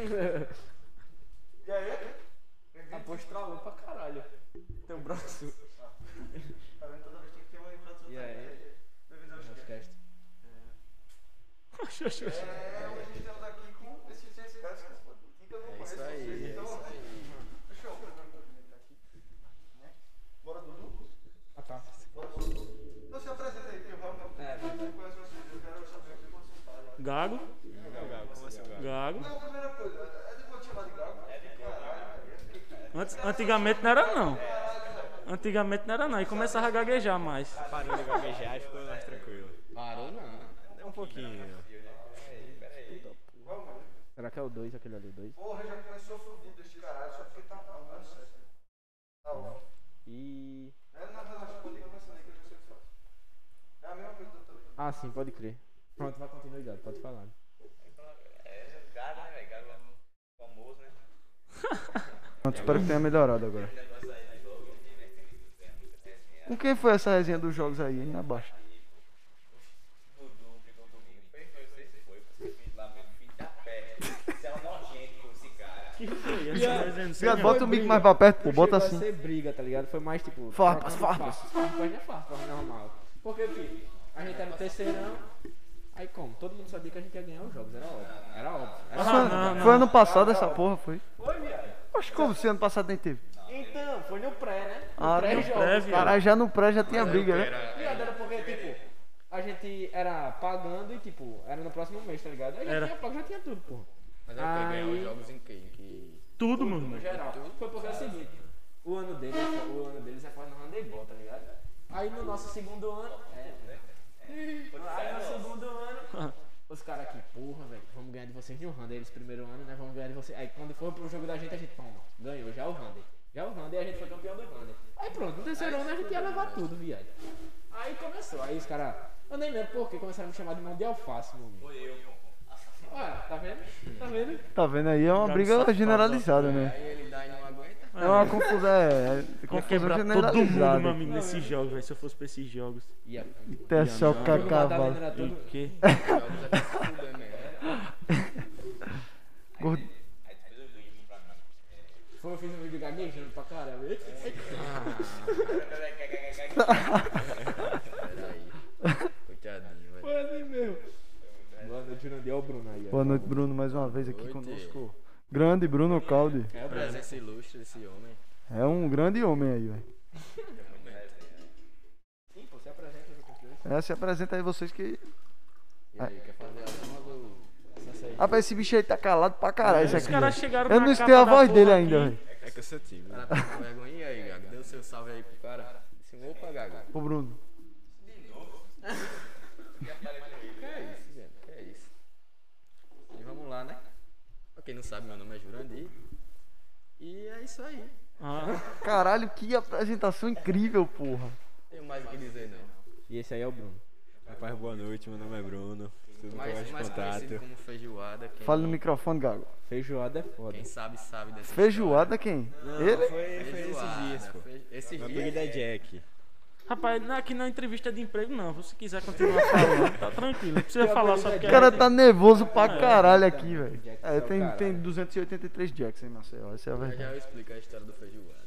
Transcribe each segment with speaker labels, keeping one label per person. Speaker 1: E aí?
Speaker 2: A pose travou pra caralho. Teu
Speaker 3: um
Speaker 2: braço.
Speaker 1: Tá vendo? Toda vez tem que ter uma introdução.
Speaker 2: E aí?
Speaker 1: Bem-vindos ao Esquece.
Speaker 2: Podcast.
Speaker 1: É, hoje estamos aqui com esses três caras que eu não
Speaker 2: É
Speaker 1: conheço
Speaker 2: isso aí,
Speaker 1: vocês,
Speaker 2: é
Speaker 1: então.
Speaker 2: isso
Speaker 1: Deixa eu ver o gabinete aqui. né? Bora, Dudu?
Speaker 2: Ah tá.
Speaker 1: Bora, Dudu. Não se apresenta aí, que eu realmente
Speaker 2: É,
Speaker 1: não conheço né? vocês. Eu quero saber o que vocês falam.
Speaker 3: Gago,
Speaker 2: Como assim, cara?
Speaker 3: gago.
Speaker 1: Não, a primeira coisa, é de vou te chamar de Gago? É de Caralho,
Speaker 3: Antes- antigamente não era não. Antigamente não era não. E começava a gaguejar mais.
Speaker 4: Parou de gaguejar e ficou mais tranquilo.
Speaker 2: Parou não.
Speaker 4: É um pouquinho.
Speaker 1: Vamos, mano.
Speaker 2: Será que é o 2, aquele ali, o 2?
Speaker 1: Porra, já começou fudido este caralho, só porque tá falando sério. Tá bom.
Speaker 2: E.
Speaker 1: É, não, não, não, eu digo, mas eu nem que eu já sei o que faço. É a mesma coisa do doutor.
Speaker 2: Ah, sim, pode crer. Pronto, vai continuidade, pode falar.
Speaker 4: É, gago, né, velho? Gago é famoso, né?
Speaker 1: Pronto, espero que tenha melhorado agora. Com quem foi essa resenha dos jogos aí, hein? Abaixa.
Speaker 4: Dudu brigou comigo. Foi, foi, foi, foi. Você fez lá mesmo, filho da pé. Você é um nojento com esse cara.
Speaker 3: Que foi? Eu não tô dizendo, sei
Speaker 1: Viado,
Speaker 3: não.
Speaker 1: bota o mic mais pra perto, pô, bota assim.
Speaker 2: Você briga, tá ligado? Foi mais tipo.
Speaker 1: Farpas,
Speaker 2: trocando
Speaker 1: farpas.
Speaker 2: Farpas não é farpas, normal. Porque, filho, a gente era no terceirão. Aí como? Todo mundo sabia que a gente ia ganhar os jogos, era óbvio. Era óbvio. Era
Speaker 1: Foi,
Speaker 3: não, não.
Speaker 1: foi ano passado essa porra, Ah, foi?
Speaker 2: Foi, viado.
Speaker 1: Acho que como se ano passado nem teve.
Speaker 2: Então, foi no pré, né?
Speaker 1: Ah,
Speaker 2: pré
Speaker 1: no
Speaker 2: jogos.
Speaker 3: pré, viado.
Speaker 1: Caralho, já no pré já
Speaker 3: é
Speaker 1: tinha briga, né?
Speaker 2: Viado, era porque, tipo, a gente era pagando e, tipo, era no próximo mês, tá ligado? Aí já
Speaker 3: Era.
Speaker 2: tinha pago, já tinha tudo, pô.
Speaker 5: Mas é porque ganhar
Speaker 2: Aí-
Speaker 5: os jogos em quem? Que...
Speaker 3: Tudo, meu irmão.
Speaker 2: No geral. Foi porque é o seguinte, o ano deles, o ano deles é fora no handebol, tá ligado? Aí no nosso segundo ano. É, né? Aí no segundo ano. Os caras aqui, porra, velho, vamos ganhar de vocês de um Handel eles primeiro ano, né? Vamos ganhar de vocês. Aí quando for pro jogo da gente, a gente, toma, ganhou, já o Handel. Já o Handel, a gente foi campeão do Handel. Aí pronto, no terceiro ano a gente ia
Speaker 5: né?
Speaker 2: levar tudo, viado. Aí começou, aí os caras, eu nem lembro por que começaram a me chamar de mão de alface, meu amigo. Foi eu, Olha, tá vendo? Tá vendo?
Speaker 1: Tá vendo aí? É uma
Speaker 3: Cara,
Speaker 1: briga
Speaker 3: safado,
Speaker 1: generalizada, né?
Speaker 5: Aí ele dá e não aguenta.
Speaker 1: É uma confusão, é, é
Speaker 3: Ia
Speaker 1: confusão
Speaker 3: quebrar
Speaker 1: generalizada.
Speaker 3: todo mundo, meu amigo, nesses jogos, velho. Se eu fosse pra esses jogos.
Speaker 2: E a
Speaker 1: Até só
Speaker 2: o jogo da Madalena
Speaker 1: cavalo.
Speaker 2: era todo-
Speaker 3: E que?
Speaker 5: Os jogos é pra se fuder mesmo.
Speaker 1: Gordo-
Speaker 4: Aí depois eu ligo pra mim.
Speaker 2: Foi, eu fiz um vídeo gaguejando pra caramba.
Speaker 5: Peraí. Coitadinho, velho.
Speaker 2: Foi assim mesmo. Boa noite, Jurandir. Olha o Bruno aí. ó.
Speaker 1: Boa noite, Bruno, mais uma vez aqui
Speaker 5: Boa noite.
Speaker 1: conosco. Grande Bruno Caldi.
Speaker 5: É a presença ilustre desse homem.
Speaker 1: É um grande homem aí, velho.
Speaker 2: Sim, pô, se apresenta os campeões.
Speaker 1: É, se apresenta aí vocês que.
Speaker 5: E aí, quer fazer a dama do...
Speaker 1: Rapaz, esse bicho aí tá calado pra caralho, esse
Speaker 3: Os
Speaker 1: aqui.
Speaker 3: caras
Speaker 1: velho.
Speaker 3: chegaram
Speaker 1: Eu
Speaker 3: na
Speaker 1: não escutei
Speaker 3: capa
Speaker 1: a
Speaker 3: da
Speaker 1: voz
Speaker 3: porra
Speaker 1: dele
Speaker 3: aqui.
Speaker 1: ainda, velho.
Speaker 4: É que eu sou tímido.
Speaker 5: Cara, tá com vergonha. E aí, Gago? Deu seu salve aí pro cara. Disse, opa, Gago.
Speaker 1: Ô, Bruno.
Speaker 5: Que é isso, gente? Que é isso? E vamos lá, né? Pra quem não sabe, meu nome é Jurandir. E é isso aí.
Speaker 3: Ah,
Speaker 1: Caralho, que apresentação incrível, porra.
Speaker 5: Tenho mais o que dizer, não.
Speaker 2: E esse aí é o Bruno.
Speaker 4: Rapaz, boa noite. Meu nome é Bruno. Tudo
Speaker 5: Mais, mais conhecido como feijoada. Quem,
Speaker 1: Fala no microfone, Gago.
Speaker 2: Feijoada é foda.
Speaker 5: quem sabe, sabe dessa
Speaker 1: Feijoada quem? Ele?
Speaker 4: Foi, foi esses dias, pô.
Speaker 5: Fe- Esses
Speaker 4: Meu
Speaker 5: dias.
Speaker 4: apelido é Jack.
Speaker 3: rapaz, não é aqui não é entrevista de emprego, não. Se quiser continuar falando, tá tranquilo. Não precisa falar só porque.
Speaker 1: O
Speaker 3: é-
Speaker 1: cara tá nervoso pra caralho aqui, velho.
Speaker 2: Jackson é
Speaker 1: É,
Speaker 2: o
Speaker 1: tem,
Speaker 2: caralho.
Speaker 1: tem 283 Jacks, hein, Marcelo? Essa é a
Speaker 5: Já já
Speaker 1: verdade.
Speaker 5: eu explico a história do feijoada.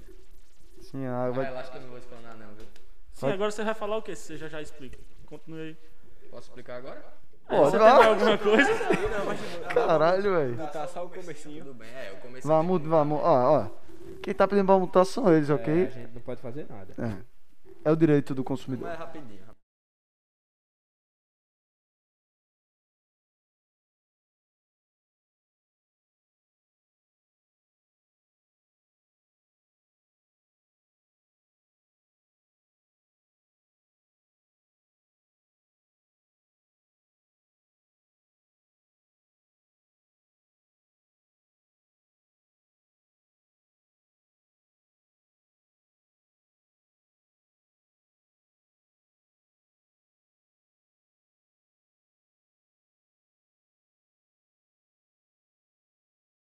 Speaker 1: Sim, ah,
Speaker 5: Ah,
Speaker 1: vai.
Speaker 5: eu acho que eu não vou explanar não, viu?
Speaker 3: Sim, agora você vai falar o quê? Você já já explica. Continue aí. É,
Speaker 5: Posso explicar agora?
Speaker 1: Pô,
Speaker 3: Você tem mais
Speaker 1: vai.
Speaker 3: alguma coisa?
Speaker 1: Caralho, velho.
Speaker 2: Tá só o comecinho.
Speaker 5: Tudo bem, é, eu comecei...
Speaker 1: Vamos, vamos. Ó, ó. Quem tá pedindo pra multar são eles,
Speaker 2: É, a
Speaker 1: ok?
Speaker 2: gente não pode fazer nada.
Speaker 1: É. É o direito do consumidor.
Speaker 5: Mas rapidinho, rapidinho.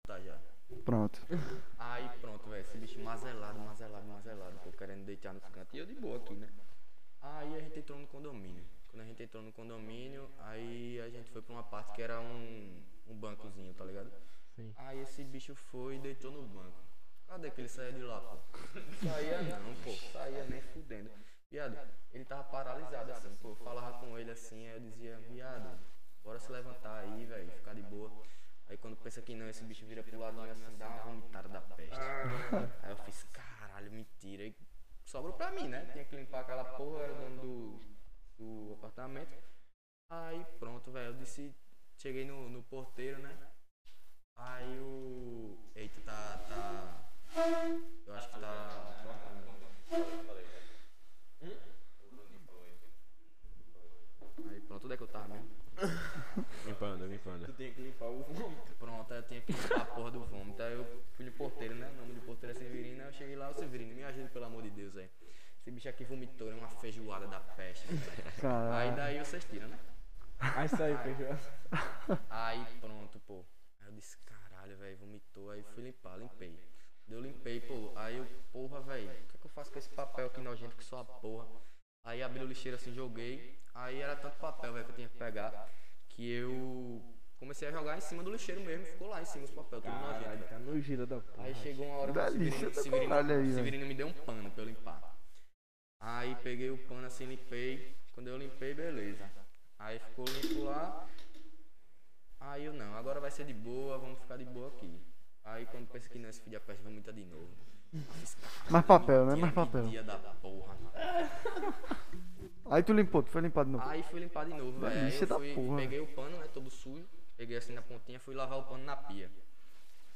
Speaker 5: Tá, já.
Speaker 1: Pronto.
Speaker 5: Aí pronto, velho, esse bicho mazelado, mazelado, mazelado, pô, querendo deitar nos cantos. E eu de boa aqui, né? Aí a gente entrou no condomínio. Quando a gente entrou no condomínio, aí a gente foi pra uma parte que era um, um bancozinho, tá ligado?
Speaker 2: Sim.
Speaker 5: Aí esse bicho foi e deitou no banco. Cadê que ele saía de lá, pô? Saía não, pô. Saía nem fudendo. Viado, ele tava paralisado assim, pô. Eu falava com ele assim, aí eu dizia, viado, bora se levantar aí, velho, ficar de boa. Aí quando pensa que não, esse bicho vira pro lado assim, dá uma vomitada da peste.
Speaker 2: Ah.
Speaker 5: Aí eu fiz, caralho, mentira. E sobrou pra mim, né? Tinha que limpar aquela porra, era o dono do, do apartamento. Aí pronto, velho. Eu disse, cheguei no, no porteiro, né? Aí o. Eita, tá. tá... Eu acho que tá. Aí pronto, onde é que eu tava mesmo?
Speaker 6: Limpando, limpando.
Speaker 2: Tem que limpar o vômito.
Speaker 5: Pronto, aí eu tinha que limpar a porra do vômito. Aí eu fui no porteiro, né? O nome do porteiro é Severino. Aí eu cheguei lá, ô Severino, me ajuda pelo amor de Deus aí. Esse bicho aqui vomitou, é uma feijoada da peste.
Speaker 1: Ah.
Speaker 5: Aí daí vocês tiram, né?
Speaker 2: Aí saiu, feijão.
Speaker 5: Aí pronto, pô. Aí eu disse, caralho, velho, vomitou. Aí fui limpar, limpei. Eu limpei, pô. Aí eu, porra, velho, o que, é que eu faço com esse papel aqui nojento que só a porra? Aí abri o lixeiro assim, joguei. Aí era tanto papel, velho, que eu tinha que pegar. Que eu comecei a jogar em cima do lixeiro mesmo. Ficou lá em cima os papel, tudo nojento.
Speaker 2: Caralho,
Speaker 5: velho.
Speaker 2: tá nojento da porra.
Speaker 5: Aí chegou uma hora que
Speaker 1: Dá
Speaker 5: o
Speaker 1: lixa
Speaker 5: Severino,
Speaker 1: do
Speaker 5: Severino-
Speaker 1: caralho aí, velho.
Speaker 5: Severino me deu um pano pra eu limpar. Aí peguei o pano assim, limpei. Quando eu limpei, beleza. Aí ficou limpo lá. Aí eu não, agora vai ser de boa, vamos ficar de boa aqui. Aí quando pensa que não, esse filho da peste vomita de novo.
Speaker 1: Mais papel, né?
Speaker 5: Que
Speaker 1: Mais papel.
Speaker 5: dia da porra.
Speaker 1: Aí tu limpou, tu foi limpar de novo.
Speaker 5: Aí fui limpar de novo, velho. Aí
Speaker 1: Delícia
Speaker 5: eu
Speaker 1: da
Speaker 5: fui,
Speaker 1: porra.
Speaker 5: peguei o pano, né, todo sujo, peguei assim na pontinha, fui lavar o pano na pia.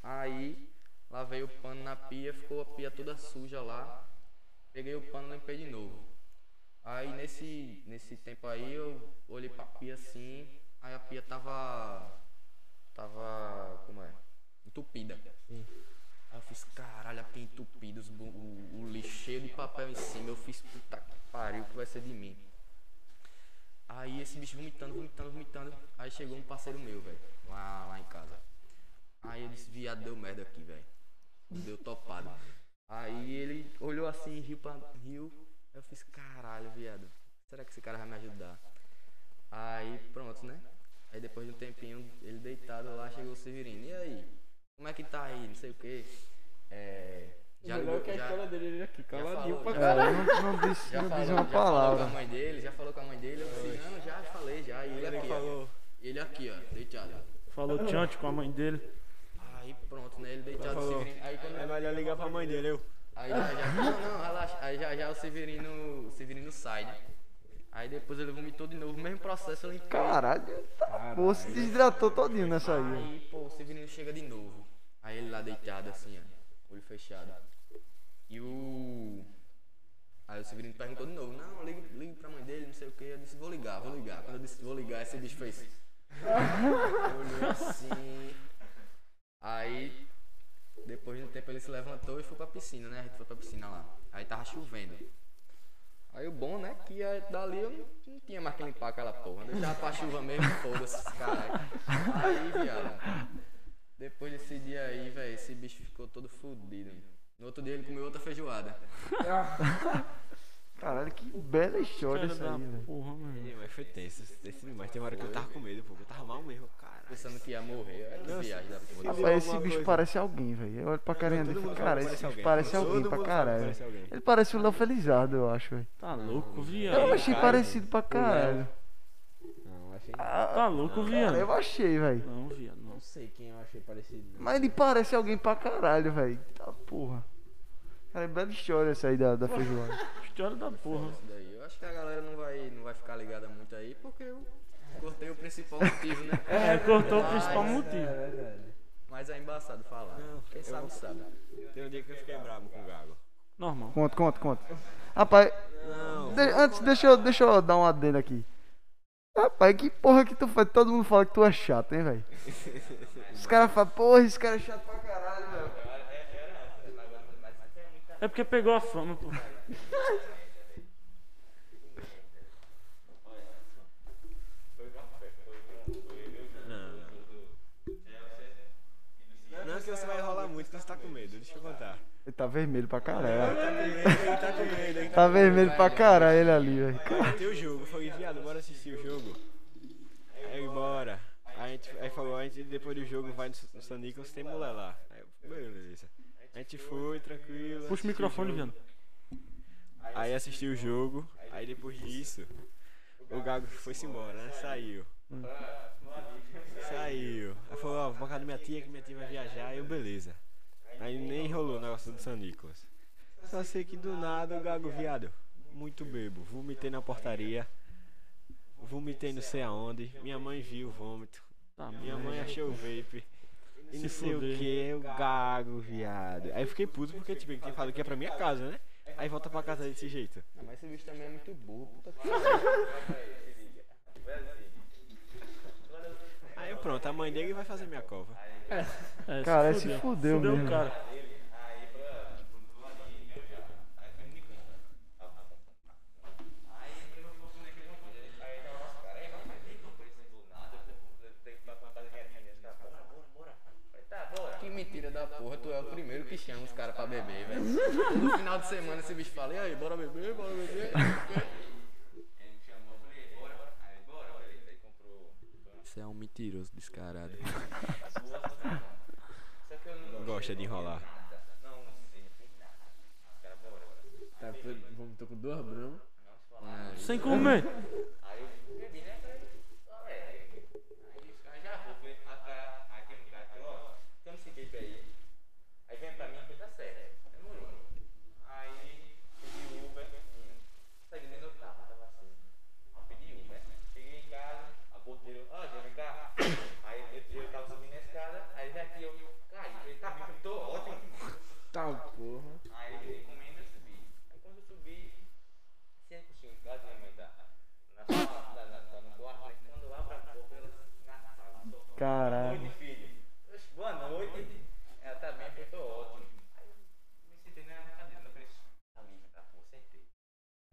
Speaker 5: Aí lavei o pano na pia, ficou a pia toda suja lá. Peguei o pano, limpei de novo. Aí nesse nesse tempo aí eu olhei pra pia assim, aí a pia tava tava como é? Entupida. Aí eu fiz, caralho, a pia entupida, os bu- o, o lixeiro de papel em cima. Eu fiz, puta que pariu, o que vai ser de mim? Aí esse bicho vomitando, vomitando, vomitando. Aí chegou um parceiro meu, velho, lá, lá em casa. Aí eu disse, viado, deu merda aqui, velho. Deu topado. Aí ele olhou assim, riu pra. riu. Aí eu fiz, caralho, viado. Será que esse cara vai me ajudar? Aí pronto, né? Aí depois de um tempinho, ele deitado lá, chegou o Severino. E aí? Como é que tá aí? Não sei o quê. É. Já
Speaker 2: Melhor
Speaker 5: ligou,
Speaker 2: que a
Speaker 5: já,
Speaker 2: escola dele ele aqui,
Speaker 5: já
Speaker 2: caladinho
Speaker 5: falou,
Speaker 2: pra
Speaker 5: já
Speaker 1: É, não, não disse,
Speaker 5: já
Speaker 1: não
Speaker 5: falou,
Speaker 1: disse
Speaker 5: já
Speaker 1: uma
Speaker 5: falou com a
Speaker 1: palavra.
Speaker 5: mãe dele, já falou com a mãe dele, eu disse, não, já falei, já. E ele, aqui, falou. Ele aqui, ó, deitado.
Speaker 3: Falou tchante com a mãe dele.
Speaker 5: Aí pronto, né? Ele deitado o
Speaker 2: Falou. É
Speaker 5: Severino. Aí quando.
Speaker 2: melhor ligar pra mãe dele, eu.
Speaker 5: Aí já, já. Não, não, relaxa. Aí já, já o Severino. O Severino sai, né? Aí depois ele vomitou de novo, mesmo processo eu limpei.
Speaker 1: Caralho, tá, pô, se desidratou todinho nessa aí.
Speaker 5: Aí, pô, o Severino chega de novo. Aí ele lá deitado assim, ó. Olho fechado. E o. Aí o Severino perguntou de novo, não, liga, liga pra mãe dele, não sei o que. Eu disse, vou ligar, vou ligar. Quando eu disse, vou ligar, esse bicho fez. Olhou assim. Aí, depois de um tempo, ele se levantou e foi pra piscina, né? A gente foi pra piscina lá. Aí tava chovendo. Aí o bom, né, que a- dali eu não, não tinha mais que limpar aquela porra. Deixava pra chuva mesmo, foda-se, caralho. Aí, viado. Depois desse dia aí, velho, esse bicho ficou todo fudido. No outro dia ele comeu outra feijoada.
Speaker 1: Caralho, que bela história
Speaker 3: Cara
Speaker 1: isso
Speaker 3: da
Speaker 1: aí, velho.
Speaker 3: porra, mano.
Speaker 6: Mas foi tenso, tenso demais. Tem uma hora que eu tava com medo, pô. que Eu tava mal mesmo, cara.
Speaker 5: Pensando que ia morrer. Olha que viagem da porra.
Speaker 1: Rapaz, esse
Speaker 6: alguma
Speaker 1: bicho
Speaker 6: coisa.
Speaker 1: parece alguém, velho. Eu olho pra carinha dele e falo, cara, esse bicho parece alguém pra caralho.
Speaker 6: Parece alguém.
Speaker 1: Ele parece o Léo Felizardo, eu acho, velho.
Speaker 3: Tá louco,
Speaker 1: Eu
Speaker 3: viado.
Speaker 1: achei
Speaker 6: cara,
Speaker 1: parecido pra caralho.
Speaker 6: né? é. Não, achei.
Speaker 1: Ah,
Speaker 3: Tá louco,
Speaker 1: cara,
Speaker 3: viado.
Speaker 1: eu achei, velho.
Speaker 3: Não, viado, não.
Speaker 2: Não sei quem eu achei parecido. não.
Speaker 1: Mas ele parece alguém pra caralho, velho. Tá porra. Cara, é bela história essa aí da, da feijoada.
Speaker 3: História da porra.
Speaker 5: Isso daí. Eu acho que a galera não vai, não vai ficar ligada muito aí, porque eu cortei o principal motivo, né?
Speaker 3: É, cortou o principal
Speaker 5: Mas-
Speaker 2: É
Speaker 3: motivo.
Speaker 2: verdade.
Speaker 5: Mas é embaçado falar. Quem sabe, sabe.
Speaker 6: Tem um dia que eu fiquei bravo com o Gago.
Speaker 3: Normal.
Speaker 1: Conta, conta, conta. Rapaz, de- antes, deixa eu, deixa eu dar uma adenda aqui. Rapaz, que porra que tu faz? Todo mundo fala que tu é chato, hein, velho? Os caras falam, porra, esse cara é chato pra caralho, velho.
Speaker 3: É porque pegou a fama, pô.
Speaker 6: Não, é que você vai enrolar muito, que você tá com medo. Deixa eu contar.
Speaker 1: Ele tá vermelho pra caralho.
Speaker 6: Tá com medo, ele tá com medo. Ele
Speaker 1: Tá vermelho pra caralho ele ali, velho.
Speaker 6: Aí tem o jogo. Eu falei, viado, bora assistir o jogo. Aí eu, bora. Aí, A gente, aí falou, a gente depois do jogo vai no, S- no San Nicolas, tem mulher lá. Aí eu, beleza. A gente foi, tranquilo.
Speaker 3: Puxa o
Speaker 6: assistiu
Speaker 3: microfone,
Speaker 6: jogo.
Speaker 3: Viano.
Speaker 6: Aí assisti o jogo, aí depois disso, o Gago foi-se embora, né? Saiu. Saiu. Aí falou, ó, vou pra casa da minha tia, que minha tia vai viajar, aí eu, beleza. Aí nem rolou o negócio do San Nicolas. Só sei que do nada o Gago, viado, muito bebo, vomitei na portaria, vomitei não sei aonde, minha mãe viu o vômito,
Speaker 3: Tá,
Speaker 6: minha mãe achou o vape. E não
Speaker 3: Se
Speaker 6: sei o
Speaker 3: fuder.
Speaker 6: que, o gago, viado. Aí eu fiquei puto porque, tipo, ele tinha falado que é pra minha casa, né? Aí volta pra casa desse jeito.
Speaker 5: Ah, mas esse bicho também é muito burro. Puta que
Speaker 6: Aí pronto, a mãe dele vai fazer minha cova.
Speaker 3: É,
Speaker 1: Cara, se fudeu
Speaker 3: fudeu
Speaker 1: mesmo.
Speaker 3: o cara.
Speaker 5: Que mentira da porra, tu é o primeiro que chama os caras pra beber, velho. No final de semana esse bicho fala, e aí, bora beber, bora beber. Você é um mentiroso descarado.
Speaker 6: Gosta de enrolar.
Speaker 2: Tá, foi- vamos- tô com duas bramas.
Speaker 3: Sem comer.
Speaker 2: Tá, porra.
Speaker 4: Aí Ah, ele recomenda eu subir. Aí quando eu subi, sempre cochilo em casa, minha mãe tá na sala, tá, tá, tá no quarto, né? Quando eu abro a porta, ela na sala, no sofá. Boa
Speaker 1: Caralho.
Speaker 4: noite, filho. Oxe, boa noite. Ela tá bem, eu tô ótimo. Aí eu me sentei na cadeira, eu falei, tá livre, tá, pô, sentei.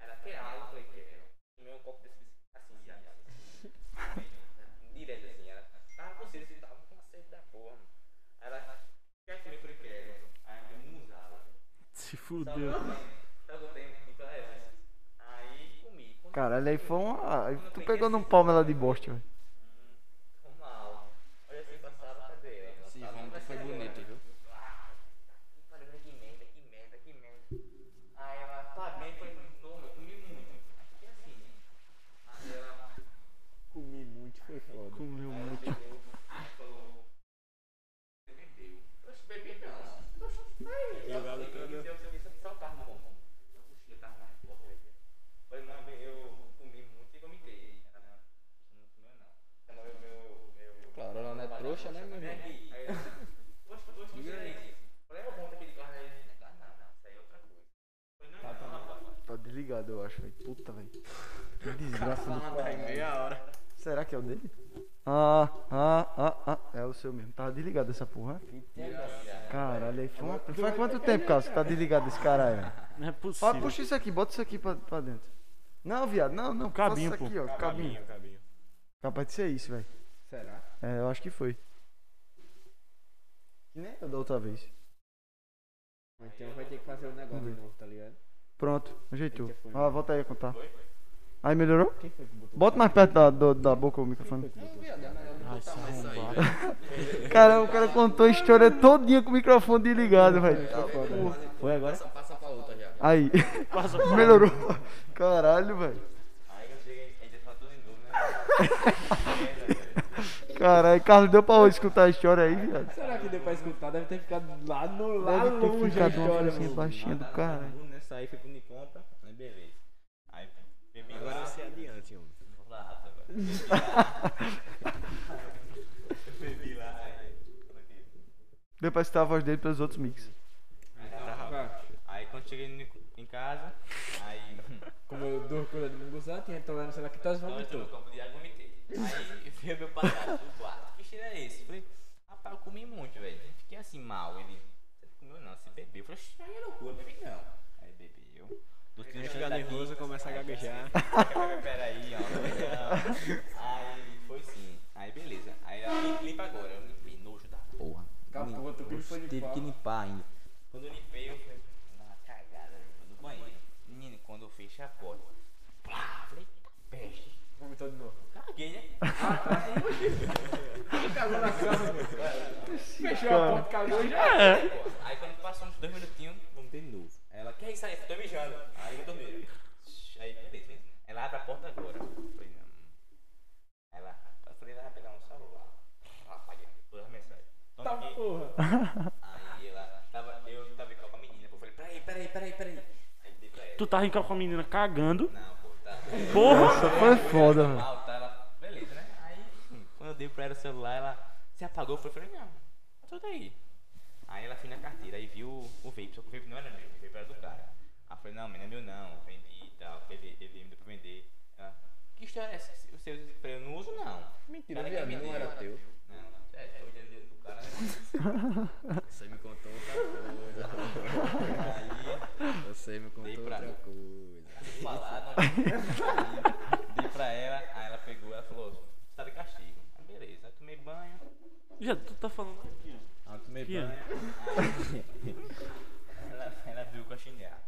Speaker 4: Ela quer água, eu falei, quero. Tomei um copo desse biscoito, assim, já, já. assim, Direto assim, ela tava com sede, assim, tava com uma sede da porra, mano. Aí ela quer comer, eu falei, quero. Aí um eu não usava.
Speaker 3: Se fudeu.
Speaker 4: Tá Aí comi. Quando
Speaker 1: Caralho, aí foi uma. aí Tu pegou num palmo ela de bosta, velho.
Speaker 4: ficou mal. Olha assim, passava, cadê ela? tá
Speaker 5: Esse vômito foi bonito, viu?
Speaker 4: Falei, mas que merda, que merda, que merda. Aí ela, tá bem, foi toma, eu comi muito. E assim, aí ela
Speaker 2: Comi muito, foi foda.
Speaker 3: Comeu muito.
Speaker 4: chegou, aí falou, você bebeu. Oxe, bebi não. Oxe, aí, eu falei, eu me deu o serviço, só tava no bom. Eu cochilei, tava na porta. Falei, não, eu comi muito e vomitei. Ela, não, não comeu não. Ela, meu, meu, meu...
Speaker 5: Claro, ela não é trouxa, né, meu
Speaker 4: Vem
Speaker 5: irmão?
Speaker 4: aqui. Aí eu, poxa, poxa, que é isso? Falei, eu monto aquele carro aí. Ah, não, não, isso aí é outra coisa. Falei, não, não, não, rapaz.
Speaker 1: Tá desligado, eu acho, velho. Puta, velho. Que desgraça do
Speaker 5: Falando aí meia hora.
Speaker 1: Será que é o dele? Ah, ah, ah, ah. É o seu mesmo. Tava desligado essa porra. Caralho, aí foi uma. Faz quanto tempo, Cássio, que tá desligado esse caralho, velho?
Speaker 3: Não é
Speaker 1: Ó,
Speaker 3: possível.
Speaker 1: puxa isso aqui, bota isso aqui pra, pra dentro. Não, viado, não, não. faça
Speaker 3: cabinho,
Speaker 1: isso
Speaker 3: pô.
Speaker 1: aqui, ó. Cabinho.
Speaker 6: cabinho.
Speaker 1: Capaz de ser isso, velho.
Speaker 2: Será?
Speaker 1: É, eu acho que foi. Que nem eu da outra vez.
Speaker 2: Então vai ter que fazer um negócio
Speaker 1: Vamos
Speaker 2: de novo, tá ligado?
Speaker 1: Pronto, ajeitou.
Speaker 2: Eita, foi.
Speaker 1: Ó, volta aí a contar. Aí melhorou?
Speaker 2: Quem foi que botou?
Speaker 1: Bota mais perto da, do- da boca o microfone.
Speaker 3: Ai,
Speaker 2: Tá,
Speaker 3: se arrombar.
Speaker 2: né?
Speaker 1: Cara, o cara contou a história todinha com o microfone desligado, velho.
Speaker 2: Foi agora?
Speaker 5: Passa, passa pra outra já.
Speaker 1: Aí,
Speaker 3: Passa
Speaker 1: melhorou. Caralho, velho.
Speaker 4: Aí eu cheguei, a gente falou tudo de novo, né?
Speaker 1: Caralho, Carlos, deu pra escutar a história aí, viado?
Speaker 2: Será que deu pra escutar? Deve ter ficado lá no lá
Speaker 1: Deve ter
Speaker 2: Tá longe a
Speaker 1: ficado uma
Speaker 2: história,
Speaker 1: coisinha
Speaker 2: mano.
Speaker 1: baixinha do caralho.
Speaker 4: Tudo nessa aí foi pro Niconta, aí beleza. Aí bebi
Speaker 6: Agora
Speaker 4: lá,
Speaker 6: você é adiante, homem.
Speaker 4: vamos lá, Rafa, agora. Bebi lá. Eu bebi lá, aí. é quando eu bebi.
Speaker 1: Deu pra escutar a voz dele pelos outros mix.
Speaker 5: tá,
Speaker 4: Aí quando cheguei no Nico- em casa, aí
Speaker 2: Como eu dou coisa de munguzá, tinha entrado lá no celular que tá
Speaker 4: Então, eu entrei no
Speaker 2: vomitou.
Speaker 4: campo de água e vomitei. Aí veio meu padrasto do quarto. Que cheiro é esse? Falei, rapaz, eu comi muito, velho. Fiquei assim mal. Ele, você não comeu não, você bebeu. Eu falei, "Oxi, aí é loucura, bebi não. Aí bebeu. Do outro
Speaker 6: Ele
Speaker 4: dia
Speaker 6: fica
Speaker 4: eu daqui,
Speaker 6: nervoso, começa a gaguejar.
Speaker 4: Peraí, ó. Aí foi sim. Aí beleza. Aí ela "Lim- limpa agora. Eu limpei, nojo da porra.
Speaker 2: Acabou, tu que foi de
Speaker 4: Teve que
Speaker 2: pau.
Speaker 4: limpar ainda. Quando eu limpei, eu falei, "Dá uma cagada eu vou no banheiro. Menino, quando eu fechei a porta, pá, falei, "Eita peste.
Speaker 2: Vomitou de novo.
Speaker 4: Caguei, né?
Speaker 2: cagou na cama. Fechou a
Speaker 1: Cara,
Speaker 2: porta, cagou e já.
Speaker 3: É.
Speaker 4: Aí quando passou uns dois minutinhos, vamos ter de novo. Aí Ela, que é isso aí? Tô mijando. Aí eu tô meio. Aí, beleza. beleza. Ela abre a porta agora. Eu Falei, não. Aí Ela, eu falei, ela vai pegar um celular. Ela apaga todas as mensagens. Então,
Speaker 2: Tá
Speaker 4: ninguém-
Speaker 2: porra.
Speaker 4: Aí ela, tava, eu tava com a menina. pô. Eu falei, peraí, peraí, peraí, peraí. Aí dei pra ela.
Speaker 3: Tu tava em casa com a menina cagando.
Speaker 4: Não, pô, tá.
Speaker 3: Porra!
Speaker 1: Essa foi foda, velho.
Speaker 4: mal, tá? Ela, beleza, né? Aí, hum, quando eu dei pra ela o celular, ela se apagou. Eu falei, não, tá tudo aí. Aí ela foi na carteira aí viu o vape, só que o vape não era meu, o vape era do cara. Aí eu falei, não, mas não é meu não, vendi e tal, ele, ele me deu pra vender. Ela, que história é essa? que Você usa? Eu falei, eu não uso não.
Speaker 5: Mentira,
Speaker 4: Cara,
Speaker 5: viado,
Speaker 4: quem me
Speaker 5: não
Speaker 4: deu?
Speaker 5: era teu.
Speaker 4: Não, é, é o dinheiro do cara. né?
Speaker 5: Você me contou outra coisa. Você me
Speaker 4: Dei
Speaker 5: contou
Speaker 4: pra
Speaker 5: outra
Speaker 4: mim.
Speaker 5: coisa.
Speaker 4: falado. Aí, dei pra ela, aí ela pegou, ela falou, você tá de castigo. Aí beleza, aí eu tomei banho.
Speaker 3: Já, tu tá falando aqui, ó.
Speaker 4: Aí eu Ah, tomei
Speaker 3: Que
Speaker 4: banho. Aí ela, ela viu com a chinela.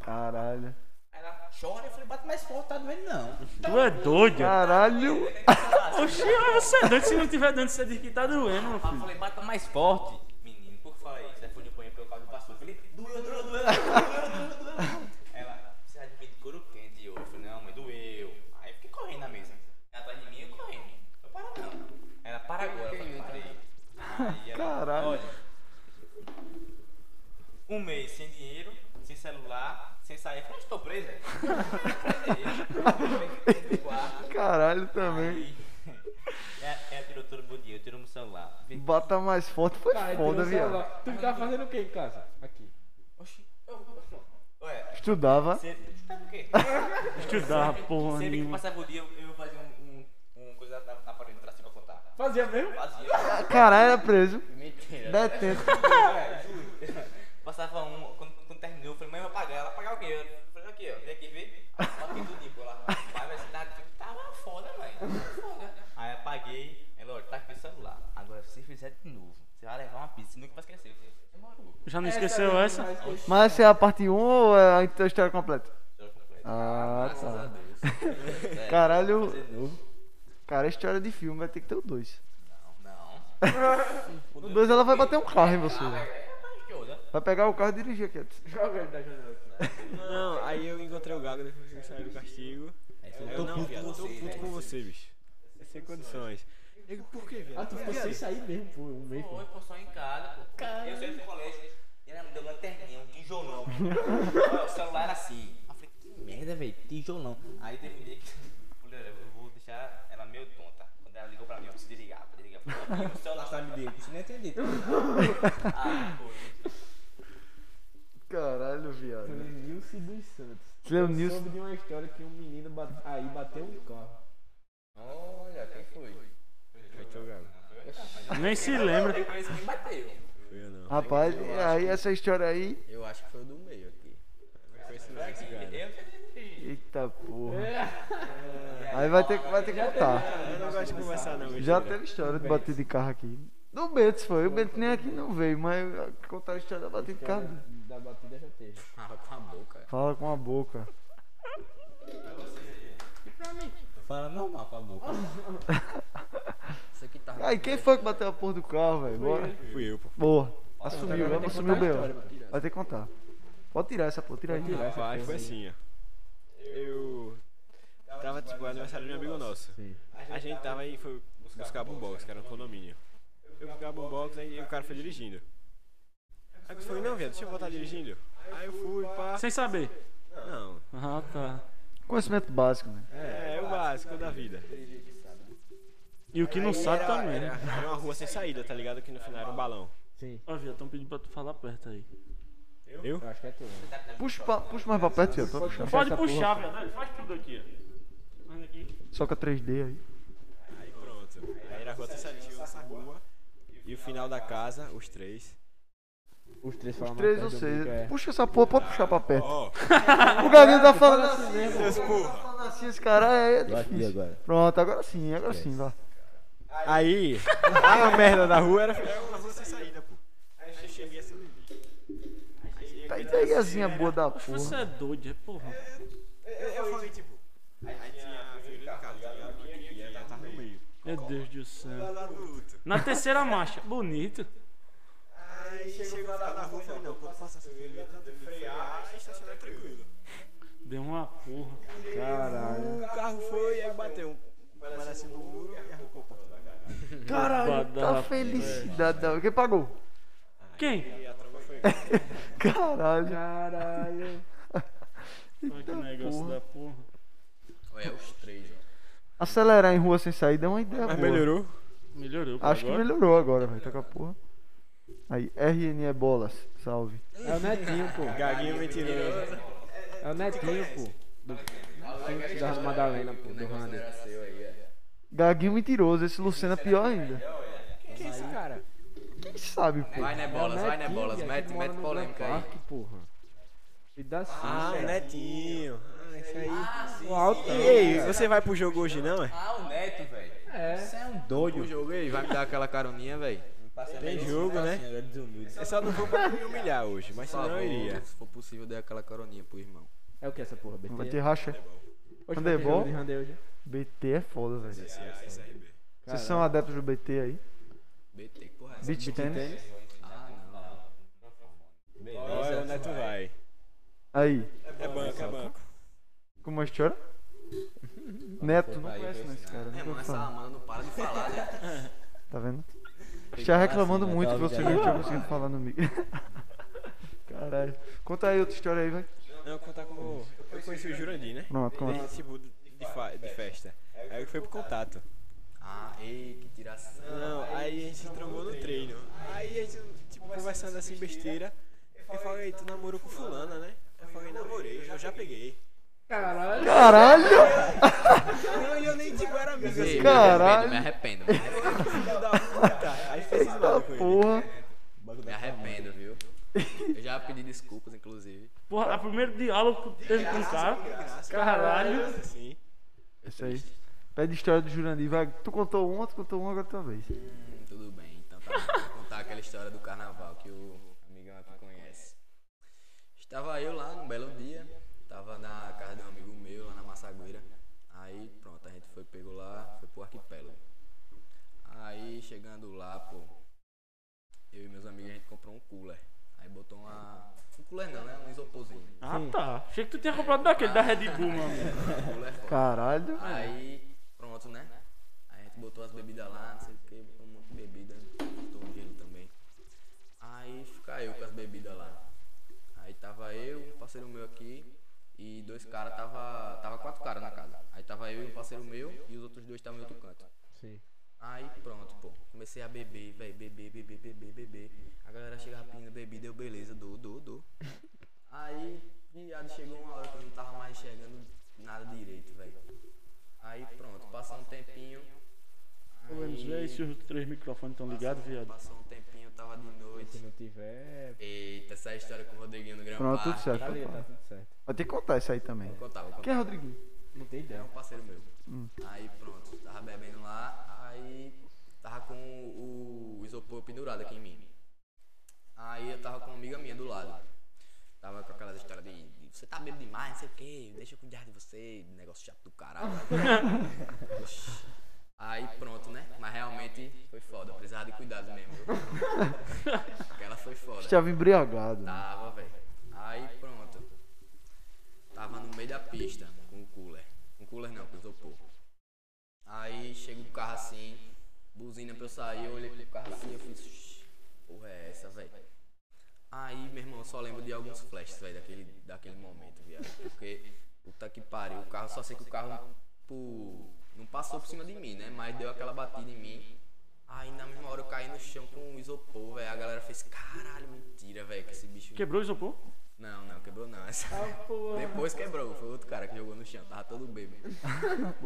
Speaker 1: Caralho.
Speaker 4: Aí ela chora, eu falei, bate mais forte, tá doendo não.
Speaker 3: Tu é doido?
Speaker 1: Caralho.
Speaker 3: Oxi, ah, você é doido. Se não tiver doido, você diz que tá doendo, meu
Speaker 4: Eu
Speaker 3: filho.
Speaker 4: falei, bata mais forte. Menino, por que fala isso? é Aí foi no banheiro pelo carro passou. Eu falei, doeu, doeu, doeu, doeu, doeu, doeu. Ela, você tá de couro quente hoje? Eu falei, não, mas doeu. Aí eu fiquei correndo na mesa. Ela atrás de mim, eu correndo. Eu para não. Ela, para agora. Eu falei, parei. Aí ela,
Speaker 1: Caralho.
Speaker 4: olha, um mês sem dinheiro, sem celular, sem sair. Eu falei, estou presa. Eu falei, quarto.
Speaker 1: Caralho também.
Speaker 4: Aí, Ela ela É, tirou todo o meu dinheiro, tirou meu celular.
Speaker 1: Bota mais forte foi
Speaker 2: Cara, tirou
Speaker 1: foda,
Speaker 2: o celular.
Speaker 1: viado.
Speaker 2: Tu tá fazendo o que em casa? Aqui.
Speaker 4: Oxi, eu Ué,
Speaker 1: Estudava.
Speaker 4: você sabe o quê?
Speaker 3: Estudar, porra
Speaker 4: Sempre que
Speaker 3: nenhuma.
Speaker 4: passava o dia, eu, eu fazia um, um, um coisa na, na parede pra cima pra contar.
Speaker 2: Fazia mesmo?
Speaker 4: Fazia,
Speaker 1: Caralho, era preso.
Speaker 4: mentira.
Speaker 1: Detento.
Speaker 4: É, juro. Passava um, quando, quando terminou, eu falei, mãe, eu vou pagar. Ela pagar o quê? Eu falei, aqui, ó, vem aqui ver. Paguei tudo, tipo, ela, vai, vai, cidade. Tava foda, mãe. Foda. Aí eu paguei, ela, olha, tá aqui o celular. Agora, se você fizer de novo, você vai levar uma pizza, nunca vai esquecer. É Eu falei, Demorou.
Speaker 3: Já não esqueceu
Speaker 2: é
Speaker 3: essa?
Speaker 2: demais,
Speaker 1: Mas essa é a parte 1 ou é a tua história completa?
Speaker 4: História completa.
Speaker 1: Ah,
Speaker 4: Graças a
Speaker 1: tá.
Speaker 4: Deus. É,
Speaker 1: Caralho.
Speaker 4: fazer de novo?
Speaker 1: Cara, a história de filme vai ter que ter o 2.
Speaker 4: Não, não.
Speaker 1: No 2 ela vai bater um carro em você.
Speaker 4: Ah,
Speaker 1: velho.
Speaker 4: é, mas que olha.
Speaker 1: Vai pegar o carro e dirigir aqui.
Speaker 2: Joga ele da janela.
Speaker 6: Não, aí eu encontrei o Gago depois que saiu do castigo. Eu
Speaker 4: tô
Speaker 6: não,
Speaker 4: puto
Speaker 6: viado,
Speaker 4: com
Speaker 6: tô
Speaker 4: você,
Speaker 6: puto
Speaker 5: né?
Speaker 4: velho.
Speaker 6: com você, bicho. Sem condições. Ele, por que,
Speaker 2: Ah,
Speaker 6: viado?
Speaker 2: tu ficou sem sair mesmo, pô, um mês. pô.
Speaker 4: Foi, pô, só em casa, pô. Eu saí do colégio e ela me deu lanterninha, um tijolão. o celular era assim. Eu falei, que merda, velho, tijolão. Aí teve um dia que. Mulher, eu vou deixar ela meio tonta. Quando ela ligou pra mim, eu preciso desligar, pra desligar. Eu falei, O celular sabe dele, você não entender. Ah, pô.
Speaker 1: Caralho, viado. é
Speaker 2: Cleonilce dos Santos.
Speaker 1: Cleonilce.
Speaker 2: Eu soube de uma história que um menino bate- aí bateu um carro.
Speaker 5: Olha, quem foi?
Speaker 6: Aí tu, Gago.
Speaker 3: Nem se lembra.
Speaker 4: Depois me bateu.
Speaker 6: Foi eu não.
Speaker 1: Rapaz, aí essa história aí.
Speaker 5: Eu acho que foi o do meio aqui.
Speaker 6: Foi esse não, esse Gago.
Speaker 4: Eu
Speaker 1: Eita porra.
Speaker 6: É.
Speaker 1: Aí vai ter, que- vai ter que contar.
Speaker 6: né? Eu não gosto de conversar, não.
Speaker 1: Já
Speaker 6: mentira.
Speaker 1: teve história de bater de carro aqui. Do Bento foi. O Bento nem aqui não veio, mas contar a história da batida de carro. dele.
Speaker 2: Da batida já teve.
Speaker 5: Ah, com a boca.
Speaker 1: Fala com a boca.
Speaker 4: Fala normal com a boca.
Speaker 5: Isso aqui tá.
Speaker 1: Aí quem foi que bateu a porra do carro, velho? Bora.
Speaker 6: Fui eu, pô.
Speaker 1: Boa. Assumiu,
Speaker 2: Agora
Speaker 1: vamos
Speaker 2: vai ter que
Speaker 1: assumir o
Speaker 2: contar a história,
Speaker 1: B.O.
Speaker 2: pô.
Speaker 1: Vai ter que contar. Pode tirar essa porra, tira aí.
Speaker 6: Rapaz, foi assim, ó. Eu tava, tipo, aniversário de um amigo nosso. A gente tava aí, foi buscar boombox, que era um condomínio. Eu buscar boombox, aí o cara foi dirigindo. Aí eu falei, não, viado, deixa eu voltar dirigindo. Aí eu fui, pá.
Speaker 3: Sem saber.
Speaker 6: Não,
Speaker 3: Ah, tá.
Speaker 1: Conhecimento básico, né?
Speaker 6: é, é o básico da vida.
Speaker 3: E o que não sabe
Speaker 6: Era-
Speaker 3: também. né?
Speaker 6: Era, era uma rua sem saída, tá ligado? Que no final era um balão.
Speaker 2: Sim,
Speaker 3: Ó, viado, tão pedindo pra tu falar perto aí.
Speaker 6: Eu?
Speaker 2: eu acho que é tu. né?
Speaker 1: Puxa, pra- puxa mais pra perto, eu tô puxando.
Speaker 3: Pode puxar, velho. Faz tudo aqui, ó. Faz aqui.
Speaker 1: Soca 3D aí.
Speaker 6: Aí pronto. Aí era a rua sem saída, tinha essa rua. E o final da casa, os três.
Speaker 2: Os três falam mais
Speaker 1: 3 ou
Speaker 2: perto do
Speaker 1: 6.
Speaker 2: micro, é.
Speaker 1: Puxa essa porra, pode puxar pra perto.
Speaker 6: Ó,
Speaker 1: O Galinho tá falando assim.
Speaker 6: seus
Speaker 1: Tá
Speaker 6: porra.
Speaker 1: falando assim, esse cara é
Speaker 7: aqui
Speaker 1: difícil.
Speaker 7: agora.
Speaker 1: Pronto, agora sim, agora sim, vai.
Speaker 6: Aí, a merda da rua era, era uma rua sem saída, pô. Aí eu cheguei assim no
Speaker 1: Tá aí, tá aí, asinha boa da
Speaker 3: Oxe, você
Speaker 1: porra.
Speaker 3: é doido, é porra.
Speaker 6: Eu falei, tipo. Aí tinha a figura do carro, tá ligado? Que aqui, ela tava no meio.
Speaker 3: É Deus do céu. Na terceira marcha. Bonito.
Speaker 6: Aí chegou lá na rua e falei, não, quando passa essa ferida, tem que frear e estacionar tranquilo.
Speaker 3: Deu uma porra.
Speaker 1: Caralho.
Speaker 6: O carro foi e aí bateu um pedacinho no muro e arrancou o porta da garagem.
Speaker 1: Caralho,
Speaker 3: Badalá,
Speaker 1: tá
Speaker 3: velho.
Speaker 1: felicidade. da- Quem pagou? tá
Speaker 3: Quem?
Speaker 6: E a tropa foi
Speaker 1: Caralho.
Speaker 2: Caralho.
Speaker 3: Olha que negócio da porra.
Speaker 5: Olha, os três, ó.
Speaker 1: Acelerar em rua sem saída é uma ideia boa.
Speaker 6: Mas melhorou?
Speaker 3: Melhorou pra
Speaker 1: Acho que
Speaker 3: agora.
Speaker 1: melhorou agora, velho. Tá com a porra. Aí, RN é bolas. Salve.
Speaker 2: É o netinho, pô.
Speaker 6: Gaguinho mentiroso.
Speaker 2: É o netinho, pô. Do Quinto da Madalena, pô. Do Rander.
Speaker 5: Seu aí, é.
Speaker 1: Gaguinho mentiroso. Esse Luciano é pior ainda.
Speaker 2: Quem é esse cara?
Speaker 1: Quem sabe, pô.
Speaker 5: Vai, né, bolas, vai, né, bolas. Mete, mete polêmica aí. um
Speaker 2: porra. Me dá sim.
Speaker 6: Ah, o Netinho. Ah, isso aí.
Speaker 2: o alto.
Speaker 6: E
Speaker 5: É.
Speaker 6: aí, você vai pro jogo hoje não, é?
Speaker 5: Ah, o Neto, velho.
Speaker 2: É.
Speaker 5: Doido. O jogo aí, vai me dar aquela caroninha, velho.
Speaker 6: Tem jogo, né? Eu só não vou pra me humilhar hoje, mas senão eu iria.
Speaker 5: Se for possível, dê aquela caroninha pro irmão.
Speaker 2: É o que essa porra, BT?
Speaker 1: Vai ter racha.
Speaker 2: Hoje vai ter
Speaker 1: handebol?
Speaker 2: jogo de handebol hoje.
Speaker 1: BT é foda, velho. Vocês
Speaker 2: Caralho.
Speaker 1: são adeptos do BT aí?
Speaker 5: BT, que porra é essa?
Speaker 1: Beach tênis.
Speaker 6: Olha, o Neto vai.
Speaker 1: Aí.
Speaker 6: É banco, é banco.
Speaker 1: Como é que chora? Neto, não conhece né, esse cara.
Speaker 5: É,
Speaker 1: nunca
Speaker 5: mano,
Speaker 1: ouvi
Speaker 5: essa
Speaker 1: falar.
Speaker 5: mano não para de falar, né?
Speaker 1: Tá vendo? Já reclamando muito que assim, né? você não tinha conseguido falar no mic. Caralho. Conta aí outra história aí, vai.
Speaker 6: Não, contar como. Eu conheci o Jurandir, né?
Speaker 1: Pronto, conta.
Speaker 6: Nesse tipo de, fa- de festa. Aí eu fui pro contato.
Speaker 5: Ah, ei, que tiração.
Speaker 6: Não, aí a gente se trombou no treino. Aí a gente, tipo, conversando assim, besteira. Eu falei, tu namorou com fulana, né? Eu falei, namorei, eu já peguei.
Speaker 2: Caralho.
Speaker 1: Caralho!
Speaker 6: Não, e eu nem, tipo, era amigo assim.
Speaker 5: Ei,
Speaker 1: Caralho.
Speaker 5: Me arrependo, me arrependo,
Speaker 6: Filho da puta. Aí fez mal com ele.
Speaker 1: Porra.
Speaker 5: me arrependo, viu? Eu já pedi desculpas, inclusive.
Speaker 3: Porra, o primeiro diálogo que teve com o cara. Caralho.
Speaker 6: Sim.
Speaker 1: Isso aí. Pede história do Jurandir, vai. Tu contou uma, tu contou uma, agora é tua vez.
Speaker 5: Hum, tudo bem, então tá bom. Vou contar aquela história do carnaval que o amigão aqui conhece. Estava eu lá num belo dia, tava na casa de um amigo meu, lá na Massagueira. Aí pronto, a gente foi pego lá, foi pro arquipélago. Aí chegando lá, pô, eu e meus amigos a gente comprou um cooler. Aí botou uma. Um cooler não, né? Um isoporzinho.
Speaker 3: Ah, tá. Achei que tu tinha comprado daquele da Red Bull, meu amigo.
Speaker 5: Um cooler forte.
Speaker 1: Caralho.
Speaker 5: Aí, pronto, né? Aí a gente botou as bebidas lá, não sei o que, botou um monte de bebida, botou um gelo também. Aí fica eu com as bebidas lá. Aí tava eu, um parceiro meu aqui, e dois caras tava. Tava quatro caras na casa. Aí tava eu e um parceiro meu, e os outros dois estavam em outro canto.
Speaker 2: Sim.
Speaker 5: Aí pronto, pô. Comecei a beber, velho, beber, beber, beber, beber. A galera chegava pedindo bebida, eu beleza, dou, dou, dou. Aí, viado, chegou uma hora que eu não tava mais enxergando nada direito, velho. Aí pronto, passou um tempinho.
Speaker 3: Pelo menos vê aí se os três microfones estão ligados, viado.
Speaker 5: Passou um tempinho, tava de
Speaker 2: Se
Speaker 5: noite.
Speaker 2: não tiver,
Speaker 5: Eita, essa é a história com o Rodriguinho no Gran
Speaker 1: Pronto, tudo
Speaker 5: Parque.
Speaker 1: certo.
Speaker 2: tá ligado, tá
Speaker 1: Vai
Speaker 2: tudo certo.
Speaker 1: ter que contar isso aí também.
Speaker 5: Vou contar, vou contar.
Speaker 1: Quem é Rodriguinho?
Speaker 2: Não tem
Speaker 5: É
Speaker 2: ideia.
Speaker 5: um parceiro meu. Aí pronto, tava bebendo lá, aí tava com o, o isopor pendurado aqui em mim. Aí eu tava com uma amiga minha do lado. Tava com aquelas histórias de, de, você tá bebendo demais, não sei o que, deixa eu cuidar de você, negócio chato do caralho. Oxi. aí pronto, né? Mas realmente foi foda, eu precisava de cuidado mesmo. viu? Porque ela foi foda.
Speaker 1: Estava embriagado. né?
Speaker 5: Tava, velho. Aí pronto. Tava no meio da pista com o cooler. Com o cooler não, com o isopor. Aí chega o carro assim, buzina pra eu sair, eu olhei pro carro assim, eu fiz. "Shhh, Porra, é essa, velho? Aí, meu irmão, eu só lembro de alguns flashes, velho, daquele, daquele momento, viado. Porque, puta que pariu, o carro, só sei que o carro pô, não passou por cima de mim, né? Mas deu aquela batida em mim. Aí, na mesma hora, eu caí no chão com um isopor, velho. A galera fez, caralho, mentira, velho, que esse bicho.
Speaker 3: Quebrou o isopor?
Speaker 5: Não, não, quebrou não. Essa- Depois quebrou, foi outro cara que jogou no chão, tava todo bêbado.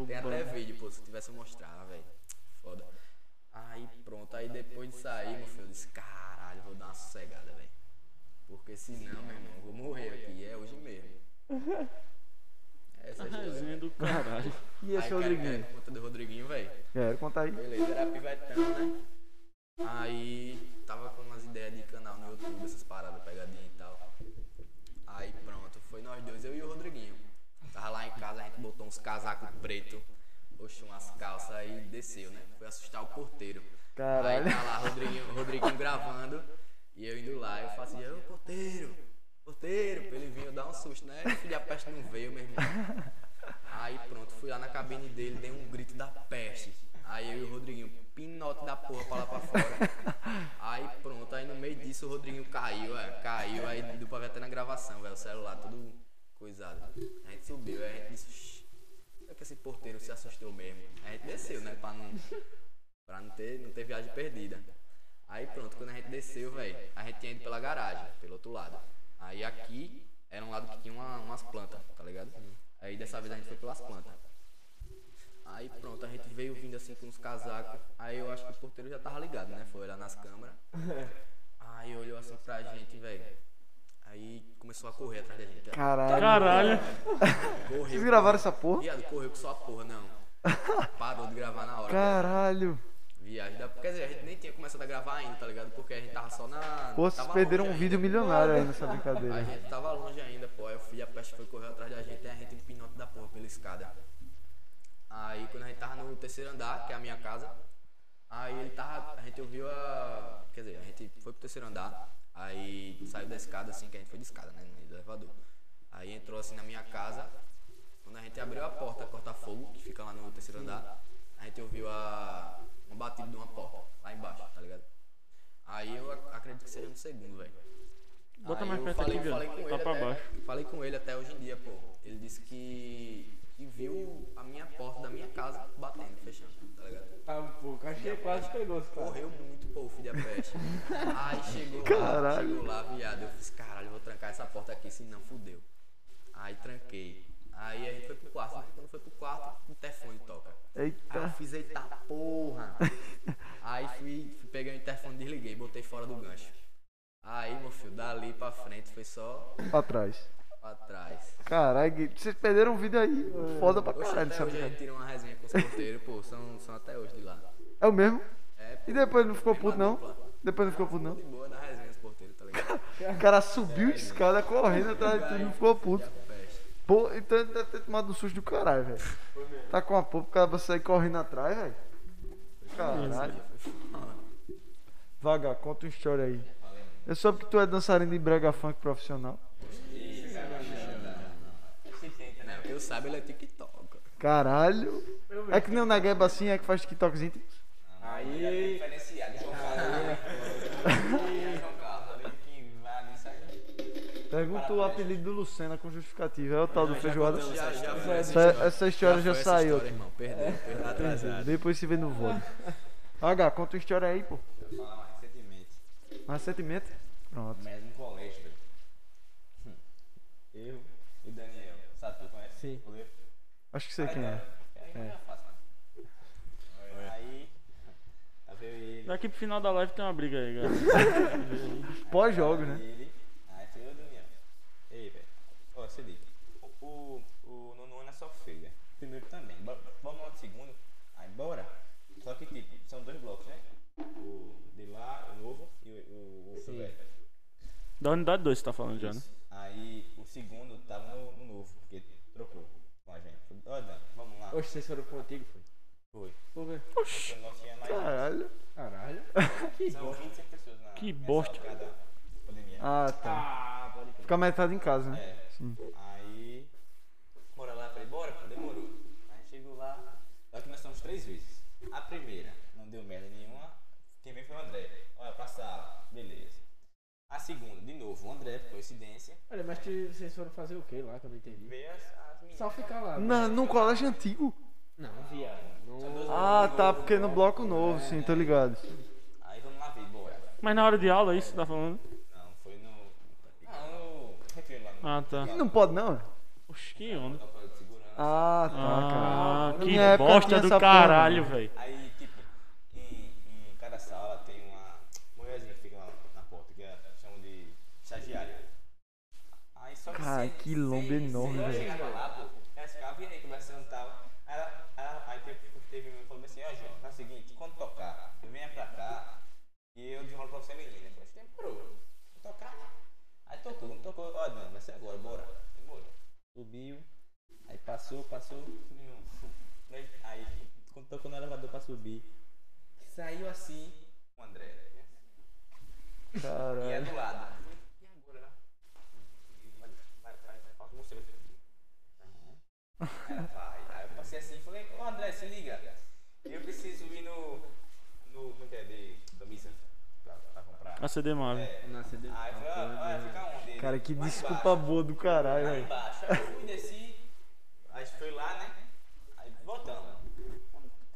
Speaker 5: Tem até vídeo, pô, se tivesse eu mostrava, velho. Foda. Aí pronto, aí depois de sair, meu filho, eu disse, caralho, vou dar uma sossegada, velho. Porque senão, meu irmão, eu vou morrer aqui, é hoje mesmo.
Speaker 1: Tá
Speaker 5: Essa é a história.
Speaker 3: Resenha do caralho.
Speaker 1: E esse
Speaker 5: Aí,
Speaker 1: é o
Speaker 5: cara,
Speaker 1: Rodriguinho?
Speaker 5: é, conta do Rodriguinho, velho.
Speaker 1: Quero contar aí.
Speaker 5: Beleza, era pivetão, né? Aí tava com umas ideias de canal no YouTube, essas paradas, pegadinha e tal. Aí pronto, foi nós dois, eu e o Rodriguinho. Tava lá em casa, a gente botou uns casacos preto, oxe, umas calças aí desceu, né? Foi assustar o porteiro.
Speaker 1: Caralho.
Speaker 5: Aí tá lá Rodriguinho, Rodriguinho gravando e eu indo lá, eu fazia, ô porteiro, porteiro, pra ele vir eu dar um susto, né? O filho da peste não veio, meu irmão. Aí pronto, fui lá na cabine dele, dei um grito da peste. Aí eu e o Rodriguinho, pinote da porra pra lá pra fora. Aí pronto, aí no meio disso o Rodriguinho caiu, é, caiu, aí do pra ver até na gravação, velho, o celular tudo coisado. A gente subiu, aí a gente disse, "Shh, é que esse porteiro se assustou mesmo. Aí a gente desceu, né, pra não, pra não ter, não ter viagem perdida. Aí pronto, quando a gente desceu, velho, a gente tinha ido pela garagem, pelo outro lado. Aí aqui era um lado que tinha uma- umas plantas, tá ligado? Aí dessa vez a gente foi pelas plantas. Aí pronto, a gente veio vindo assim com uns casacos. Aí eu acho que o porteiro já tava ligado, né? Foi olhar nas câmeras. Aí olhou assim pra gente, velho. Aí começou a correr atrás da gente. ó.
Speaker 1: Caralho.
Speaker 3: Caralho.
Speaker 1: Vocês
Speaker 5: é. Correu.
Speaker 1: gravaram essa porra?
Speaker 5: Viado, correu com sua porra, não. Parou de gravar na hora.
Speaker 1: Caralho.
Speaker 5: Viagem da. Quer dizer, a gente nem tinha começado a gravar ainda, tá ligado? Porque a gente tava só na.
Speaker 1: Pô, vocês
Speaker 5: tava
Speaker 1: perderam um
Speaker 5: longe
Speaker 1: vídeo
Speaker 5: ainda.
Speaker 1: milionário aí nessa
Speaker 5: A
Speaker 1: brincadeira.
Speaker 5: gente tava longe ainda, pô. Aí o filho da peste foi correr atrás da gente, aí a gente um pinote da porra pela escada. Aí quando a gente tava no terceiro andar, que é a minha casa, aí ele tava. A gente ouviu a. Quer dizer, a gente foi pro terceiro andar, aí saiu da escada assim, que a gente foi de escada, né? Do elevador. Aí entrou assim na minha casa, quando a gente abriu a porta corta-fogo, que fica lá no terceiro andar, a gente ouviu a. um batido de uma porta, lá embaixo, tá ligado? Aí eu ac- acredito que seja no segundo, velho.
Speaker 3: Bota
Speaker 5: Aí
Speaker 3: mais
Speaker 5: eu
Speaker 3: perto
Speaker 5: falei,
Speaker 3: aqui, viado.
Speaker 5: falei com
Speaker 3: Tá
Speaker 5: ele
Speaker 3: pra
Speaker 5: até-
Speaker 3: baixo.
Speaker 5: Falei com ele até hoje em dia, pô. Ele disse que, que viu a minha porta da minha casa batendo, fechando, tá ligado?
Speaker 2: Tá um pouco, achei quase pegou os caras.
Speaker 5: Correu muito, pô, filho da peste. Aí chegou lá,
Speaker 1: Caralho.
Speaker 5: chegou lá, viado. Eu fiz, caralho, eu vou trancar essa porta aqui, senão fudeu. Aí tranquei. Aí a gente foi pro quarto. né? Quando foi pro quarto, o telefone toca. Aí eu
Speaker 1: Eita.
Speaker 5: fiz, eita porra. Aí fui, fui pegar o interfone, desliguei, botei fora do gancho. Aí, meu filho, dali pra frente foi só
Speaker 1: Pra trás.
Speaker 5: pra trás.
Speaker 1: Caralho, Gui, vocês perderam um vídeo aí. Foda pra
Speaker 5: Hoje
Speaker 1: caralho
Speaker 5: até
Speaker 1: essa
Speaker 5: é hoje né? a
Speaker 1: brincadeira.
Speaker 5: gente tira uma resenha com os porteiros, pô, são, são até hoje de lá.
Speaker 1: É o mesmo?
Speaker 5: É, pô,
Speaker 1: E depois não ficou puto, não?
Speaker 5: dupla.
Speaker 1: Depois não ficou puto, não?
Speaker 5: de boa na resenha os porteiros, tá ligado?
Speaker 1: O cara subiu de escada correndo atrás de tudo, não ficou puto.
Speaker 5: Festa.
Speaker 1: Pô, então ele deve ter tomado um susto do caralho, velho. Tá com a porra pro cara sair correndo atrás, velho. Caralho. Vaga, conta uma história aí. Eu soube que tu é dançarino de brega funk profissional.
Speaker 5: Não, que eu saiba, ele é TikTok.
Speaker 1: Caralho. É que nem o Nageba assim, é que faz TikTokzinho.
Speaker 5: É
Speaker 2: Aí,
Speaker 5: Ah,
Speaker 1: Pergunta o apelido do Lucena com justificativa. É o tal do feijoada.
Speaker 5: Já, já foi essa
Speaker 1: Essa, essa história já,
Speaker 5: foi essa
Speaker 1: saiu.
Speaker 5: história, irmão. Perdeu, perdeu.
Speaker 1: Entendi. Depois se vê no vôlei. H, conta uma história aí, pô.
Speaker 4: Recentemente.
Speaker 1: Mais sentimento? Pronto.
Speaker 4: Mas no colégio, velho. Eu e o Daniel. Sabe, tu conhece?
Speaker 2: Sim.
Speaker 4: O Leandro?
Speaker 1: Acho que sei quem é.
Speaker 4: Aí não
Speaker 1: É.
Speaker 4: é fácil, né? Aí. Aí veio ele.
Speaker 3: Daqui pro final da live tem uma briga aí, galera.
Speaker 1: Pós-jogo, né?
Speaker 4: Ele. Ah, Aí foi eu e o Daniel. Ei, velho. Ó, se liga. O, o, o nono ano é só feia. Primeiro também. Bo- Vamos lá no segundo. Aí bora. Só que tipo, são dois blocos, né? O de lá, o novo e o, o, o, o velho.
Speaker 3: Da unidade 2 você tá falando já, né?
Speaker 4: Isso. Aí o segundo tava no, no novo, porque trocou com a gente. Ó, Dan, vamos lá.
Speaker 2: hoje vocês foram pro antigo, foi?
Speaker 4: Foi.
Speaker 2: Foi, velho.
Speaker 4: O negócio tinha mais.
Speaker 1: Caralho.
Speaker 2: Caralho.
Speaker 4: São 26 pessoas na.
Speaker 3: Que
Speaker 4: nessa
Speaker 3: bosta.
Speaker 4: cada pandemia.
Speaker 1: Ah, tá.
Speaker 2: Ah, pode crer.
Speaker 1: Fica metade em casa, né?
Speaker 4: É. Aí. Bora lá, falei, bora, pô, demorou. Aí chegou lá. Só que nós estamos três vezes. A primeira, não deu merda nenhuma. Quem veio foi o André. Olha, pra sala. Beleza. A segunda, de novo, o André, por coincidência.
Speaker 2: Olha, mas tu- vocês foram fazer o que lá que eu não entendi?
Speaker 4: Veio as, as meninas.
Speaker 2: Só ficar
Speaker 5: É,
Speaker 2: lá. né?
Speaker 1: Na, num colégio antigo?
Speaker 2: Não, viado. Não.
Speaker 1: Ah, tá, porque no bloco novo, sim, tô ligado.
Speaker 4: Aí vamos lá ver, bora.
Speaker 3: Mas na hora de aula, isso que você tá falando?
Speaker 4: Não, foi no. Não, no. Recreio lá no.
Speaker 3: Ah, tá.
Speaker 1: E não pode não? é?
Speaker 3: Oxe, que onda.
Speaker 4: Copa de segurança.
Speaker 1: Ah, tá, cara.
Speaker 3: Ah,
Speaker 1: Na
Speaker 3: que
Speaker 1: minha época tinha
Speaker 3: bosta
Speaker 1: essa
Speaker 3: do
Speaker 1: porra,
Speaker 3: caralho,
Speaker 1: mano.
Speaker 3: velho.
Speaker 4: Aí, tipo, em, em cada sala tem uma mulherzinha que fica lá na porta, que é- chamam de estagiária. Aí só que.
Speaker 1: Cara,
Speaker 4: se-
Speaker 1: que
Speaker 4: se-
Speaker 1: lomba
Speaker 4: se-
Speaker 1: enorme,
Speaker 4: se eu
Speaker 1: velho.
Speaker 4: chegava lá, pô, elas ficavam e aí conversando e tal. Aí Ela, ela, aí teve, teve um que falou assim: Ó, João, faz o seguinte, quando tocar, eu venha pra cá e eu desenrolo pra você, menina. Eu falei: demorou, vou tocar. Aí tocou, não tocou, ó, Dan, vai ser agora, bora. Demorou. Subiu, aí passou, passou. subiu. Aí quando tocou no elevador pra subir. Saiu assim o André. E é
Speaker 1: Caralho.
Speaker 4: do lado. E agora? Vai, vai, vai, vai, fala com você, vai ter que- Ela vai. Aí eu passei assim e falei, ô André, se liga. Eu preciso ir no. no. como é que é? De camisa. Pra, pra comprar. É.
Speaker 3: A CD Mave.
Speaker 2: Na CD.
Speaker 4: Aí eu falei, ó, ó, fica onde? Ele,
Speaker 1: Cara, que
Speaker 4: "Lá
Speaker 1: desculpa boa do caralho,
Speaker 4: Lá
Speaker 1: velho.
Speaker 4: embaixo. Aí eu fui, desci. A gente foi lá, né? Aí voltamos.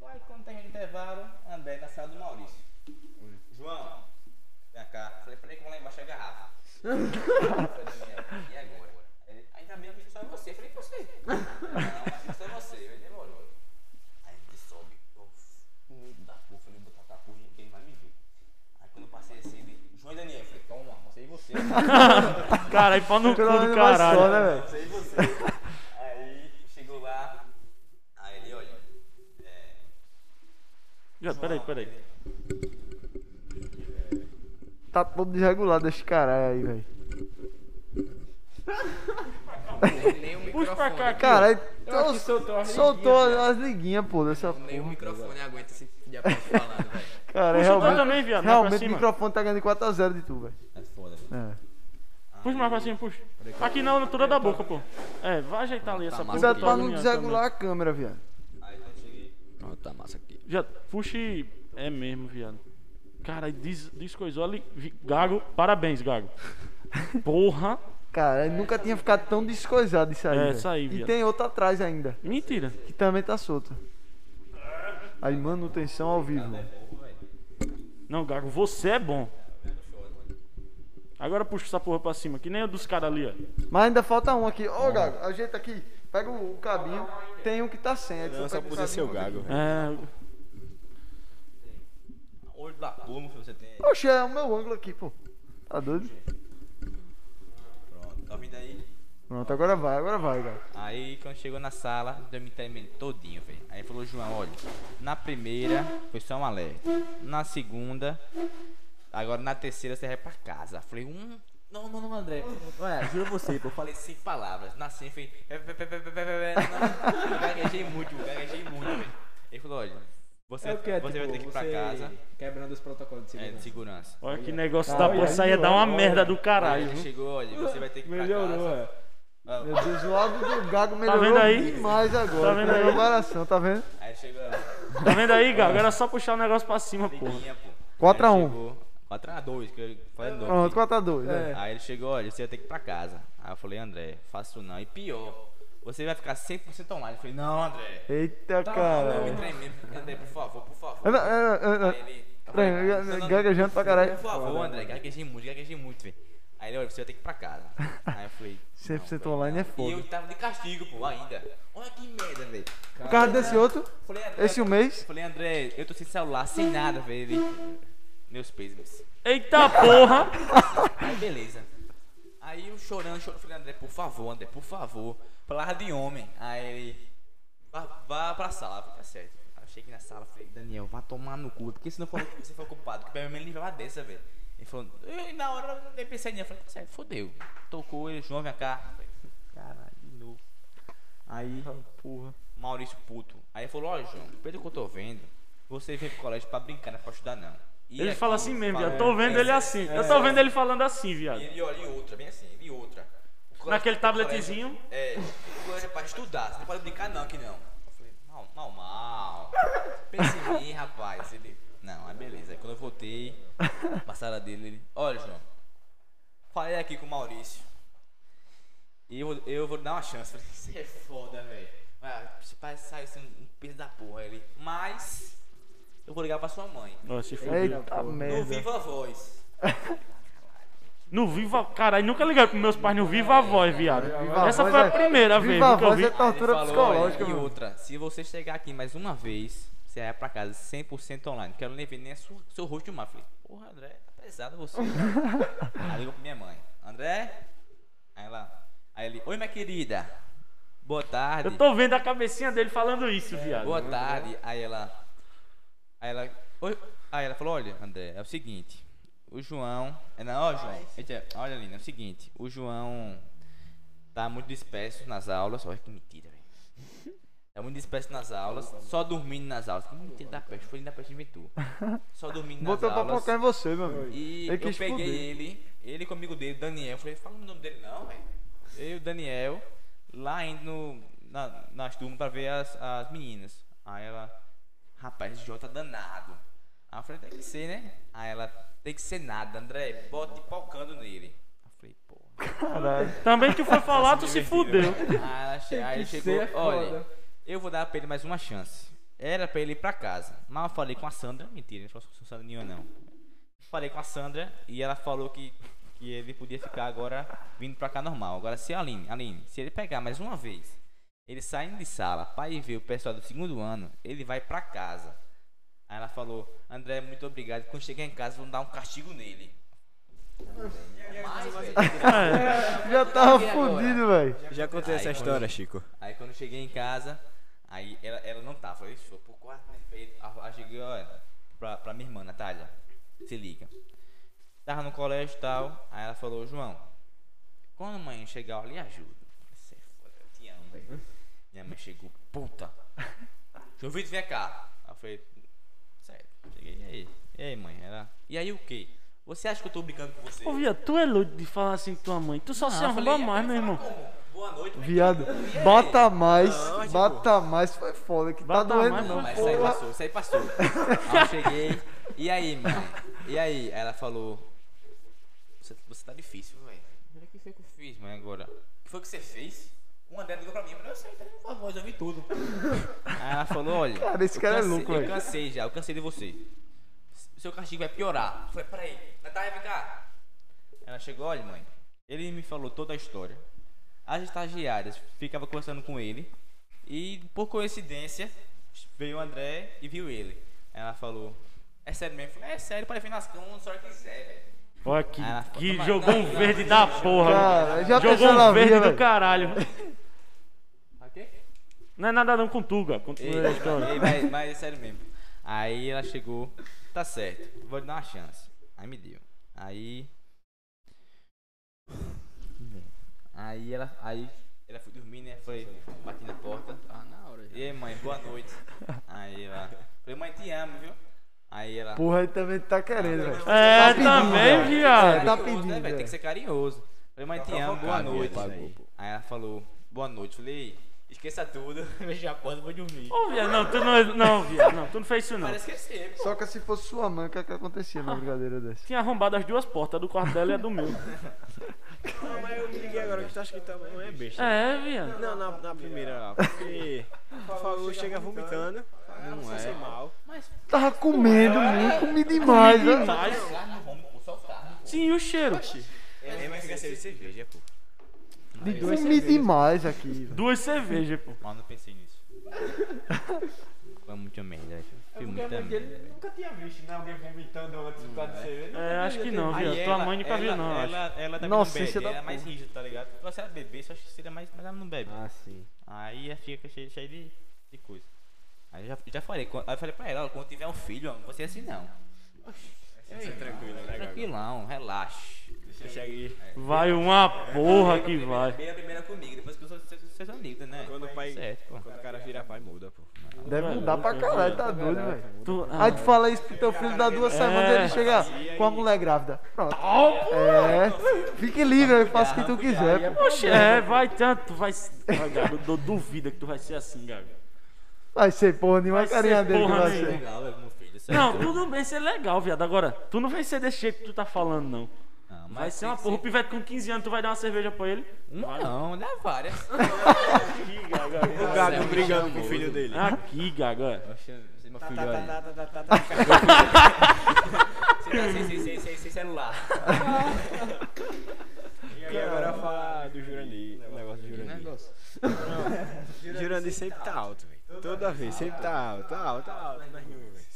Speaker 4: Aí quando terminou o intervalo, André na sala do Maurício. João, vem cá. Falei, peraí que eu vou lá embaixo é a garrafa. Falei, Daniel, e agora? Aí ele, Ainda bem que só é você. Eu falei, por você? Não, mas só é você. Ele demorou. Aí ele sobe. Eu fui muito da porra. Falei, botar pra porra, ninguém vai me ver. Aí quando eu passei assim, ele, João e Daniel, eu falei, toma, você e você.
Speaker 3: Caralho, pau no cu
Speaker 1: Pelo
Speaker 3: do
Speaker 1: menos vai só, né,
Speaker 3: caralho.
Speaker 1: velho?
Speaker 4: Sei você. Aí chegou lá, aí ele olha. É,
Speaker 3: Já, Peraí, peraí.
Speaker 1: Tá todo desregulado esse caralho aí, velho.
Speaker 5: Nem- Nem o
Speaker 3: Puxa pra cá,
Speaker 5: microfone.
Speaker 1: Caralho,
Speaker 2: Eu acho
Speaker 1: tô-
Speaker 2: que soltou as
Speaker 1: então soltou
Speaker 2: liguinhas,
Speaker 1: as liguinhas, pô, dessa
Speaker 5: Nem o
Speaker 1: porra.
Speaker 5: microfone aguenta esse tipo diabo falando, velho.
Speaker 1: Cara, é
Speaker 3: Puxa o teu
Speaker 1: realmente,
Speaker 3: também, viado, mais pra
Speaker 1: realmente o
Speaker 3: cima.
Speaker 1: microfone tá ganhando 4x0 de tu, velho.
Speaker 4: é foda.
Speaker 1: É.
Speaker 3: Puxa mais pra cima, puxa. Aqui na altura da boca, pô. É, vai ajeitar ali essa
Speaker 5: Tá
Speaker 3: porra.
Speaker 5: massa.
Speaker 3: que
Speaker 1: Cuidado
Speaker 3: eu tô
Speaker 1: pra não
Speaker 3: agoniado também.
Speaker 1: desregular a câmera, viado.
Speaker 4: Aí quando eu cheguei,
Speaker 5: Pronto, tá massa aqui.
Speaker 3: Já, puxa e- É mesmo, viado. Cara, diz, descoisou ali. Vi- Gago, parabéns, Gago. Porra.
Speaker 1: Cara, eu nunca tinha ficado tão descoisado isso aí.
Speaker 3: tá É,
Speaker 1: velho.
Speaker 3: isso aí,
Speaker 1: E
Speaker 3: viado.
Speaker 1: tem outro atrás ainda,
Speaker 3: Mentira.
Speaker 1: que também tá solto. Aí, manutenção ao vivo.
Speaker 3: Não, Gago, você é bom. Agora puxa essa porra pra cima, que nem o dos caras ali, ó.
Speaker 1: Mas ainda falta um aqui. Ô, Gago, ajeita aqui. Pega o, o cabinho. Tem um que tá sem. aí tu
Speaker 6: Não,
Speaker 1: só
Speaker 6: só
Speaker 1: pega
Speaker 6: podia ser o
Speaker 1: cabinho.
Speaker 6: gago, velho.
Speaker 3: É.
Speaker 4: olho da porra, você tem.
Speaker 1: Poxa, é o meu ângulo aqui, pô. Tá doido?
Speaker 4: Pronto, tá ouvindo aí?
Speaker 1: Pronto, agora vai, agora vai, Gago.
Speaker 4: Aí quando chegou na sala, dormi tremendo todinho, velho. Aí falou, João, olha, na primeira foi só um alerta. Na segunda, agora na terceira você vai pra casa. Falei, hum. Não, não, não, André. Ué, juro você, pô. Falei cinco palavras. Nasci, falei. "É, é, é, é, é, é, é, é, não." Eu Gaguejei muito, eu gaguejei muito, velho. Ele falou, olha, você,
Speaker 2: É o que é,
Speaker 4: você vai
Speaker 2: tipo,
Speaker 4: ter que ir pra
Speaker 2: você
Speaker 4: casa.
Speaker 2: Quebrando os protocolos de
Speaker 4: É,
Speaker 2: segurança.
Speaker 4: de segurança.
Speaker 3: Olha que negócio
Speaker 2: Olha
Speaker 3: da porra.
Speaker 2: aí,
Speaker 3: Isso aí ia dar uma
Speaker 2: olha.
Speaker 3: merda do
Speaker 4: Aí
Speaker 3: caralho.
Speaker 4: ele
Speaker 3: viu?
Speaker 4: chegou, olha, você vai ter que ir pra
Speaker 2: Melhorou,
Speaker 4: casa.
Speaker 2: é.
Speaker 1: Meu Deus, o áudio do Gago melhorou
Speaker 3: Tá vendo aí?
Speaker 1: demais agora.
Speaker 3: Tá vendo
Speaker 1: pela
Speaker 3: aí?
Speaker 1: comparação, tá vendo?
Speaker 4: Aí chegou.
Speaker 3: Tá vendo aí, Gago? Era só puxar o negócio pra cima, porra.
Speaker 4: Liguinha, pô.
Speaker 1: 4 a 1.
Speaker 4: 4x2, que eu falei novo.
Speaker 1: Pronto, um. 4x2.
Speaker 2: É.
Speaker 4: Aí ele chegou, olha, você vai ter que ir pra casa. Aí eu falei, André, faço não. E pior, você vai ficar 100% online. Eu falei, não, André.
Speaker 1: Eita,
Speaker 4: Tá
Speaker 1: caralho.
Speaker 4: maluco, tremendo. André, por favor, por favor.
Speaker 1: Não, não, não, não.
Speaker 4: Aí ele.
Speaker 1: Trem,
Speaker 4: Não, não, não.
Speaker 1: gaguejando pra caralho.
Speaker 4: Por favor, André, gaguejei muito, gaguejei muito, velho. Aí ele, olha, você vai ter que ir pra casa. Aí eu falei. não,
Speaker 1: 100%
Speaker 4: velho.
Speaker 1: online é
Speaker 4: E
Speaker 1: foda.
Speaker 4: eu tava de castigo, pô, ainda. Olha que merda, velho.
Speaker 1: Por causa desse outro,
Speaker 4: Falei, André.
Speaker 1: esse um mês,
Speaker 4: Falei, André, eu tô sem celular, sem nada, velho. Ele, Meus pêsames.
Speaker 3: Eita porra!
Speaker 4: Aí beleza. Aí eu chorando, chorando, falei, André, por favor, André, por favor. Palavra de homem. Aí ele. Vá, vá pra sala, Eu falei, tá certo. Aí eu cheguei na sala, falei, Daniel, vá tomar no cu, porque se não for você for culpado, que pelo menos ele vai lá dessa, velho. Ele falou, eu, e na hora eu nem pensei nisso, eu falei, tá certo, fodeu. Tocou ele, João, vem cá. Eu falei, Caralho, de novo. Aí,
Speaker 3: Ah,
Speaker 4: Maurício puto. Aí ele falou, ó, João, pelo que eu tô vendo, você vem pro colégio pra brincar, não é pra estudar, não. E
Speaker 3: Ele
Speaker 4: aqui,
Speaker 3: fala assim mesmo,
Speaker 4: fala- é,
Speaker 3: viado. Tô vendo ele assim. Eu
Speaker 1: É.
Speaker 3: tô vendo ele falando assim,
Speaker 4: e
Speaker 3: viado.
Speaker 4: ele olha e outra, bem assim, e outra. O colégio-
Speaker 3: Naquele
Speaker 4: o
Speaker 3: tabletezinho.
Speaker 4: colégio- É, o colégio é pra estudar, você não pode brincar não aqui não. Eu falei, mal, mal, mal. Pense em mim, rapaz. Ele, não, aí beleza. Aí quando eu voltei pra sala dele, ele, olha, João, falei aqui com o Maurício. E eu, vou- eu vou dar uma chance. Eu Falei, você é foda, velho. Ah, Você parece que saiu assim, um peso da porra ele. Mas, eu vou ligar pra sua mãe.
Speaker 3: Ó, se fudeu.
Speaker 1: eita
Speaker 4: No
Speaker 1: merda.
Speaker 4: Viva Voz.
Speaker 3: No Viva. Caralho, nunca liguei pros meus pais no Viva Voz, viado.
Speaker 1: Viva
Speaker 3: Essa
Speaker 1: Voz
Speaker 3: foi a
Speaker 1: é-
Speaker 3: primeira vez
Speaker 1: Viva a
Speaker 3: que eu
Speaker 1: voz
Speaker 3: vi.
Speaker 1: é tortura
Speaker 4: Ele falou, olha,
Speaker 1: psicológica,
Speaker 4: E
Speaker 1: mano.
Speaker 4: outra, se você chegar aqui mais uma vez, você vai pra casa 100% online. Quero nem ver nem a sua, seu rosto mais. Falei, porra, André, tá pesado você. aí ligou pra minha mãe. André? Aí ela. Aí ele, oi minha querida. Boa tarde.
Speaker 3: Eu tô vendo a cabecinha dele falando isso, viado.
Speaker 1: né?
Speaker 4: Boa tarde. Aí ela. Aí ela. Oi. Aí ela falou, olha, André, é o seguinte. O João. É na ó, João. eita, olha ali, é o seguinte. O João tá muito disperso nas aulas. Olha que mentira, velho. É muito disperso nas aulas, só dormindo nas aulas. Que não entende da peste, foi ele da peste inventou. Só dormindo nas
Speaker 1: Botou pra
Speaker 4: aulas.
Speaker 1: focar em você, meu amigo.
Speaker 4: E
Speaker 1: Ele
Speaker 4: eu
Speaker 1: quis
Speaker 4: peguei
Speaker 1: fuder.
Speaker 4: ele, ele com o amigo dele, Daniel. Eu falei, fala o nome dele não, velho. Eu e o Daniel, lá indo no, na, nas turmas pra ver as, as meninas. Aí ela, rapaz, esse Jota danado. Aí eu falei, tem que ser, né? Aí ela, tem que ser nada, André, bote pocando nele. Aí eu falei, porra.
Speaker 1: Caralho.
Speaker 3: Também que foi falar, tu se fudeu.
Speaker 4: Aí, ela che- Ah, aí ele chegou, olha, eu vou dar pra ele mais uma chance. Era pra ele ir pra casa, mas eu falei com a Sandra, mentira, não falei com a Sandra nenhuma não. Falei com a Sandra e ela falou que, que ele podia ficar agora vindo pra cá normal. Agora se a Aline, Aline, se ele pegar mais uma vez, ele saindo de sala pra ir ver o pessoal do segundo ano, ele vai pra casa. Aí ela falou, André, muito obrigado, quando chegar em casa vão dar um castigo nele. Mas, velho,
Speaker 1: Já tava
Speaker 4: E agora?
Speaker 1: fudido, velho.
Speaker 6: Já contei essa
Speaker 4: Aí,
Speaker 6: história, Chico.
Speaker 4: Aí quando eu cheguei em casa, aí ela, ela não tava. Eu fui pro quarto, né? Aí aí cheguei, olha, pra, pra minha irmã, Natália. Se liga. Tava no colégio e tal. Aí ela falou, João, quando a mãe chegar, eu lhe ajudo. Você é foda, eu te amo, velho. Minha mãe chegou, puta. João Vitor, vem cá. Aí eu falei, sério, cheguei, e aí? E aí, mãe? Ela, e aí o quê? Você acha que eu tô brincando com você?
Speaker 3: Ô, viado, tu é louco de falar assim com tua mãe. Tu só se
Speaker 4: Eu falei, é,
Speaker 3: arruma mais, meu irmão.
Speaker 4: "Como? Boa noite, mãe."
Speaker 1: Viado.
Speaker 4: tipo,
Speaker 1: Bata mais. Bata mais foi foda. Que tá
Speaker 3: Bata
Speaker 1: doendo.
Speaker 3: mais,
Speaker 1: não,
Speaker 3: não,
Speaker 4: é Mas isso aí
Speaker 1: porra.
Speaker 4: passou, isso aí passou. Aí eu cheguei. E aí, mãe? E aí? Aí Ela falou. Você, você tá difícil, velho. O que foi que eu fiz, mãe, agora? O que foi que você fez? Um André ligou pra mim, mas eu sei, tá com a voz, eu vi tudo. Aí ela falou, olha.
Speaker 1: Cara, esse
Speaker 4: eu
Speaker 1: cara é
Speaker 4: cansei-
Speaker 1: louco,
Speaker 4: Eu
Speaker 1: velho.
Speaker 4: cansei já, eu cansei de você. Seu castigo vai piorar. Eu falei, peraí, Natália, vem cá. Ela chegou, olha, mãe. Ele me falou toda a história. As estagiárias ficavam conversando com ele. E por coincidência, veio o André e viu ele. Ela falou: É sério mesmo? Eu falei, é sério, pode vir nas cama, só que quiser, velho.
Speaker 3: Olha que,
Speaker 4: Ah,
Speaker 3: que
Speaker 4: toma-
Speaker 3: jogou um
Speaker 4: não, não,
Speaker 3: verde
Speaker 4: não,
Speaker 3: da
Speaker 4: não,
Speaker 3: porra. mano.
Speaker 1: Cara, já
Speaker 3: jogou
Speaker 1: pensou na
Speaker 3: um verde
Speaker 1: minha,
Speaker 3: do
Speaker 1: velho?
Speaker 3: caralho.
Speaker 4: Ok?
Speaker 3: Não é nada não com Tuga. Continua a
Speaker 4: Ei,
Speaker 3: história.
Speaker 4: ei, mas, mas é sério mesmo. Aí ela chegou, tá certo, vou lhe dar uma chance. Aí me deu. Aí. Aí ela. Aí ela foi dormir, né? Foi bati na porta.
Speaker 5: Tá na hora já.
Speaker 4: E aí, mãe, boa noite. Aí ela. Falei, mãe, te amo, viu? Aí ela.
Speaker 1: Porra, ele também tá querendo, velho.
Speaker 3: É,
Speaker 1: Tá pedindo,
Speaker 3: também,
Speaker 1: velho.
Speaker 3: viado.
Speaker 1: Tá
Speaker 4: Carinhoso, né,
Speaker 1: pedindo,
Speaker 4: velho? Tem
Speaker 1: velho.
Speaker 4: que ser carinhoso. Falei, mãe, te amo, boa noite.
Speaker 6: mesmo,
Speaker 4: Aí.
Speaker 6: isso aí.
Speaker 4: ela falou, boa noite. Falei, esqueça tudo, veja a porta, vou dormir.
Speaker 3: Ô, viado, não, tu não, não, viado, não, tu não fez isso não.
Speaker 4: Parece que é sempre.
Speaker 1: Só que se fosse sua mãe, o que, é que acontecia numa brincadeira dessa?
Speaker 3: Tinha arrombado as duas portas, a do quarto dela e a do meu.
Speaker 6: Não, mas eu me liguei agora que tu acha que tá, não é besta.
Speaker 3: É, viado.
Speaker 6: Não, na, na primeira lá, porque falou, chega vomitando, não é mal.
Speaker 1: Tava comendo
Speaker 3: É.
Speaker 1: muito, comi demais, né? velho.
Speaker 3: Mas, sim, e o cheiro?
Speaker 4: É, mas fica sem cerveja, pô.
Speaker 1: Comi demais aqui, velho.
Speaker 3: Duas cervejas, pô.
Speaker 4: Mas não pensei nisso. Foi muita merda, velho. Foi muita merda.
Speaker 2: Nunca tinha visto, né? Alguém vomitando antes por causa de cerveja.
Speaker 3: É, acho que não, viado. Tua mãe nunca viu não, eu acho.
Speaker 4: ela, ela, ela também
Speaker 1: Nossa,
Speaker 4: não
Speaker 1: esse é
Speaker 4: bebe,
Speaker 1: da
Speaker 4: ela é mais
Speaker 1: porra.
Speaker 4: rígida, tá ligado? Se ela bebesse, eu acho que seria mais, mas ela não bebe.
Speaker 2: Ah, sim.
Speaker 4: Aí ela fica cheia cheia de, de coisa. Aí eu já, já falei, quando- aí eu falei pra ela, ó, quando tiver um filho, ó, não vai ser assim não. é
Speaker 6: Tranquilo, né, Gago?
Speaker 4: Tranquilão, relaxe.
Speaker 6: Deixa aí.
Speaker 3: Vai uma porra que vai.
Speaker 4: Primeira, primeira comigo, depois que eu sou sou- sou seus amigos, né?
Speaker 6: Quando o pai,
Speaker 4: Certo, pô.
Speaker 6: quando o cara vira pai, muda, pô.
Speaker 1: Deve mudar pra caralho, tá doido, velho.
Speaker 3: Tu, ah,
Speaker 1: Aí tu fala isso pro teu filho, dá duas
Speaker 3: É.
Speaker 1: semanas ele chega com a mulher grávida. Pronto. É. Fique livre, velho, faça o que tu quiser, pô.
Speaker 3: Oxe, é, vai tanto, tu vai. Vai, Gago, eu dou duvida que tu vai ser assim, Gago.
Speaker 1: Vai ser porra nenhuma
Speaker 3: Vai ser
Speaker 1: carinha dele que
Speaker 3: porra
Speaker 1: vai
Speaker 3: nenhuma.
Speaker 1: ser.
Speaker 4: Legal, velho, meu filho, certo?
Speaker 3: Não, tudo bem ser legal, viado. Agora, tu não vai ser desse jeito que tu tá falando, não.
Speaker 4: Não, Ah, mas
Speaker 3: Vai ser
Speaker 4: tem
Speaker 3: uma
Speaker 4: que
Speaker 3: porra. O pivete com 15 anos, tu vai dar uma cerveja pra ele?
Speaker 4: Uma não, dá várias.
Speaker 3: Aqui, Gago.
Speaker 6: O Gago brigando com o filho dele.
Speaker 3: Aqui, Gago. é.
Speaker 4: Oxe, meu filho, olha.
Speaker 6: Tá, tá, tá, tá, tá.
Speaker 4: Você tá sem, sem, sem, sem, sem celular.
Speaker 6: E agora falar do Jurandir, o negócio do Jurandir. Não, Jurandir sempre tá alto, velho. Toda vez, sempre tá alto, alto, alto. Mas não, velho.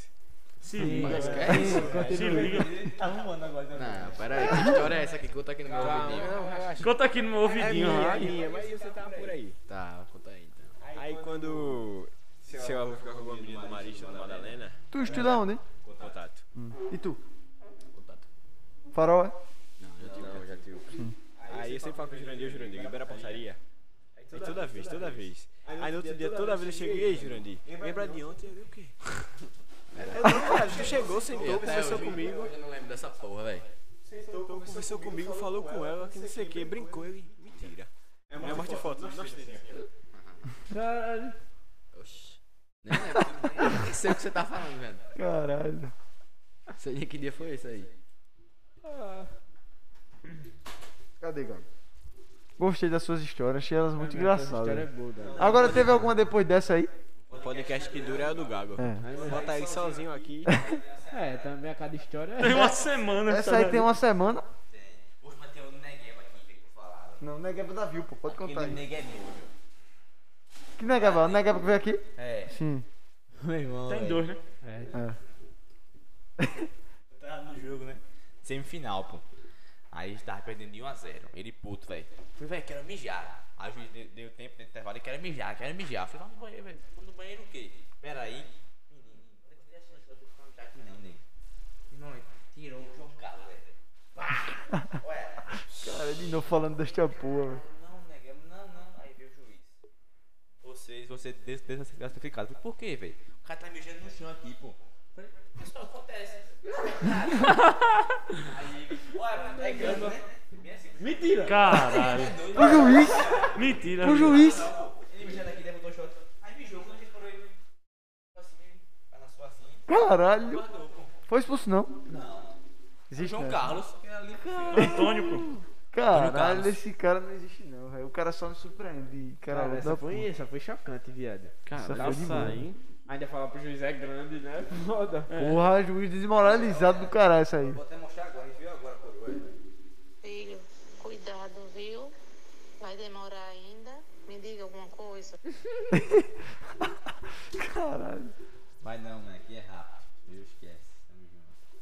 Speaker 3: Se liga,
Speaker 5: É isso?
Speaker 3: se liga.
Speaker 6: Tá
Speaker 5: Não, peraí, que história é essa que conta aqui no meu ouvidinho?
Speaker 6: Não, relaxa.
Speaker 3: Conta aqui no meu
Speaker 6: É
Speaker 3: ouvidinho,
Speaker 6: minha, é
Speaker 3: rapaz.
Speaker 6: minha, mas você tava por aí.
Speaker 5: Tá, conta aí então.
Speaker 6: Aí quando seu avô ficava com a menina do Marista, da Madalena,
Speaker 1: Tu estuda onde? hein?
Speaker 6: contato.
Speaker 1: E tu? Farol é?
Speaker 6: Não, já tive. Aí eu sempre falo pro Jurandir, ô Jurandir, libera a passaria. Tem toda vez, toda vez. Aí no outro dia, toda vez eu cheguei, ei, Jurandir, lembra de ontem? Eu digo, o quê? Eu digo, cara, tu chegou, sentou, conversou comigo.
Speaker 5: Eu não lembro dessa porra, velho.
Speaker 6: Então conversou comigo, falou com ela, que não sei o que, brincou ele. Mentira. É uma morte foto. nós três aqui.
Speaker 1: Caralho.
Speaker 5: Oxi. Nem lembro. Nem sei o que você tá falando, velho.
Speaker 1: Caralho.
Speaker 5: Sei nem que dia foi isso aí.
Speaker 1: Cadê, Gago? Gostei das suas histórias, achei elas muito
Speaker 2: A
Speaker 1: engraçadas.
Speaker 2: história é boa, Gago.
Speaker 1: Agora teve alguma depois dessa aí?
Speaker 6: O podcast que dura é o do Gago.
Speaker 1: É.
Speaker 6: Bota ele Tá sozinho aqui.
Speaker 2: É, também a cada história
Speaker 3: Tem
Speaker 2: é.
Speaker 3: uma semana.
Speaker 1: Essa aí tem uma semana.
Speaker 4: Hoje vai ter um negueba aqui, tem que falar. velho.
Speaker 1: Não, negaba da viu, pô, pode contar
Speaker 4: Aquele
Speaker 1: aí.
Speaker 4: nega é doido.
Speaker 1: Que é negaba? O negaba que veio aqui?
Speaker 4: É.
Speaker 1: Sim.
Speaker 5: Meu irmão.
Speaker 3: Tem dois, né?
Speaker 2: É.
Speaker 4: Tá no jogo, né? Semifinal, pô. Aí a gente tava perdendo de 1x0. Ele puto, velho. Falei, velho, quero mijar. Aí o juiz deu, deu tempo dentro do intervalo, quero mijar, quero mijar. Falei, vamos no banheiro, velho. Vamos no banheiro o quê? Pera aí. Menino, não tem chance de eu ficar mijar aqui não, nego. Irmão, tirou o João Carlos, velho. Pá! Ué.
Speaker 1: Cara, de novo falando desta porra, velho.
Speaker 4: Não, nega, não, não. Aí veio o juiz. Vocês, você des- des- desclassificado. Falei, Por quê, velho? O cara tá mijando no chão aqui, pô. Falei, Pessoal, acontece. Aí, olha, é grana, né? Bem assim,
Speaker 2: Mentira!
Speaker 3: Caralho.
Speaker 1: O juiz,
Speaker 3: Mentira.
Speaker 1: o juiz.
Speaker 4: é ele mijando aqui, levantou o short. Aí mijou, quando a gente parou, ele. Assim, vai na sua assim.
Speaker 1: Caralho.
Speaker 4: Guardou, pô.
Speaker 1: Foi expulso não?
Speaker 4: Não.
Speaker 1: Existe
Speaker 4: João
Speaker 1: não.
Speaker 4: Carlos, que era ali,
Speaker 3: Antônio, pô.
Speaker 1: Caralho,
Speaker 4: Carlos.
Speaker 1: esse cara não existe não, velho. O cara só me surpreende. Caralho,
Speaker 2: Cara,
Speaker 1: da
Speaker 2: essa
Speaker 1: porra.
Speaker 2: foi, essa foi chocante, viado.
Speaker 5: Tá
Speaker 3: Caralho,
Speaker 1: foi de
Speaker 3: essa aí.
Speaker 2: Ainda falar pro juiz é grande, né? Foda.
Speaker 1: Porra, juiz desmoralizado do caralho isso aí.
Speaker 4: Vou até mostrar agora, viu agora, coroa.
Speaker 7: Filho, cuidado, viu? Vai demorar ainda? Me diga alguma coisa.
Speaker 1: Caralho.
Speaker 4: Vai não, né? Aqui é rápido. Eu esquece.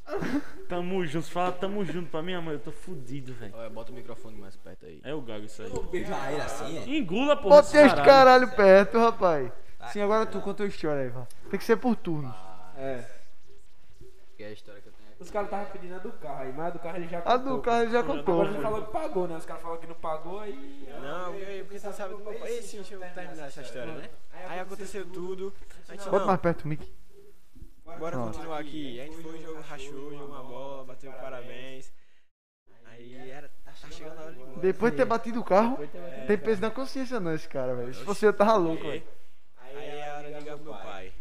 Speaker 4: Tamo junto.
Speaker 3: Tamo junto. Fala tamo junto pra minha mãe. Eu tô fudido, velho.
Speaker 5: Olha, bota o microfone mais perto aí.
Speaker 3: É o gago isso aí.
Speaker 4: Beijar ele assim, é?
Speaker 3: Engula, porra.
Speaker 1: Bota
Speaker 3: esse
Speaker 1: esse caralho perto, rapaz. Sim, agora tu conta a história aí, vá. Tem que ser por turno.
Speaker 2: É.
Speaker 5: Que é a história que eu tenho aqui.
Speaker 2: Os caras estavam pedindo a do carro aí, mas a do carro ele já
Speaker 1: A do carro ele já contou.
Speaker 2: Agora ele
Speaker 1: pô.
Speaker 2: falou que pagou, né? Os caras falaram que não pagou, aí...
Speaker 6: Não, porque porque você sabe que o papai. Ei, sim, deixa eu terminar essa história, né? Aí aconteceu tudo. A gente
Speaker 1: Bota
Speaker 6: não,
Speaker 1: mais perto, Mickey.
Speaker 6: bora
Speaker 1: Pronto.
Speaker 6: continuar aqui. A gente foi, jogou, rachou, jogou uma bola, bateu parabéns. Aí era. Tá chegando a hora de ir embora.
Speaker 1: Depois de ter batido o carro, tem peso na consciência não esse cara, velho. Se você tava louco, velho.
Speaker 6: Aí é a hora de ligar pro meu pai.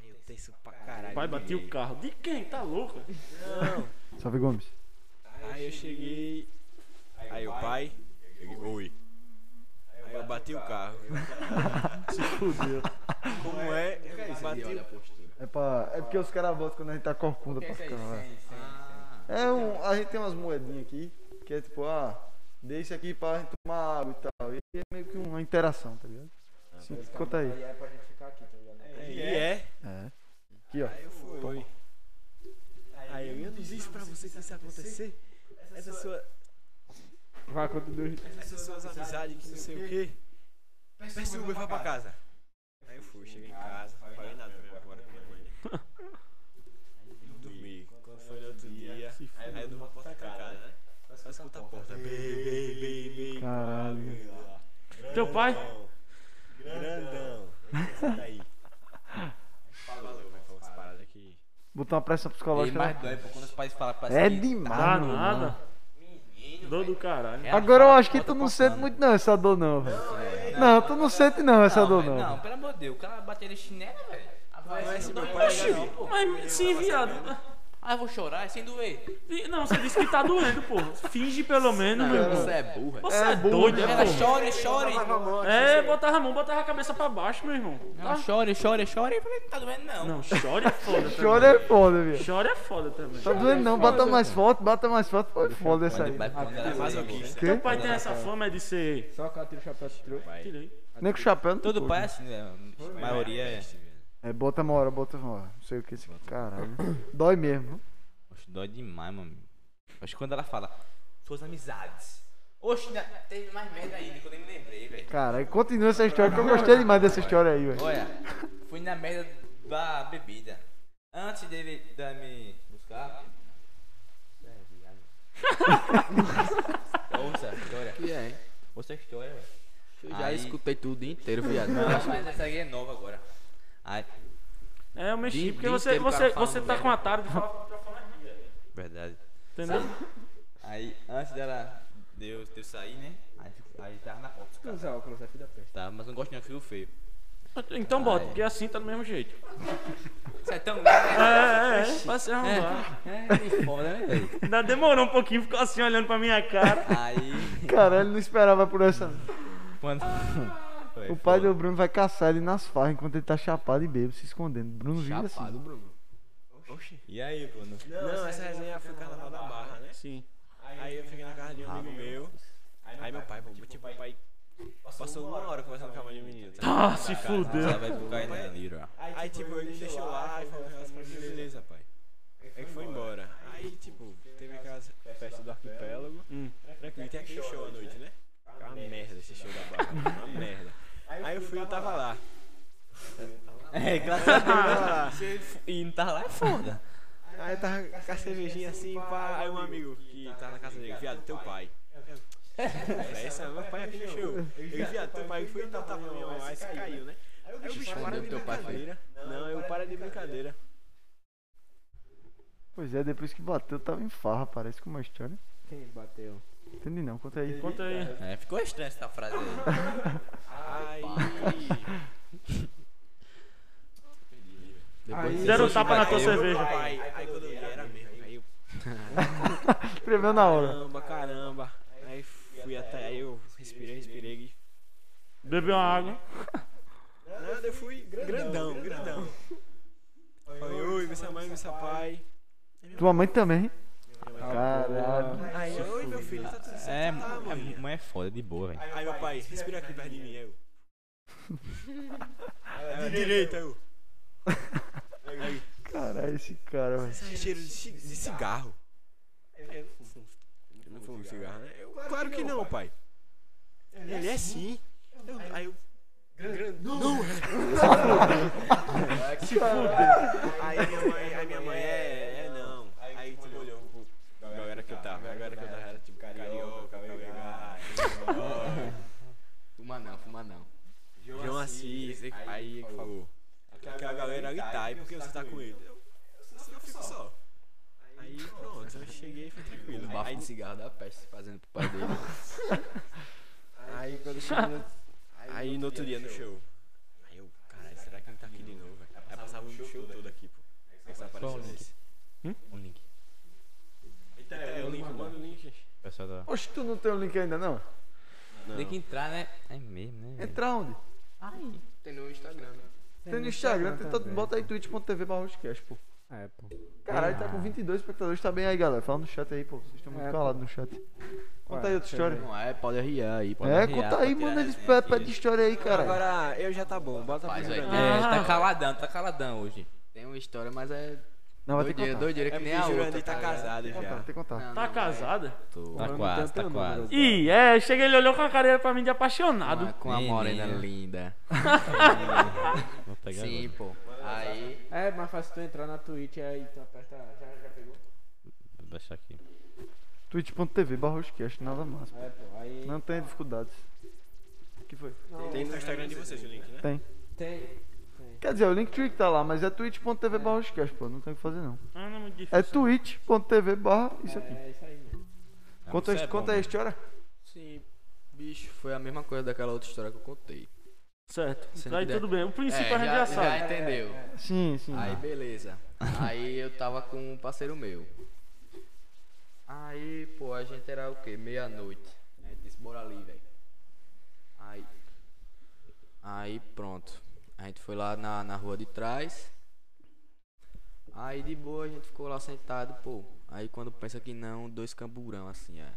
Speaker 6: Aí eu tenso pra caralho.
Speaker 3: Pai, bati o
Speaker 6: liguei.
Speaker 3: carro. De quem? Tá louco?
Speaker 1: Salve Gomes.
Speaker 6: Aí eu cheguei. Aí o pai. eu digo, Oi. Aí eu bati o carro.
Speaker 3: Se fudeu.
Speaker 6: Como é? Bati o
Speaker 1: É, pra... é porque os caras votam quando a gente tá corcunda pra ficar, velho. É um. A gente tem umas moedinhas aqui, que é tipo, ah, deixa isso aqui pra gente tomar água e tal. E é meio que uma interação, tá ligado? Sim, conta aí.
Speaker 2: é pra gente ficar aqui, tá ligado?
Speaker 6: E é?
Speaker 1: É. Aqui, ó.
Speaker 6: Aí eu fui. Aí eu, eu não disse pra você que isso ia acontecer. Essas sua,
Speaker 2: Vai, conta do...
Speaker 6: essas suas amizades que não sei o quê. Peça o Uber, vai pra casa. Aí eu fui, cheguei em casa, paguei nada pra minha- agora pra minha mãe. né? Dormi. Quando foi no outro dia, aí eu durmo a porta trancada, né? Só escuta a porta. Bem, bem, bem, bem.
Speaker 1: Caralho.
Speaker 3: Teu pai?
Speaker 6: Grandão. Sai daí. Falou, vai falar umas paradas aqui.
Speaker 1: Botar uma pressão
Speaker 4: Ele
Speaker 1: psicológica.
Speaker 4: mais
Speaker 1: né?
Speaker 4: dói, pô, quando os pais falam pra assim,
Speaker 1: É demais,
Speaker 3: Tá
Speaker 1: meu irmão.
Speaker 3: nada. Dor do caralho.
Speaker 4: é
Speaker 1: Agora
Speaker 4: tá,
Speaker 1: eu acho que tu não sente muito não essa dor não, velho. Não, tu não sente não essa dor
Speaker 4: velho,
Speaker 1: não.
Speaker 4: pelo amor de Deus, o cara bateu ele chinelo, velho. Ah, vai,
Speaker 6: Esse
Speaker 4: sem
Speaker 6: meu
Speaker 4: doer,
Speaker 6: pai
Speaker 4: não,
Speaker 6: é legal, pô.
Speaker 3: Mas sim, viado.
Speaker 4: Ah, eu vou chorar, é sem doer.
Speaker 3: Fi- Não, você disse que tá doendo, porra. Finge pelo menos, meu irmão.
Speaker 5: Você é burro,
Speaker 3: Você
Speaker 1: É
Speaker 3: é
Speaker 1: burro,
Speaker 3: doido, é
Speaker 4: Ela
Speaker 3: burro.
Speaker 4: chore, chore. assim.
Speaker 3: É, botava a mão, botava a cabeça pra baixo, meu irmão.
Speaker 4: Ela Tá, chore, chore, chore. Eu falei, não tá doendo, não.
Speaker 3: Não, chora é foda também.
Speaker 1: Chora é foda, velho.
Speaker 3: Chora é foda também.
Speaker 1: Tá doendo não, bota mais foto, bota mais foto, foi foda essa aí.
Speaker 4: Vai quando ela mais aqui.
Speaker 1: Quê?
Speaker 3: Teu pai tem essa fama é de ser...
Speaker 2: Só que ela tira o chapéu de truco.
Speaker 3: Tirei.
Speaker 1: Nem com chapéu não
Speaker 4: Todo
Speaker 1: pode.
Speaker 4: pai é assim, né? A maioria é.
Speaker 1: É, bota uma hora, bota uma hora. Não sei o que esse caralho. Dói mesmo.
Speaker 4: Oxe, dói demais, mano. Acho que quando ela fala, suas amizades. Oxe, ainda teve mais merda ainda que eu nem me lembrei, velho.
Speaker 1: Caralho, continua essa história, que eu gostei demais dessa história aí, velho.
Speaker 4: Olha, fui na merda da bebida. Antes dele da me buscar. É, viado. Ouça a história.
Speaker 5: que é, hein?
Speaker 4: Ouça a história, velho.
Speaker 5: Eu já
Speaker 4: Aí-
Speaker 5: escutei tudo o dia inteiro, viado.
Speaker 4: Mas essa aí é nova agora. Aí,
Speaker 3: É, eu mexi,
Speaker 5: Dia-
Speaker 3: porque
Speaker 5: dia
Speaker 3: você,
Speaker 5: inteiro o cara
Speaker 3: você, você
Speaker 5: falando,
Speaker 3: tá
Speaker 5: velho.
Speaker 3: com a tarde de falar com o microfone aqui, velho.
Speaker 4: verdade.
Speaker 3: Entendeu?
Speaker 4: Aí, antes dela de eu, de eu sair, né? Aí, fico- aí tava na porta dos caras.
Speaker 2: Usar óculos é filho da peste.
Speaker 4: Tava, mas eu não gosto não, que eu fico feio.
Speaker 3: Então bota, porque assim tá do mesmo jeito.
Speaker 4: Você é tão né?
Speaker 3: É, é, é. Vai se arrumar.
Speaker 4: É, que foda, né, velho?
Speaker 3: Ainda demorou um pouquinho, ficou assim olhando pra minha cara.
Speaker 4: Aí,
Speaker 1: Caralho, não esperava por essa. não.
Speaker 4: quando.
Speaker 1: O pai do Bruno vai caçar ele nas farras enquanto ele tá chapado e bêbado, se escondendo. Bruno vive assim.
Speaker 5: Bruno.
Speaker 4: E aí, Bruno?
Speaker 6: Não, essa resenha foi o carnaval da Barra, né?
Speaker 3: Sim.
Speaker 6: Aí eu fiquei na casa de um amigo meu. Aí meu pai, pô, tipo, meu pai passou uma hora conversando com a mãe de um menino. tá?
Speaker 3: Ah, se fudeu.
Speaker 4: Ela vai ficar indo no Niro, ó.
Speaker 6: Aí, tipo, ele me deixou lá e falou um negócio pra mim, beleza, pai. Aí foi embora. Aí, tipo, teve aquelas festas do arquipélago.
Speaker 3: Hum.
Speaker 6: Tranquilo, tem aquele show à noite, né? É uma merda esse show da barra, uma merda. Aí eu fui e eu tava lá.
Speaker 4: É, graças a Deus.
Speaker 6: Tava lá.
Speaker 4: E não tá lá é foda.
Speaker 6: Aí eu tava com a cervejinha assim, pá. Aí um amigo que tava na casa dele, viado, teu pai. Essa, essa, meu pai aqui no show. Eu, viado, teu pai foi dar tapa na minha mão, aí você caiu, né? Aí o bicho para de
Speaker 5: teu pai, foi.
Speaker 6: brincadeira. Não, eu para de brincadeira.
Speaker 1: Pois é, depois que bateu, tava em farra, parece com uma história.
Speaker 2: Quem bateu?
Speaker 1: Entendi não, conta aí.
Speaker 3: Conta aí.
Speaker 4: É, ficou estranha essa frase aí.
Speaker 6: Aí.
Speaker 2: Aí,
Speaker 3: Deram um tapa na tua cerveja.
Speaker 6: Aí, aí quando eu vi era mesmo. Aí eu,
Speaker 1: Escreveu na hora.
Speaker 6: caramba, caramba. Aí fui até, aí eu respirei, respirei.
Speaker 3: Bebeu uma água.
Speaker 6: Nada, eu fui grandão, grandão. Falei, oi, missa mãe, missa pai.
Speaker 1: Tua mãe também.
Speaker 2: Ah,
Speaker 1: Caralho.
Speaker 6: Aí, eu, oi, meu filho, tá tudo certo.
Speaker 4: É,
Speaker 6: tá, mãe.
Speaker 4: é, mãe é foda, de boa, velho.
Speaker 6: Aí meu pai, respira aqui perto de mim, aí eu. Aí, eu, direita, aí eu.
Speaker 1: Caralho, esse cara, velho.
Speaker 6: Esse cheiro de, ci- de cigarro. Eu não fumo. Eu não fumo cigarro, né? Eu, claro que não, pai. Ele é sim. Eu- aí eu. Grandão. Não, é. Se fudeu. Aí minha mãe, aí minha mãe, é, é não. Aí tipo olhou pro. Agora que eu tava, agora que eu tava, era tipo carioca, carioca,
Speaker 5: Fuma não, fuma não.
Speaker 6: João Assis. Aí ele falou. É Que a galera gritar, e por que você tá com ele? Eu, eu fico só. Aí pronto, eu cheguei e foi tranquilo.
Speaker 5: O Um bafo de cigarro da peste se fazendo pro pai dele.
Speaker 6: Aí quando chegou no... Aí no outro dia no show. Aí eu, caralho, será que ele tá aqui de novo, velho? Aí passava o show todo aqui, pô. Aí só apareceu
Speaker 4: link?
Speaker 6: nesse.
Speaker 4: Um link.
Speaker 6: Eita, é, o link, manda o link.
Speaker 4: O pessoal tá.
Speaker 1: Oxe, tu não tem o link ainda não?
Speaker 4: Tem que entrar, né? É mesmo, né? velho?
Speaker 1: Entrar onde?
Speaker 5: Tem no Instagram, né?
Speaker 1: Tem no Instagram, tenta, bota aí twitch.tv barroscast, pô.
Speaker 2: É, pô.
Speaker 1: Caralho, tá com 22 espectadores, tá bem aí, galera. Fala no chat aí, pô. Vocês estão muito
Speaker 2: É, pô.
Speaker 1: calados no chat. Conta aí outra
Speaker 2: deixa
Speaker 1: história.
Speaker 5: Não é, pode arriar aí, pode
Speaker 1: É,
Speaker 5: arriar,
Speaker 1: conta
Speaker 5: pode
Speaker 1: aí,
Speaker 5: tirar
Speaker 1: manda eles
Speaker 5: resenha
Speaker 1: pe-
Speaker 5: aqui.
Speaker 1: pede história aí, caralho.
Speaker 6: Agora eu já tá bom, bota pra
Speaker 5: Faz
Speaker 6: mim.
Speaker 5: aí.
Speaker 3: Ah.
Speaker 5: É, tá caladão, tá caladão hoje. Tem uma história, mas é
Speaker 1: Não, vai ter que
Speaker 5: doideira,
Speaker 1: contar.
Speaker 5: doideira,
Speaker 6: É
Speaker 5: que nem
Speaker 6: porque
Speaker 5: a
Speaker 6: o
Speaker 5: outra.
Speaker 6: Jurandir tá casado
Speaker 1: Tem que contar,
Speaker 6: já.
Speaker 1: tem que contar.
Speaker 5: Não,
Speaker 3: Tá
Speaker 5: não,
Speaker 3: casada?
Speaker 4: Tá quase, tá quase.
Speaker 3: Ih, é, chega ele olhou com a cara pra mim de
Speaker 5: é. Com
Speaker 3: apaixonado.
Speaker 5: a- Com a morena
Speaker 4: Menina.
Speaker 5: linda.
Speaker 4: Vou pegar
Speaker 5: Sim,
Speaker 4: agora.
Speaker 5: pô. Aí,
Speaker 2: É, mais fácil tu entrar na Twitch aí, tu aperta. Já, já pegou?
Speaker 4: Vou baixar aqui.
Speaker 1: twitch.tv barroscast, nada mais.
Speaker 2: É, pô. Aí.
Speaker 1: Não tem dificuldades. O que foi?
Speaker 6: Tem no Instagram de vocês o link, né?
Speaker 1: Tem.
Speaker 2: Tem.
Speaker 1: Quer dizer, o Linktree que tá lá, mas é twitch.tv barroscast, pô. Não tem o que fazer, não.
Speaker 3: Ah, não é muito difícil.
Speaker 1: É twitch.tv barra isso aqui.
Speaker 2: É isso aí mesmo.
Speaker 1: Conta,
Speaker 4: isso é
Speaker 1: conta
Speaker 4: bom,
Speaker 1: aí a história.
Speaker 5: sim, bicho, foi a mesma coisa daquela outra história que eu contei. Você
Speaker 3: Certo.
Speaker 5: não
Speaker 3: Aí
Speaker 5: der.
Speaker 3: tudo bem. O
Speaker 5: É,
Speaker 3: princípio a gente já
Speaker 5: já, já
Speaker 3: sabe.
Speaker 5: entendeu.
Speaker 1: Sim, sim.
Speaker 5: Aí beleza. Aí eu tava com um parceiro meu. Aí, pô, a gente era o quê? Meia-noite. Aí disse, bora ali, velho. Aí. Aí pronto. A gente foi lá na, na rua de trás. Aí de boa a gente ficou lá sentado, pô. Aí quando pensa que não, dois camburão assim, é.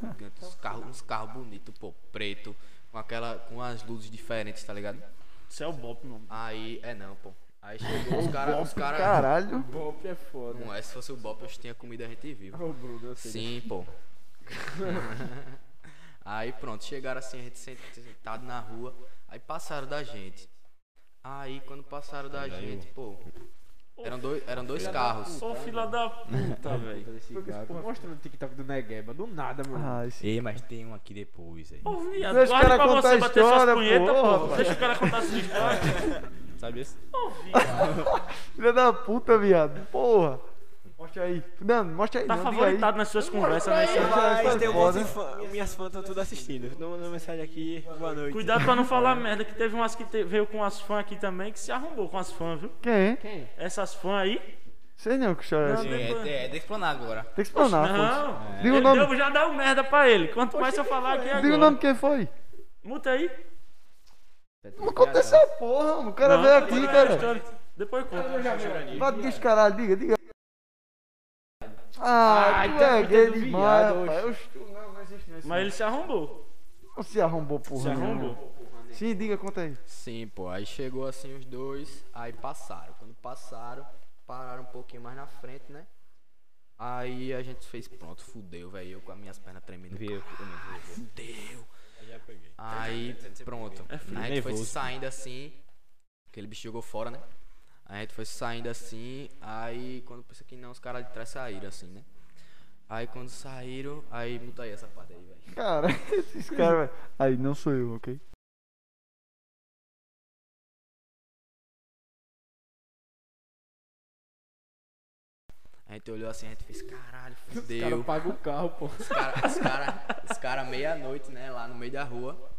Speaker 5: Gigante, uns carros, uns carros bonitos, pô, preto, com aquela. com as luzes diferentes, tá ligado?
Speaker 3: Isso é o bop, mano.
Speaker 5: Aí, é não, pô. Aí chegou os caras, os caras.
Speaker 1: Caralho.
Speaker 2: Bop é foda.
Speaker 5: Não é, se fosse o Bop, eu tinha comido a gente vivo.
Speaker 2: Ô, Bruno, eu sei. né?
Speaker 5: Sim, pô. aí pronto, chegaram assim, a gente sent- sentado na rua. Aí passaram da gente. Aí quando passaram da gente, pô. Eram dois, eram dois carros.
Speaker 3: Ô, fila da puta, velho.
Speaker 2: Desse gago. Mostrando o TikTok do Negueba. Do nada, meu. irmão.
Speaker 1: Ah, isso.
Speaker 6: Ei, mas tem um aqui depois aí.
Speaker 3: Ô, viado,
Speaker 1: Deixa o
Speaker 3: guarda
Speaker 1: cara
Speaker 3: pra
Speaker 1: contar
Speaker 3: você
Speaker 1: a
Speaker 3: bater suas
Speaker 1: história,
Speaker 3: punhetas,
Speaker 1: pô,
Speaker 3: pô.
Speaker 1: rapaz.
Speaker 3: Deixa o cara contar sua história.
Speaker 6: Sabe esse?
Speaker 3: Ô, viado,
Speaker 1: Filha da puta, viado. Porra. Mostra aí. Não, mostra aí.
Speaker 3: tá
Speaker 1: não, diga aí.
Speaker 3: favoritado nas suas conversas, né? senhor?
Speaker 6: Mas tem
Speaker 1: tá foda.
Speaker 6: algumas fã- minhas fãs estão tudo assistindo. Tô mandando mensagem aqui. Boa noite.
Speaker 3: Cuidado pra não falar merda, que teve umas que te- veio com as fãs aqui também, que se arrombou com as fãs, viu?
Speaker 1: Quem?
Speaker 2: Quem?
Speaker 3: Essas fãs aí.
Speaker 1: Sei não que história é essa.
Speaker 3: Não,
Speaker 1: Tem
Speaker 3: depois-
Speaker 5: É, é de explanar agora.
Speaker 1: que explanar, pô.
Speaker 3: Não,
Speaker 1: Tá, Diga o
Speaker 3: eu,
Speaker 1: nome.
Speaker 3: eu já dá um merda pra ele. Quanto mais eu falar aqui é
Speaker 1: Diga o
Speaker 3: agora.
Speaker 1: nome de quem foi.
Speaker 3: Muta aí.
Speaker 1: Não conta essa porra, mano. O cara
Speaker 3: Não,
Speaker 1: veio
Speaker 3: depois
Speaker 1: aqui,
Speaker 3: eu
Speaker 1: cara.
Speaker 3: conto a história. Depois conta.
Speaker 1: Vai diz caralho, diga, diga. Ah, tu é gay demais, rapaz. Eu estou- Não, não existe isso.
Speaker 3: Mas ele se arrombou.
Speaker 1: Não se arrombou, porra.
Speaker 3: Se
Speaker 1: nenhuma.
Speaker 3: arrombou.
Speaker 1: Sim, diga, conta aí.
Speaker 5: Sim, pô. Aí chegou assim os dois, aí passaram. Quando passaram, pararam um pouquinho mais na frente, né? Aí a gente fez, pronto, fudeu, velho. Eu com as minhas pernas tremendo. Viu? Fudeu. Aí, pronto. a gente foi se saindo assim. Aquele bicho jogou fora, né? Aí a gente foi se saindo assim. Aí quando pensa que não, os caras de trás saíram assim, né? Aí quando saíram, aí muta aí essa parte aí, velho.
Speaker 1: Cara, esses caras, velho. Aí, não sou eu, ok?
Speaker 5: A gente olhou assim, a gente fez, caralho,
Speaker 2: O
Speaker 5: fudeu.
Speaker 2: cara paga o carro, pô.
Speaker 5: Os caras, cara, os cara meia-noite, né, lá no meio da rua.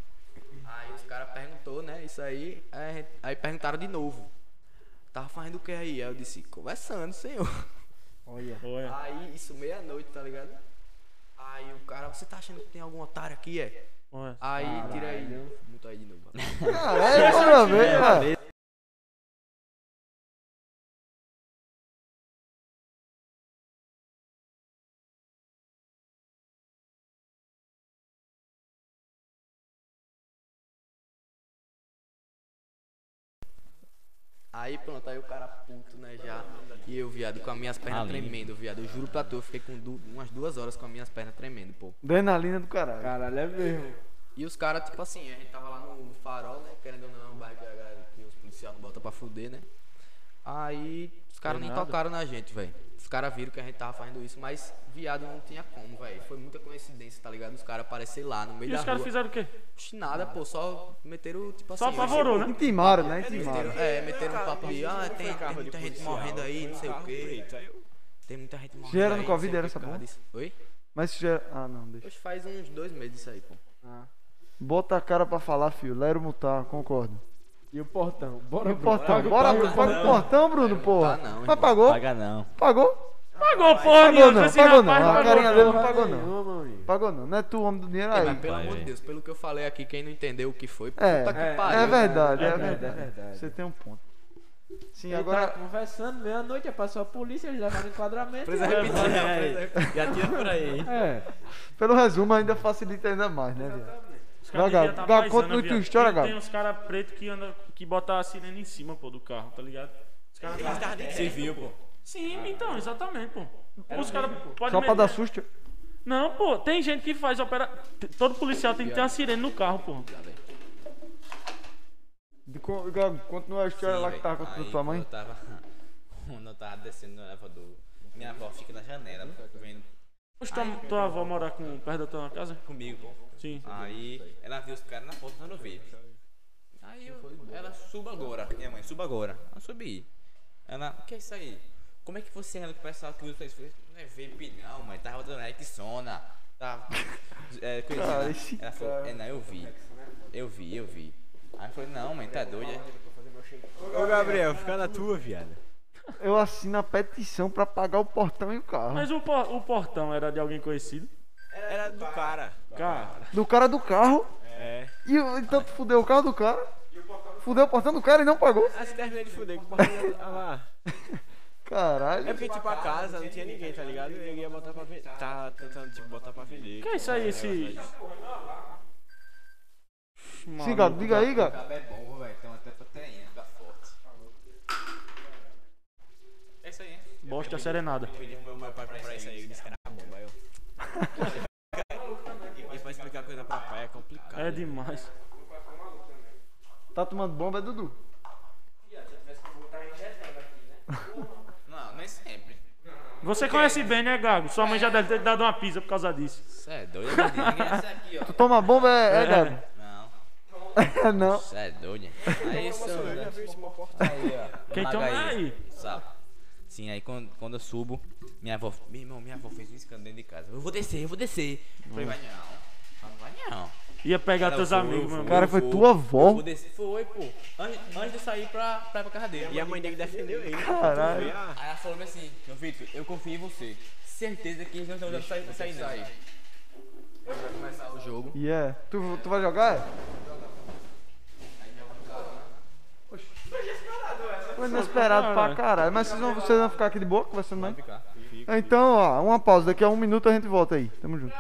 Speaker 5: Aí os caras perguntou, né, isso aí. Aí, aí perguntaram de novo. Tava fazendo o que aí? Aí eu disse, conversando, senhor.
Speaker 2: Olha.
Speaker 3: Olha.
Speaker 5: Aí, isso meia-noite, tá ligado? Aí o cara, você tá achando que tem algum otário aqui, é?
Speaker 3: Olha.
Speaker 5: Aí, tira aí. Muta aí de novo.
Speaker 1: Caralho, toda vez, cara.
Speaker 5: Aí pronto, aí o cara puto, né, já. E eu, viado, com as minhas pernas tremendo, viado. Eu juro pra tu, eu fiquei com du- umas duas horas com as minhas pernas tremendo, pô.
Speaker 1: Adrenalina do caralho.
Speaker 2: Caralho, é mesmo.
Speaker 5: E os caras, tipo assim, a gente tava lá no farol, né? Querendo ou não, é um bairro que, a galera- que os policiais não botam pra fuder, né? Aí os caras nem tocaram na gente, velho. Os caras viram que a gente tava fazendo isso, mas viado não tinha como, velho. Foi muita coincidência, tá ligado? Os caras apareceram lá no meio
Speaker 3: E
Speaker 5: da
Speaker 3: os caras
Speaker 5: rua.
Speaker 3: fizeram o quê?
Speaker 5: Oxe, Nada, pô, só meteram, tipo
Speaker 3: Só
Speaker 5: assim.
Speaker 3: apavorou, né?
Speaker 1: Intimaram, né?
Speaker 5: Meteram,
Speaker 1: Intimaram.
Speaker 5: é, meteram um papo aí, ah, tem, tem muita gente morrendo aí, não sei o quê.
Speaker 6: Eita, eu-
Speaker 5: Tem muita gente morrendo.
Speaker 1: era no
Speaker 5: aí,
Speaker 3: um
Speaker 5: não
Speaker 1: Covid,
Speaker 5: sei o
Speaker 1: era
Speaker 5: quê,
Speaker 1: essa
Speaker 5: por causa
Speaker 1: porra?
Speaker 5: disso. Oi?
Speaker 1: Mas isso já. Ah, não, deixa.
Speaker 5: Oxe, faz uns dois meses isso aí, pô.
Speaker 1: Bota a cara pra falar, filho. Lero mutar, concordo.
Speaker 2: E o portão? Bora,
Speaker 1: E o
Speaker 2: bro.
Speaker 1: portão?
Speaker 2: Paga o
Speaker 1: Bora,
Speaker 2: carro,
Speaker 1: paga o portão, Bruno, porra.
Speaker 5: não,
Speaker 1: Mas
Speaker 5: irmão.
Speaker 1: pagou?
Speaker 6: Paga não.
Speaker 1: Pagou?
Speaker 3: Pagou porra
Speaker 1: Pagou
Speaker 3: nenhuma,
Speaker 1: não,
Speaker 3: esse
Speaker 1: pagou
Speaker 3: rapaz
Speaker 1: não. A
Speaker 3: não
Speaker 1: carinha dele
Speaker 3: pagou
Speaker 1: não
Speaker 3: não.
Speaker 1: pagou não.
Speaker 2: Nenhuma, amigo.
Speaker 1: Pagou não. Não é tu, homem do dinheiro
Speaker 5: Ei,
Speaker 1: aí.
Speaker 5: mas pelo
Speaker 6: Vai,
Speaker 5: amor de
Speaker 6: véi.
Speaker 5: Deus, pelo que eu falei aqui, quem não entendeu o que foi,
Speaker 1: É,
Speaker 5: puta que
Speaker 1: é,
Speaker 5: pariu.
Speaker 1: é verdade,
Speaker 2: verdade,
Speaker 1: é
Speaker 2: é
Speaker 1: verdade.
Speaker 2: verdade.
Speaker 1: Você tem um ponto. Sim,
Speaker 2: E
Speaker 1: agora.
Speaker 2: agora... Tá conversando, meia-noite, já passou a polícia, eles levaram enquadramento.
Speaker 5: Presa repetida, presa repetida.
Speaker 6: Já tira por aí.
Speaker 2: É.
Speaker 1: Pelo resumo, ainda facilita ainda mais, né, viado?
Speaker 3: Os
Speaker 1: Vai,
Speaker 3: devia
Speaker 1: Gago.
Speaker 3: tá
Speaker 1: Gago,
Speaker 3: paisando,
Speaker 1: conta aí tua
Speaker 3: viado.
Speaker 1: história,
Speaker 3: Tem- Tem
Speaker 1: Gago.
Speaker 3: uns caras pretos que anda, que botam a sirene em cima, pô, do carro, tá ligado? Os caras
Speaker 6: Civil, pô.
Speaker 3: Sim, então, exatamente, pô. Os caras podem.
Speaker 1: Só pra dar susto.
Speaker 3: Não, pô, tem gente que faz opera. t- Todo policial tem que ter uma sirene no carro, pô.
Speaker 1: De co- Gago, continua a história lá que tava contando tua mãe.
Speaker 4: Eu tava. Quando eu tava descendo no elevador, minha avó fica na janela, né? vendo
Speaker 3: Hoje tua, tua avó morar com, perto da tua casa?
Speaker 4: comigo.
Speaker 3: Sim.
Speaker 4: Ah. Aí ela viu os caras na porta dando vape. Aí eu- ela suba agora. Minha mãe, suba agora. Eu subi. Ela, o que é isso aí? Como é que você anda com o pessoal que usa isso? Eu falei, Não é vape não, mãe. Tava dando Rexona. Tava. É, coisa
Speaker 1: Cara,
Speaker 4: assim,
Speaker 1: esse
Speaker 4: né? Ela falou, é não, eu vi. Eu vi, eu vi. Aí eu falei, não, mãe, tá doida.
Speaker 6: Ô, Gabriel, fica na tua, viado.
Speaker 1: Eu assino a petição pra pagar o portão e o carro.
Speaker 3: Mas o, por- o portão era de alguém conhecido?
Speaker 6: Era do cara.
Speaker 3: Cara,
Speaker 1: Do cara do carro.
Speaker 6: É.
Speaker 1: E o- então tu fudeu o carro do cara. Fudeu o portão do cara e não pagou.
Speaker 6: Ah, você terminou de fuder com o portão ah, lá. É
Speaker 5: É
Speaker 1: Caralho.
Speaker 6: porque, tipo, a casa não tinha ninguém, tá ligado? Eu ia botar pra vender. Tá tentando, tipo, botar pra vender.
Speaker 3: que é isso aí, esse.
Speaker 1: Sim, Gago, diga aí, Gago.
Speaker 4: Cabo é bom, velho. Então até pra treinar, fica forte. É isso aí, hein?
Speaker 3: Bosta serenada.
Speaker 6: Pedi pro meu pai comprar isso aí, ele disse que era bom, mas eu. Mas pra explicar coisa pra pai é complicado.
Speaker 3: É demais.
Speaker 1: Tá tomando bomba, é Dudu.
Speaker 3: Você conhece bem, né, Gago? Sua mãe já deve ter te dado uma pisa por causa disso.
Speaker 5: Você é doido, Ninguém é isso aqui, ó.
Speaker 1: Tu toma bomba, é, é Gago?
Speaker 5: Não,
Speaker 1: não.
Speaker 5: você é doido. Aí isso anda.
Speaker 3: Quem toma é aí?
Speaker 5: Sabe? Sim, aí quando, quando eu subo, minha avó. Meu irmão, minha avó fez um escândalo dentro de casa. Eu vou descer, eu vou descer. Eu falei, vai não. Não vai não.
Speaker 3: Ia pegar teus
Speaker 5: Ela foi,
Speaker 3: amigos, meu
Speaker 5: foi.
Speaker 3: amigo.
Speaker 1: Cara, foi
Speaker 5: vou-
Speaker 1: tua
Speaker 5: Eu
Speaker 1: avó.
Speaker 5: vou descer. Foi, pô. Antes, antes de eu sair pra, pra ir pra casa dele.
Speaker 6: E a mãe dele defendeu ele.
Speaker 1: Caralho.
Speaker 6: Foi, ah,
Speaker 5: Aí ela falou assim, meu Vitor, eu confio em você. Certeza que eles não estão dando sair, sair, não. Eu já começar o jogo.
Speaker 1: E é. Tu, tu vai jogar? é? Oxi. Foi inesperado pra caralho. Mas vocês vão, vocês vão ficar aqui de boa conversando, né?
Speaker 5: Ficar.
Speaker 1: Então, ó, uma pausa. Daqui a um minuto a gente volta aí. Tamo junto.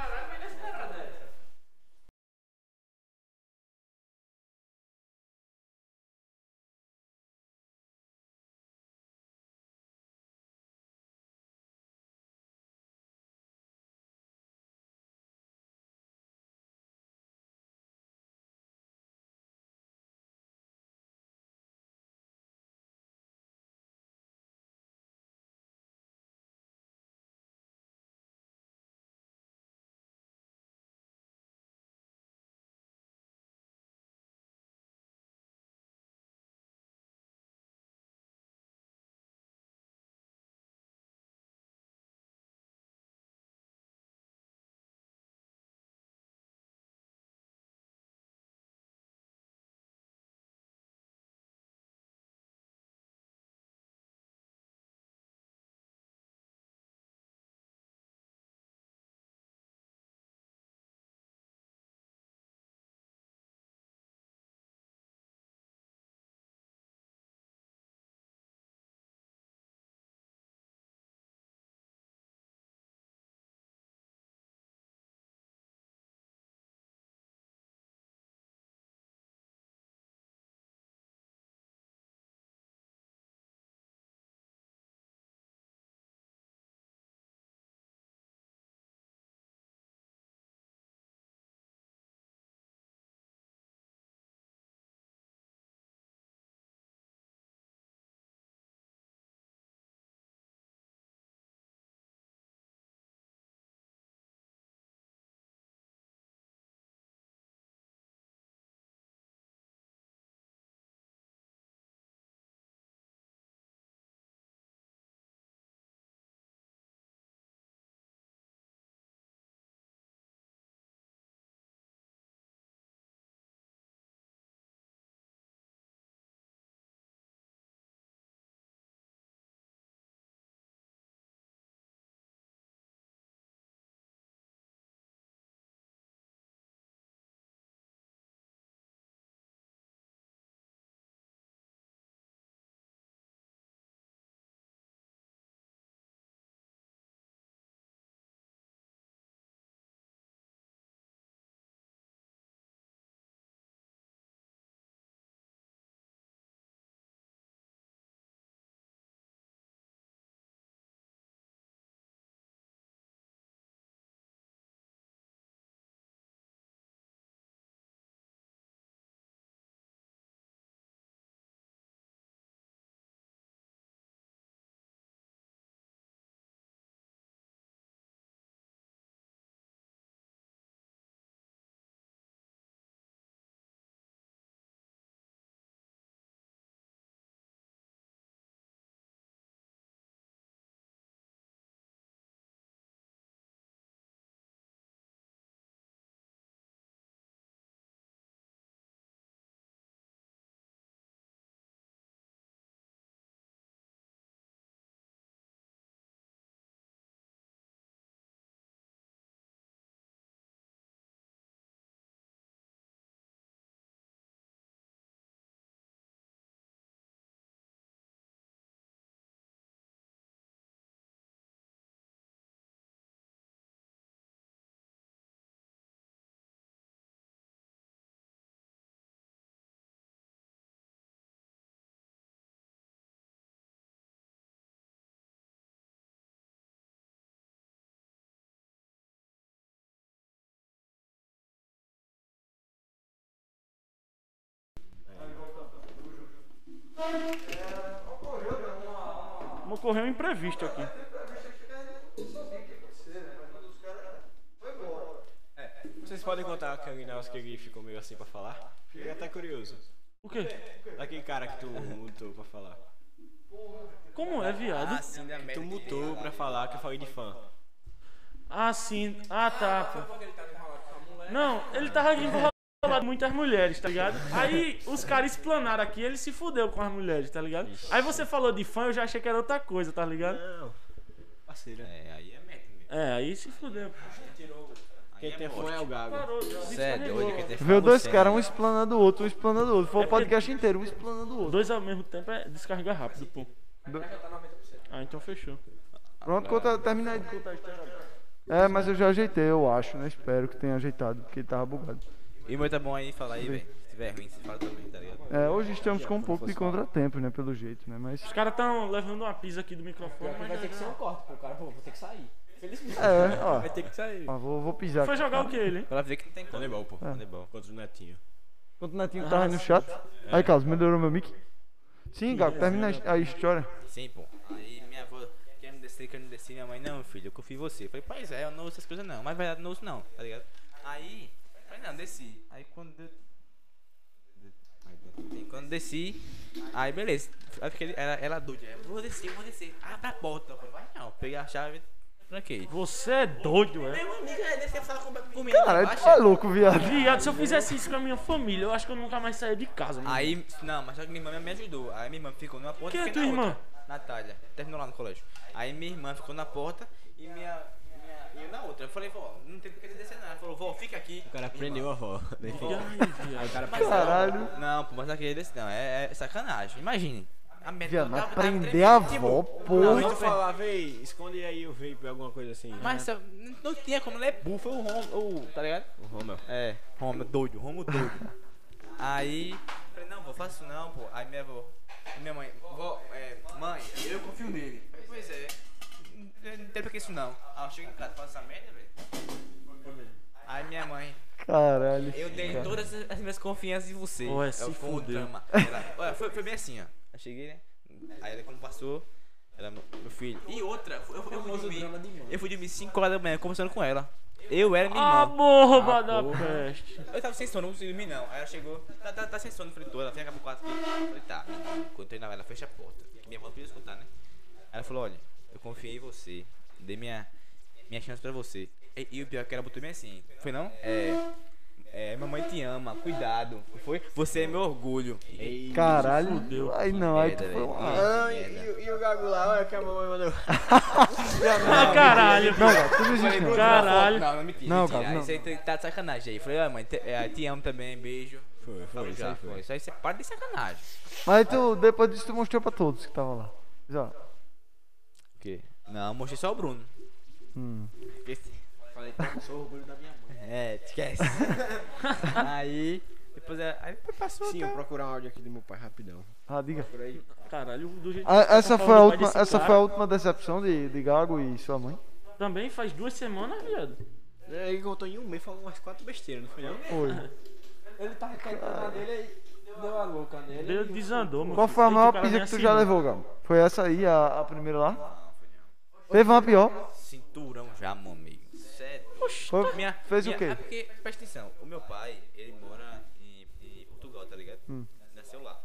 Speaker 3: Ocorreu um imprevisto aqui. um
Speaker 1: É,
Speaker 6: Vocês podem contar aquele negócio que ele ficou meio assim pra falar? Fiquei até curioso.
Speaker 3: O quê?
Speaker 6: Daquele cara que tu mutou pra falar.
Speaker 3: Como é, viado?
Speaker 5: Ah, sim, da
Speaker 6: Que tu
Speaker 5: América.
Speaker 6: mutou pra falar que eu falei de fã.
Speaker 3: Ah, sim. Ah, tá. pô. Não, ele tava enrolado com muitas mulheres, tá ligado? Aí os caras explanaram aqui, ele se fudeu com as mulheres, tá ligado? Aí você falou de fã, eu já achei que era outra coisa, tá ligado?
Speaker 6: Não. Parceira. É, aí é merda mesmo.
Speaker 3: É, aí se fudeu.
Speaker 6: Quem tem fã é o Gago.
Speaker 3: Parou,
Speaker 4: Você é doido que tem
Speaker 1: Veio dois caras, um explanando o outro, um explanando o outro. Foi o podcast inteiro, um explanando o outro.
Speaker 3: Dois ao mesmo tempo é descarregar rápido, pô. Ah, então fechou.
Speaker 1: Pronto, conta, termina aí de contar a história. É, mas eu já ajeitei, eu acho, né? Espero que tenha ajeitado, porque tava bugado.
Speaker 4: E muito bom aí falar aí, velho. Se tiver ruim, você fala também, tá ligado?
Speaker 1: É, hoje estamos com um pouco de contratempo, né? Pelo jeito, né? Mas.
Speaker 3: Os caras tão levando uma pisa aqui do microfone.
Speaker 2: Vai ter que ser um corte, pô. O cara, pô, vou ter que sair. Felizmente.
Speaker 1: É, ó.
Speaker 6: Tem que sair.
Speaker 1: ó, Vou, vou pisar.
Speaker 3: Foi
Speaker 1: aqui.
Speaker 3: jogar o que ele, hein?
Speaker 4: Pra ver que
Speaker 1: Tá
Speaker 4: não tem é como.
Speaker 6: Handebol, pô.
Speaker 4: Handebol.
Speaker 6: Contra o Netinho.
Speaker 1: Enquanto o Netinho tava aí no chat. Aí, Carlos, melhorou meu mic? Sim, Gago, termina a a história.
Speaker 4: Sim, pô. Aí minha avó quer me descer, quer me descer. Minha mãe, não, filho, eu confio em você. Eu falei, pois é, eu não uso essas coisas não. Mas na verdade, não uso não, tá ligado? Aí, eu falei, não, desci. Aí quando eu... Aí, quando desci, aí beleza. Aí fiquei, ela, ela doida, eu É, vou descer, eu vou descer. Abre a porta. Eu falei, vai não. Peguei a chave, tranquei.
Speaker 3: Você é doido, é?
Speaker 4: Meu amigo, ela desceu falar com- comigo.
Speaker 1: Caralho, tu
Speaker 4: baixa.
Speaker 1: é louco, viado.
Speaker 3: Viado, se eu fizesse isso com a minha família, eu acho que eu nunca mais saía de casa, mano.
Speaker 4: Aí, não, mas só que minha irmã me ajudou. Aí minha irmã ficou numa porta.
Speaker 3: Quem é
Speaker 4: eu fiquei
Speaker 3: tua
Speaker 4: na
Speaker 3: irmã?
Speaker 4: outra. Natália. Terminou lá no colégio. Aí minha irmã ficou na porta e minha. minha- e eu na outra. Eu falei, vó, não tem por que descer nada. Ela falou, vó, fica aqui.
Speaker 6: O cara prendeu a avó.
Speaker 3: Ai, viado.
Speaker 1: Caralho.
Speaker 4: Não, pô, mas aquele desse não. É, é sacanagem. Imagine. A merda
Speaker 1: Viado,
Speaker 4: não
Speaker 1: mas
Speaker 4: tava- tava
Speaker 1: prender
Speaker 4: tremendo,
Speaker 1: a
Speaker 4: tipo,
Speaker 1: avó,
Speaker 6: Não,
Speaker 1: porra.
Speaker 6: eu falar, véi, esconde aí o vape, alguma coisa assim.
Speaker 4: Mas essa- não, não tinha como, ele é bufo, o Romo, tá ligado?
Speaker 6: O Romel.
Speaker 4: É, Romo doido, Romo doido. Aí, falei, não, vou faço não, pô. Aí minha avó, minha mãe, vó, é, mãe, eu confio nele. Falei, Pois é, não não tem pra que isso não. Aí eu chego em casa, faço essa merda, velho. Aí minha mãe,
Speaker 1: Caralho.
Speaker 4: eu dei todas as minhas confianças em você. É
Speaker 3: Ué,
Speaker 4: Eu,
Speaker 3: se
Speaker 4: "Pô,
Speaker 3: fudeu."
Speaker 4: Tama. Ela, olha, foi, foi bem assim, ó. Eu cheguei, né? Aí ela, quando passou, ela, meu filho. E outra, eu, eu, eu, fui dormir, eu fui dormir 5 horas da manhã conversando com ela. Eu era minha
Speaker 3: A
Speaker 4: irmã.
Speaker 3: borba da
Speaker 4: porra.
Speaker 3: peste.
Speaker 4: Eu tava sem sono, não consegui dormir não. Aí ela chegou, tá, tá, tá sem sono, falei, tô, ela vem acabar com o quarto aqui. Eu Falei, tá, encontrei na ela, fecha a porta. que Minha avó não podia escutar, né? Aí ela falou, olha, eu confiei em você, dei minha, minha chance pra você. E, e o pior é que ela botou bem assim, foi não? É, é, mamãe te ama, cuidado, não foi? Você é meu orgulho.
Speaker 6: Ei,
Speaker 1: Caralho. Aí não, aí tu
Speaker 4: Merda,
Speaker 1: foi
Speaker 4: velho.
Speaker 1: uma.
Speaker 6: Ai, e, e o Gago lá, olha que a mamãe mandou.
Speaker 3: Ah, caralho.
Speaker 1: Não, Gago, tu não
Speaker 4: Falei,
Speaker 1: existe
Speaker 4: "Pô,
Speaker 1: não.
Speaker 3: Caralho.
Speaker 4: Não, não, mentira,
Speaker 1: Não,
Speaker 4: mentira.
Speaker 1: cara, não.
Speaker 4: Isso aí tá- tá de sacanagem aí. Falei, ah, mãe, te, é, te amo também, beijo.
Speaker 6: Foi, foi,
Speaker 4: Falei,
Speaker 6: isso
Speaker 4: já,
Speaker 6: aí foi.
Speaker 4: Isso aí você para de sacanagem.
Speaker 1: Mas tu, depois disso, tu mostrou pra todos que tava lá. Já.
Speaker 4: O quê? Não, mostrei só o Bruno.
Speaker 1: Hum.
Speaker 4: Esqueci.
Speaker 2: Falei, tá, sou orgulho da minha mãe.
Speaker 4: É, esquece. aí, depois é, aí depois passou.
Speaker 6: Sim, eu
Speaker 4: tá?
Speaker 6: vou procurar um áudio aqui do meu pai rapidão.
Speaker 1: Ah, diga.
Speaker 3: Caralho, do jeito
Speaker 1: Ah,
Speaker 3: que
Speaker 1: essa,
Speaker 3: tá falando do
Speaker 1: foi a
Speaker 3: pai
Speaker 1: última,
Speaker 3: desse
Speaker 1: essa
Speaker 3: cara,
Speaker 1: foi a última decepção de, de Gago e sua mãe?
Speaker 3: Também faz duas semanas, viado.
Speaker 6: Ele contou em um mês, falou umas quatro besteiras, não foi não?
Speaker 1: Foi.
Speaker 2: Ele tava querendo na dele aí. Deu a louca nele.
Speaker 3: Ele desandou, mano.
Speaker 1: Qual foi a maior pizza que tu
Speaker 3: assim,
Speaker 1: já levou, Gago? Foi essa aí, a, a primeira lá? Teve uma pior.
Speaker 4: Cinturão já, meu amigo.
Speaker 2: é
Speaker 4: Sério.
Speaker 1: Foi,
Speaker 4: Minha,
Speaker 1: fez
Speaker 4: minha,
Speaker 1: o quê?
Speaker 4: É porque, presta atenção, o meu pai, ele mora em, em Portugal, tá ligado?
Speaker 1: Hum.
Speaker 4: Nasceu lá.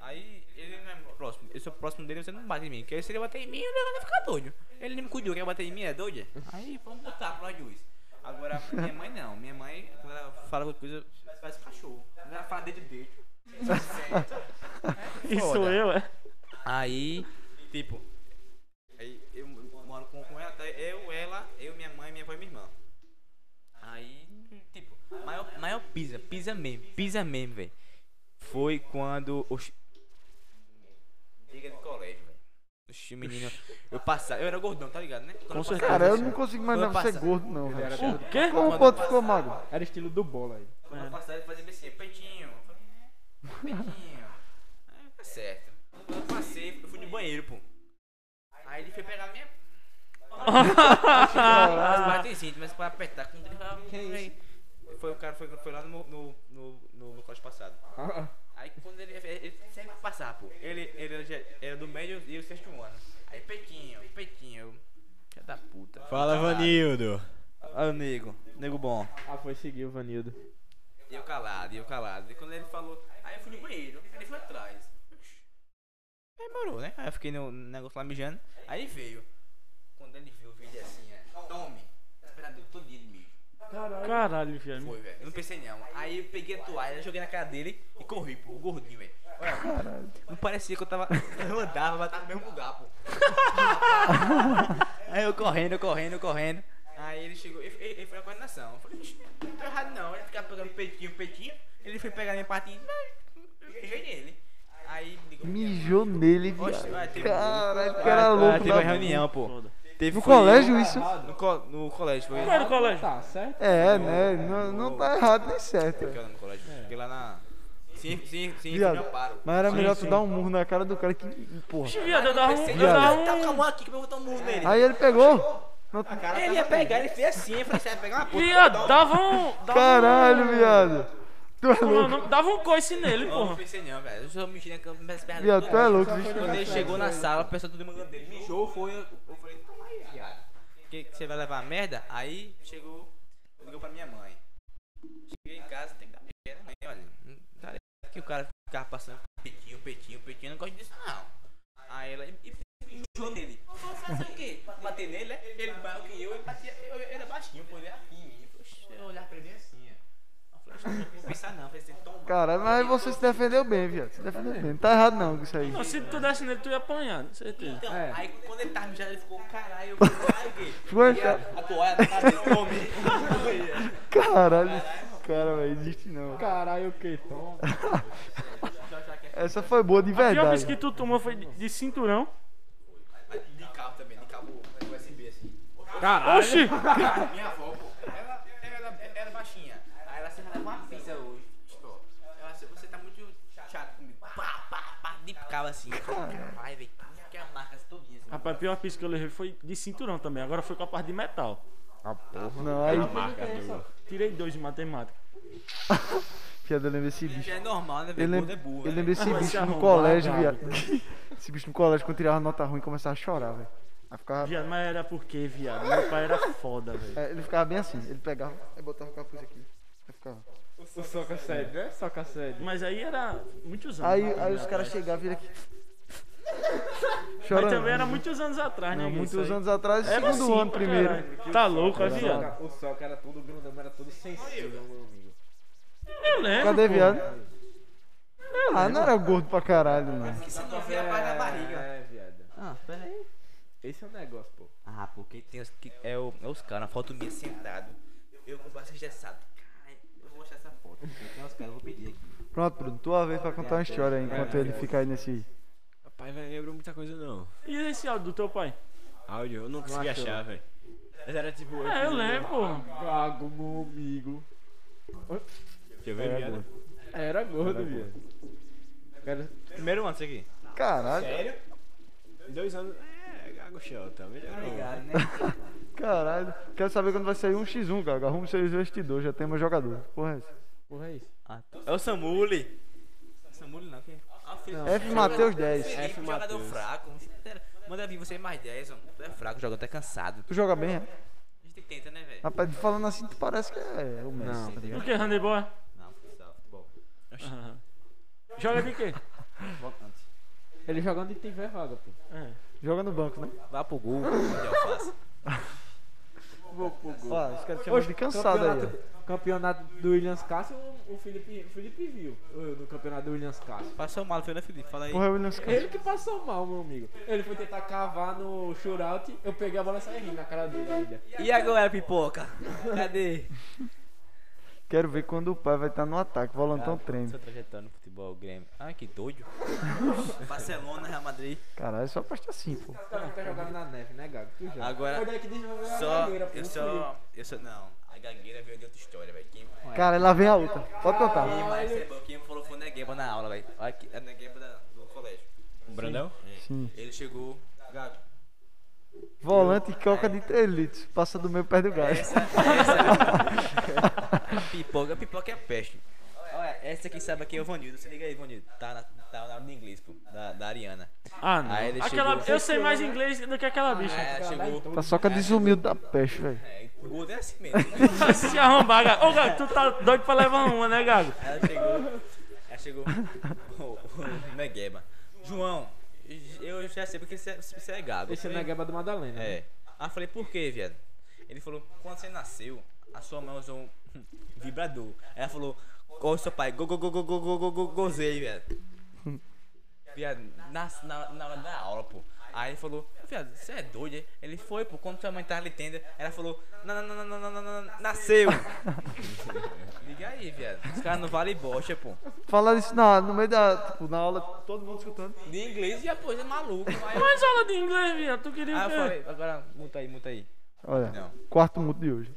Speaker 4: Aí, ele não é muito próximo. Eu sou próximo dele, você não bate em mim. Porque se ele bater em mim, ele vai ficar doido. Ele nem me cuidou, quer bater em mim, é doido? Aí, vamos botar pra juiz. Agora, minha mãe não. Minha mãe, quando ela fala alguma coisa, parece cachorro. Quando Ela fala dedo dele.
Speaker 3: Isso
Speaker 4: Foda.
Speaker 3: eu, é.
Speaker 4: Aí, tipo, aí eu moro com, com ela, tá? eu, ela, eu, minha mãe, minha avó e minha irmã. Aí, tipo, maior, maior pisa, pisa mesmo, pisa mesmo, velho. Foi quando os. Liga do colégio, velho. Oxi, menino, eu passava, eu era gordão, tá ligado, né? Quando eu passava-
Speaker 3: certeza.
Speaker 1: Cara, eu não consigo mais
Speaker 4: Foi
Speaker 1: não ser
Speaker 4: passar.
Speaker 1: gordo, não, velho.
Speaker 3: O quê?
Speaker 1: Como o ponto ficou magro?
Speaker 2: Era estilo do bola aí.
Speaker 4: Quando eu passava, ele fazia assim, peitinho. Eu falei, "É, Peitinho. Aí, tá certo. Eu passei, eu fui no banheiro, pô. Aí ele foi pegar minha. Mas batem sim, mas pra apertar com Foi o cara foi, foi lá no, no, no, no, no colégio passado. Aí quando ele, ele, ele sempre pra passar, pô. Ele, ele era, já- era do médio e o sexto ano. Aí peitinho, peitinho. Filha da puta.
Speaker 6: Fala, Vanildo.
Speaker 5: Olha o nego, nego bom.
Speaker 2: Ah, foi seguir o Vanildo.
Speaker 5: E eu calado, e eu calado. E quando ele falou, aí eu fui no banheiro, aí ele foi atrás. Aí morou, né? Aí eu fiquei no negócio lá mijando. Aí ele veio. Quando ele viu o vídeo assim, é, tome. Esperado todo dia de mijo.
Speaker 3: Caralho, velho.
Speaker 5: Foi, velho. Eu não pensei não. Aí eu peguei a toalha, joguei na cara dele e corri, pô. O gordinho, velho. Olha, Não parecia que eu tava. Eu andava, mas tava no mesmo lugar, pô. Aí eu correndo, correndo, correndo. Aí ele chegou, ele, ele- ele foi na coordenação. Eu falei, "Ixi, não tô errado não. Ele ficava pegando peitinho, peitinho. Ele foi pegar minha patinha, mas eu mijei nele. Aí ligou. minha mãe.
Speaker 1: Mijou nele,
Speaker 5: Oxe,
Speaker 1: viado.
Speaker 5: vai, teve-
Speaker 1: Caralho,
Speaker 5: Ah,
Speaker 1: que era
Speaker 5: ah,
Speaker 1: louco.
Speaker 5: Teve
Speaker 1: da-
Speaker 5: uma reunião, pô.
Speaker 3: Foda.
Speaker 5: Teve
Speaker 1: No
Speaker 5: foi eu-
Speaker 1: colégio isso?
Speaker 5: No, co- no colégio, foi.
Speaker 3: Como era o colégio?
Speaker 2: Tá, certo?
Speaker 1: É, né? Não, não tá errado nem certo.
Speaker 5: Porque
Speaker 1: velho.
Speaker 5: eu era no colégio. Fiquei lá na. Sim, sim, sim,
Speaker 1: Viado.
Speaker 5: eu paro.
Speaker 1: Mas era melhor tu
Speaker 3: sim.
Speaker 1: dar um murro na cara do cara que. Porra.
Speaker 3: Vixe, viado, eu dava um. Eu
Speaker 1: Viado.
Speaker 3: dava
Speaker 5: Tá com a
Speaker 3: um.
Speaker 5: mão aqui que eu vou botar um murro nele. tá
Speaker 1: Aí ele pegou.
Speaker 5: Ele ia pegar, ele fez assim, eu falei, você vai pegar uma porra.
Speaker 3: Viado, dava um. dava um-
Speaker 1: Caralho, viado. Tu é
Speaker 3: Como é o
Speaker 1: louco.
Speaker 3: nome? Dava um coice nele,
Speaker 5: Não, não
Speaker 3: porra.
Speaker 5: pensei não, velho. Eu só mexi na cama, minhas pernas.
Speaker 1: Viado, tu é louco.
Speaker 5: Quando ele chegou na sala, o pessoal tudo mandando dele. Mijou, foi. Eu eu falei, toma aí, viado. Que que você vai levar a merda? Aí chegou, ligou pra minha mãe. Cheguei em casa, tem que dar merda, mãe, olha. Não tá ligado Que o cara ficava passando petinho, petinho, petinho, eu não gosto disso não. Aí ela. E, e mijou nele. Eu falei, fazer o quê? Bater nele, né? Ele maior que eu, ele batia. Eu, eu era baixinho, pô, ele era aqui em mim. Poxa, eu olhar pra ele assim, ó. Eu falei, assim, "Acho que eu não vou pensar não, vai ser tão
Speaker 1: Caralho, mas você se defendeu bem, viado. Se defendeu bem. Não tá errado não com isso aí.
Speaker 3: Não, se tu desse nele, tu ia apanhar, com certeza.
Speaker 5: Então, aí quando ele tava mijando, ele ficou, caralho, eu caralho, o quê?
Speaker 1: Ficou
Speaker 5: E a, a toalha tá dentro do homem.
Speaker 1: Caralho, esse cara, velho, existe não.
Speaker 2: Caralho, o que, Tom?
Speaker 1: Essa foi boa de
Speaker 3: A pior vez que
Speaker 1: verdade.
Speaker 3: tu tomou foi de- de cinturão.
Speaker 5: De cabo também, de cabo USB assim.
Speaker 3: Oxi!
Speaker 5: Minha avó, pô, ela, ela, ela era baixinha. Aí ela sempre dava uma pizza hoje. Tipo, ela, assim, você tá muito chato comigo. Pá, pá, pá, de cabo assim. Vai, velho. Que a marca todinha assim.
Speaker 3: Rapaz, a pior pista que eu levei foi de cinturão também. Agora foi com a parte de metal.
Speaker 1: Não, aí,
Speaker 3: Tirei dois de matemática.
Speaker 1: piada, eu lembro esse bicho.
Speaker 5: Já é normal, né,
Speaker 1: Eu
Speaker 5: velho? Gordo é
Speaker 1: lembro,
Speaker 5: burro.
Speaker 1: eu
Speaker 5: né?
Speaker 1: lembro esse
Speaker 3: Vai se
Speaker 1: bicho no
Speaker 3: arrombar,
Speaker 1: colégio, viado.
Speaker 3: brabo.
Speaker 1: Esse bicho no colégio, quando tirava nota ruim, começava a chorar, velho. Aí ficava.
Speaker 3: Viado, mas era por quê, viado? Meu pai era foda, velho.
Speaker 1: é, ele ficava bem assim. Ele pegava e botava o capuz aqui. Aí ficava.
Speaker 2: O soca sede, né? Soca sede.
Speaker 3: Mas aí era muitos anos.
Speaker 1: Aí,
Speaker 3: né,
Speaker 1: aí os
Speaker 3: viado?
Speaker 1: caras chegavam e ele aqui.
Speaker 3: Mas
Speaker 1: Chorando.
Speaker 3: também era muitos anos atrás, né?
Speaker 1: Não,
Speaker 3: isso
Speaker 1: muitos
Speaker 3: aí?
Speaker 1: anos atrás,
Speaker 3: Era
Speaker 1: segundo
Speaker 3: assim,
Speaker 1: ano
Speaker 3: pra
Speaker 1: primeiro.
Speaker 3: caralho. Tá louco, é viado?
Speaker 2: O soca era todo grandão, era todo sensível, meu amigo.
Speaker 3: Eu lembro.
Speaker 1: Cadê,
Speaker 3: pô.
Speaker 1: viado? Ah, não era gordo pra caralho, não.
Speaker 5: Porque você não vê a parte da barriga.
Speaker 2: É, viado.
Speaker 5: Ah, pera aí.
Speaker 2: Esse é o negócio, pô.
Speaker 5: Ah, porque tem os que. É, o, é os caras, na foto minha sentado. Eu com o braço engessado. Ai, eu vou mostrar essa foto. porque Tem os caras, eu vou pedir aqui.
Speaker 1: Pronto, Bruno, tua vez pra contar uma história aí, enquanto ele fica aí nesse.
Speaker 6: Rapaz, velho, lembro muita coisa não.
Speaker 3: E esse áudio do teu pai?
Speaker 6: Áudio, eu não consegui achar, velho. Mas era tipo.
Speaker 3: É, eu lembro, pô.
Speaker 2: Gago, meu amigo.
Speaker 6: Deixa eu ver, viado.
Speaker 2: Era gordo, viado. Era...
Speaker 5: Primeiro ano, isso aqui.
Speaker 1: Caralho,
Speaker 6: Dois anos. É, Gago Shelton, melhorou.
Speaker 1: caralho. Quero saber quando vai sair um x1, cara. Arrume seus vestidores, já tem meu jogador. Porra, é essa.
Speaker 2: Porra, é isso.
Speaker 5: É o Samuli. Samuli não, quem? Ah, Felipe.
Speaker 1: F. Mateus 10.
Speaker 5: Felipe, um jogador fraco. Manda vir você mais 10, mano. Tu é fraco, jogador tá cansado.
Speaker 1: Tu joga bem, é?
Speaker 5: A gente tenta, né, velho?
Speaker 1: Rapaz, falando assim, tu parece que é o Messi. tá ligado?
Speaker 3: O que, handebol?
Speaker 5: Não, futsal, futebol.
Speaker 3: Ah. Joga de quê?
Speaker 5: Voltante.
Speaker 2: Ele jogando e tiver vaga, pô.
Speaker 3: É.
Speaker 1: Joga no banco, né?
Speaker 5: Vá pro gol. Onde eu faço?
Speaker 1: Ó, os caras te chamam de cansado aí,
Speaker 2: campeonato, campeonato do Williams Cássio, o o Felipe, o Felipe viu o- no campeonato do Williams Cássio.
Speaker 5: Passou mal, foi, né, Felipe? Fala
Speaker 1: ó.
Speaker 5: aí.
Speaker 1: Porra, eu não sei.
Speaker 2: Ele que passou mal, meu amigo. Ele foi tentar cavar no shootout, eu peguei a bola e saí rindo na cara dele né? ainda.
Speaker 5: E agora, pipoca? Cadê?
Speaker 1: Quero ver quando o pai vai estar no ataque. Volantão
Speaker 5: Sua
Speaker 1: treino.
Speaker 5: trajetória no futebol, Grêmio. Ai, que doido. Barcelona, Real Madrid.
Speaker 1: Caralho, só presta assim, pô.
Speaker 2: Os caras ficam tá jogando na neve, né, Gago? Tu joga.
Speaker 5: Agora,
Speaker 2: Foi daí que desenvolveu a
Speaker 5: só.
Speaker 2: gagueira, pô.
Speaker 5: Eu
Speaker 2: não fui eu.
Speaker 5: só. Eu só. Não, a gagueira veio de outra história, velho. Quem é
Speaker 1: Cara, lá vem a outra. Pode contar.
Speaker 5: mais é bom, quem falou foi o Negueba na aula, velho. Olha que é Negueba da- do colégio.
Speaker 6: Brandão?
Speaker 1: Sim.
Speaker 5: Ele chegou. Gago.
Speaker 1: Volante e coca de 3 litros. Passa É. do meio perto do gás.
Speaker 5: Pipoca, pipoca é peste. Olha
Speaker 4: Olha, essa quem sabe aqui é o Vanildo. Se liga aí, Vanildo. Tá na, tá na aula de inglês, pô. Da, da Ariana.
Speaker 3: Ah, não.
Speaker 4: Aí ele
Speaker 3: Aquela,
Speaker 4: chegou-
Speaker 3: eu sei mais inglês do que aquela bicha.
Speaker 5: É,
Speaker 4: Aí ela
Speaker 2: então?
Speaker 4: chegou.
Speaker 1: Tá só com a desumilde da peste, velho.
Speaker 4: É, o gordo é assim mesmo.
Speaker 3: Vai se arrombar, Gago. Ô, Gago, tu tá doido pra levar uma, né, Gago?
Speaker 4: Ela chegou. Ela chegou. O Negueba. João, eu já sei porque você você é gago.
Speaker 2: Esse é
Speaker 4: Eu
Speaker 2: na
Speaker 4: falei,
Speaker 2: Gueba do Madalena.
Speaker 4: É. Aí eu falei, por que, viado? Ele falou, quando você nasceu, a sua mãe usou um vibrador. Aí ela falou, qual o seu pai? Go, go, go, go, go, go, go, go, gozei, viado. Viado, na, na, na hora da aula, pô. Aí ele falou, viado, você é doido, é? Ele foi, pô, quando sua mãe tava lhe tendo, ela falou, não, não, não, não, não, não, não, não, nasceu. Liga aí, viado. Os caras não valem bocha, pô.
Speaker 1: Falaram isso na, no meio da. Tipo, na aula, todo mundo escutando.
Speaker 4: De inglês, já, pô, é maluco. Aí,
Speaker 3: Mas aula de inglês, minha, tu queria
Speaker 4: aí
Speaker 3: o
Speaker 4: eu
Speaker 3: quê?
Speaker 4: falei, agora, muta aí, muta aí.
Speaker 1: Olha,
Speaker 4: Não.
Speaker 1: quarto mundo de hoje.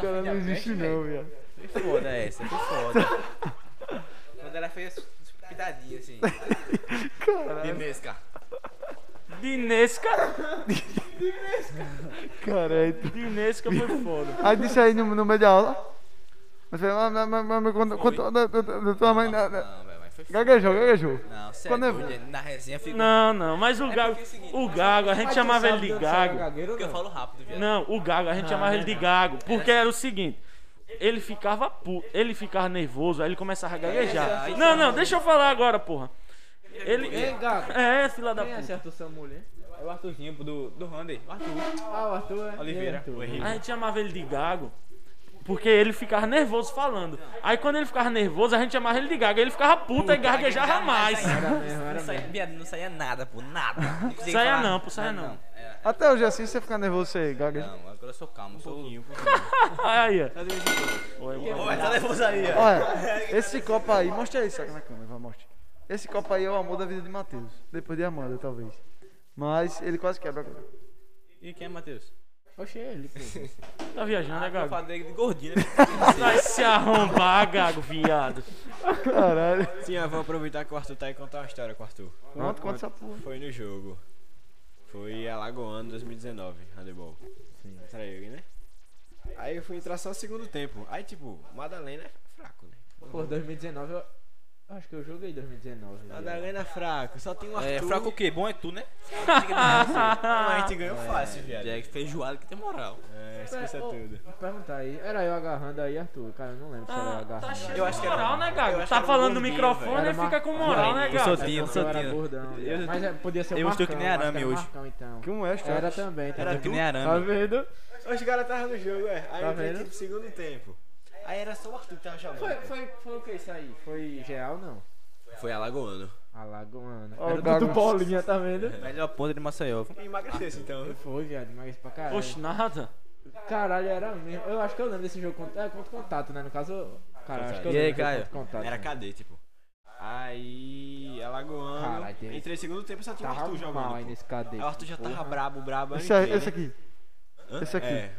Speaker 1: Cara, não existe não, viado.
Speaker 4: Foi foda essa, foi foda. Quando ela fez as pitadinhas assim. Caralho. Dinesca.
Speaker 3: Dinesca?
Speaker 1: Caralho.
Speaker 3: Dinesca foi foda.
Speaker 1: é Aí disse aí no, no meio da aula. Mas falei, mas, mas, mas, mas quando, quando a tua mãe. na- na-
Speaker 4: Não, velho, mas foi foda.
Speaker 1: Gaguejou, gaguejou.
Speaker 4: Não,
Speaker 1: Quando é-
Speaker 4: sério. doido, Na resenha ficou.
Speaker 3: Não, não, mas É o Gago. O Gago, a gente chamava ele de Gago. Ah,
Speaker 2: Gagueiro,
Speaker 4: Porque eu
Speaker 2: não.
Speaker 4: falo rápido, viado.
Speaker 3: Não, o Gago, a gente chamava ele de Gago. Porque era o seguinte. Ele ficava puto, ele ficava nervoso, aí ele começava a gaguejar. Não, não, deixa eu falar agora, porra. Ele.
Speaker 2: Ei, Gago.
Speaker 3: É, fila da
Speaker 2: Quem é esse
Speaker 3: puta.
Speaker 2: Arthur Samuel, hein?
Speaker 4: É o Arthurzinho pô, do, do Randy. O Arthur.
Speaker 2: Ah, o Arthur é.
Speaker 4: Oliveira.
Speaker 2: Ei, Arthur.
Speaker 4: O Henrique.
Speaker 3: A gente chamava ele de Gago. Porque ele ficava nervoso falando. Aí quando ele ficava nervoso, a gente chamava ele de Gago. Aí Ele ficava puta e gaguejava mais.
Speaker 2: Era mesmo, era
Speaker 4: Não saía, viado, não saía nada, pô, nada. Não conseguia
Speaker 3: Saia
Speaker 4: falar.
Speaker 3: não, pô, saia não.
Speaker 4: É,
Speaker 1: Até hoje assim, você fica nervoso, você gagueja.
Speaker 4: Não, agora eu sou calmo, um pouquinho.
Speaker 3: Ah, Aí, ó.
Speaker 4: Olha, tá nervoso aí, ó.
Speaker 1: Olha, esse copo aí, mostra aí, saca na câmera, é, vai, mostra. Esse copo aí é o amor da vida de Matheus. Depois de Amanda, talvez. Mas ele quase quebra agora.
Speaker 4: E quem é Matheus?
Speaker 2: Oxe, ele, pô.
Speaker 3: Tá viajando, né,
Speaker 4: Ah, Eu
Speaker 3: Gago?
Speaker 4: falo dele de gordinho, né?
Speaker 3: Vai se arrombar, Gago, viado.
Speaker 1: Caralho.
Speaker 6: Sim, eu vou aproveitar que o Arthur tá aí e contar uma história com o Arthur.
Speaker 1: Pronto, conta essa porra.
Speaker 6: Foi no jogo. Foi Alagoano 2019, handebol. Sim. Contra ele, né? Aí eu fui entrar só no segundo tempo. Aí, tipo, Madalena é fraco, né?
Speaker 2: Pô, 2019 eu. eu Acho que eu joguei 2019.
Speaker 4: Ah,
Speaker 2: né?
Speaker 6: Madalena é fraco, só tem um Arthur.
Speaker 4: É, fraco o quê? Bom é tu, né? É,
Speaker 6: a gente ganhou fácil, viado.
Speaker 4: Jack feijoada que tem moral.
Speaker 6: É, esqueça
Speaker 2: ô,
Speaker 6: tudo.
Speaker 2: Vou perguntar aí. Era eu agarrando aí, Arthur? Cara, eu não lembro se
Speaker 4: Ah,
Speaker 2: era eu
Speaker 3: Tá,
Speaker 2: agarrando.
Speaker 3: tá cheio
Speaker 4: Eu acho
Speaker 3: de
Speaker 4: que era-
Speaker 3: moral, né, Gago?
Speaker 4: acho que
Speaker 3: Tá
Speaker 4: era um
Speaker 3: falando no
Speaker 4: gordinho,
Speaker 3: microfone
Speaker 2: velho.
Speaker 3: e fica com
Speaker 4: Era
Speaker 3: moral,
Speaker 4: uma-
Speaker 3: né,
Speaker 4: Eu sou
Speaker 3: Gago?
Speaker 4: de-
Speaker 2: Então,
Speaker 4: Tinha, só
Speaker 2: eu era
Speaker 4: tinha.
Speaker 2: gordão.
Speaker 4: Eu-
Speaker 2: Mas é, podia ser o
Speaker 4: eu
Speaker 2: Marcão.
Speaker 4: estou que nem
Speaker 2: acho
Speaker 4: arame
Speaker 2: era
Speaker 4: hoje.
Speaker 2: Marcão, então.
Speaker 1: Que um extra.
Speaker 2: Era também, tá
Speaker 4: Era
Speaker 2: vendo?
Speaker 4: que nem
Speaker 2: Tá
Speaker 4: arame.
Speaker 2: vendo?
Speaker 6: Os caras estavam no jogo, é. Aí
Speaker 2: Tá
Speaker 6: eu entrei
Speaker 2: vendo?
Speaker 6: aqui no segundo tempo. Aí era só o Arthur que tava jogando.
Speaker 2: Foi, foi, foi o que isso aí? Foi geral, não?
Speaker 4: Foi Alagoano.
Speaker 2: Alagoana.
Speaker 1: Ó, o
Speaker 2: Era
Speaker 1: Gago.
Speaker 2: tudo bolinha, tá vendo?
Speaker 4: Melhor ponta de Maceió. viu?
Speaker 6: Emagrecesse então. viu?
Speaker 2: Foi, viado, mas pra caralho.
Speaker 3: Oxe, nada.
Speaker 2: Caralho, era mesmo. Eu acho que eu lembro desse jogo contra, é, contra contato, né? No caso, cara, acho que eu
Speaker 4: E aí,
Speaker 2: lembro desse
Speaker 4: Caio?
Speaker 2: contra contato.
Speaker 6: Era
Speaker 2: né?
Speaker 6: cadete, pô. Aí, Alagoano.
Speaker 2: Caralho, teve-
Speaker 6: Entrei no segundo tempo só tinha o
Speaker 2: Tava
Speaker 6: Arthur
Speaker 2: mal aí
Speaker 6: jogando. pô.
Speaker 2: nesse
Speaker 6: Aí
Speaker 2: cadeia.
Speaker 4: É
Speaker 6: o Arthur já tava brabo, brabo. aí eu
Speaker 1: Esse, aí-
Speaker 6: entrei,
Speaker 1: é- esse
Speaker 6: né?
Speaker 1: aqui.
Speaker 6: Hã?
Speaker 1: esse aqui.
Speaker 6: É.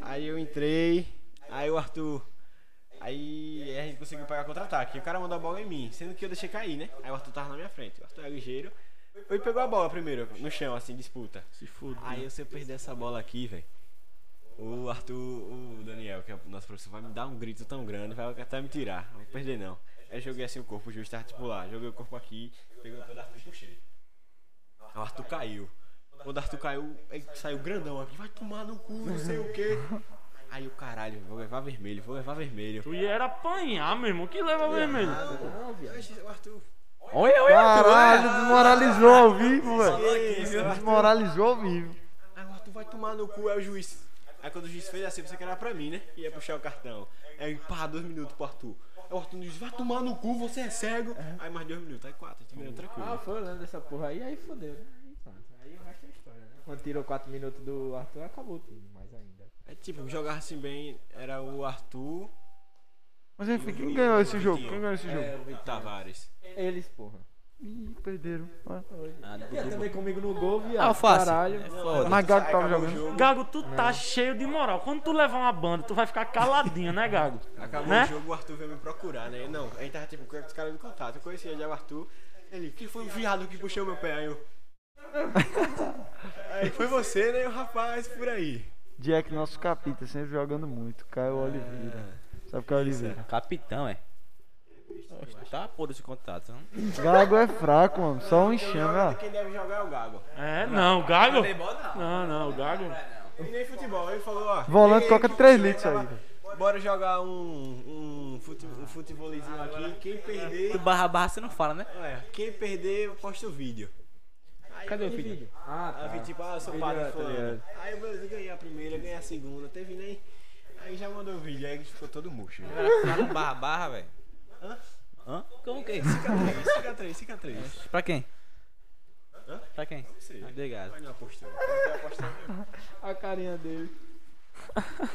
Speaker 6: Aí eu entrei, aí o Arthur. Aí a gente conseguiu pagar contra-ataque. E o cara mandou a bola em mim, sendo que eu deixei cair, né? Aí o Arthur tava na minha frente. O Arthur é ligeiro. Ele pegou a bola primeiro, no chão, assim, disputa.
Speaker 3: Se fudeu.
Speaker 6: Aí eu, se eu perder essa bola aqui, velho. O Arthur, o Daniel, que é o nosso professor, vai me dar um grito tão grande, vai até me tirar. Não vou perder, não. Aí eu joguei assim o corpo, o juiz tava tipo lá. Joguei o corpo aqui, peguei o pé do Arthur e puxei. Aí o Arthur caiu. Quando o Arthur caiu, ele saiu grandão aqui, vai tomar no cu, não sei o quê. Aí o caralho, vou levar vermelho, vou levar vermelho.
Speaker 3: Tu ia era apanhar, meu irmão. Que leva vermelho?
Speaker 2: Não, viado.
Speaker 6: O Arthur.
Speaker 2: Olha, olha.
Speaker 1: Caralho, desmoralizou ao vivo, velho.
Speaker 6: Isso, o Arthur.
Speaker 1: Desmoralizou ao vivo.
Speaker 6: Aí o Arthur vai tomar no cu, é o juiz. Aí quando o juiz fez assim, você que era pra mim, né? Ia puxar o cartão. Aí pá, dois minutos pro Arthur. Aí o Arthur diz, vai tomar no cu, você é cego. Aí mais dois minutos, aí quatro, a gente virou
Speaker 2: Ah,
Speaker 6: tranquilo.
Speaker 2: foi, eu lembro dessa porra aí, aí fodeu, né? Aí pronto. Aí o resto é história, né? Quando tirou 4 minutos do Arthur, acabou tudo, mais ainda.
Speaker 6: É tipo, jogava assim bem, era o Arthur
Speaker 1: Mas enfim, quem ganhou esse jogo? Quem ganhou esse jogo?
Speaker 2: É, o
Speaker 6: e o
Speaker 2: Vitor.
Speaker 6: Tavares.
Speaker 2: Eles, porra.
Speaker 1: Ih, perderam. Ué.
Speaker 4: Ah, do-
Speaker 2: Ia
Speaker 4: do-
Speaker 2: também comigo no gol, viado.
Speaker 4: Ah, eu faço.
Speaker 2: Caralho.
Speaker 4: É foda.
Speaker 1: Mas Gago
Speaker 6: Aí
Speaker 1: tava
Speaker 6: acabou o
Speaker 1: jogando.
Speaker 6: jogo,
Speaker 3: Gago, tu tá cheio de moral. Quando tu levar uma banda, tu vai ficar caladinho, né, Gago?
Speaker 6: Acabou
Speaker 3: Né?
Speaker 6: o jogo, o Arthur veio me procurar, né? Não, aí tava tipo, com os caras me contato. Eu conhecia já o Arthur. Ele, quem foi o viado que puxou meu pé? Aí eu, Aí foi você, né? E o rapaz por aí.
Speaker 1: Jack, nosso capita, sempre jogando muito. Caio Oliveira. Sabe Caio Oliveira?
Speaker 5: Capitão, é. Tá por esse contato, não?
Speaker 1: Gago é fraco, mano. Só um enxame, ó.
Speaker 6: Quem deve jogar é o Gago.
Speaker 3: É, não, o Gago.
Speaker 5: Futebol não.
Speaker 3: Não, não, o Gago.
Speaker 6: E nem futebol, ele falou, ó.
Speaker 1: Volante
Speaker 6: ei,
Speaker 1: coca
Speaker 6: que
Speaker 1: 3
Speaker 6: você
Speaker 1: litros
Speaker 6: acaba-
Speaker 1: aí, velho.
Speaker 6: Bora jogar um, um, fute, um futebolizinho aqui. Quem perder.
Speaker 5: Tu barra barra você não fala, né?
Speaker 6: Ué, quem perder, eu posto o vídeo.
Speaker 2: Cadê o filho? Ah,
Speaker 6: Aí vi,
Speaker 2: tá.
Speaker 6: tipo, ah, eu sou padre fulano. Aí eu beleza, ganhei a primeira, ganhei a segunda, teve nem. Aí já mandou o vídeo, aí ficou todo murcho. já.
Speaker 5: Fala um barra barra, velho.
Speaker 6: Hã?
Speaker 5: Hã? Como que é isso?
Speaker 6: Cicatriz, cicatriz, cicatriz.
Speaker 5: Pra quem?
Speaker 6: Hã?
Speaker 5: Pra quem? Tá
Speaker 6: sei.
Speaker 5: Obrigado.
Speaker 6: Vai não apostou. Não quer apostar, não.
Speaker 2: A carinha dele.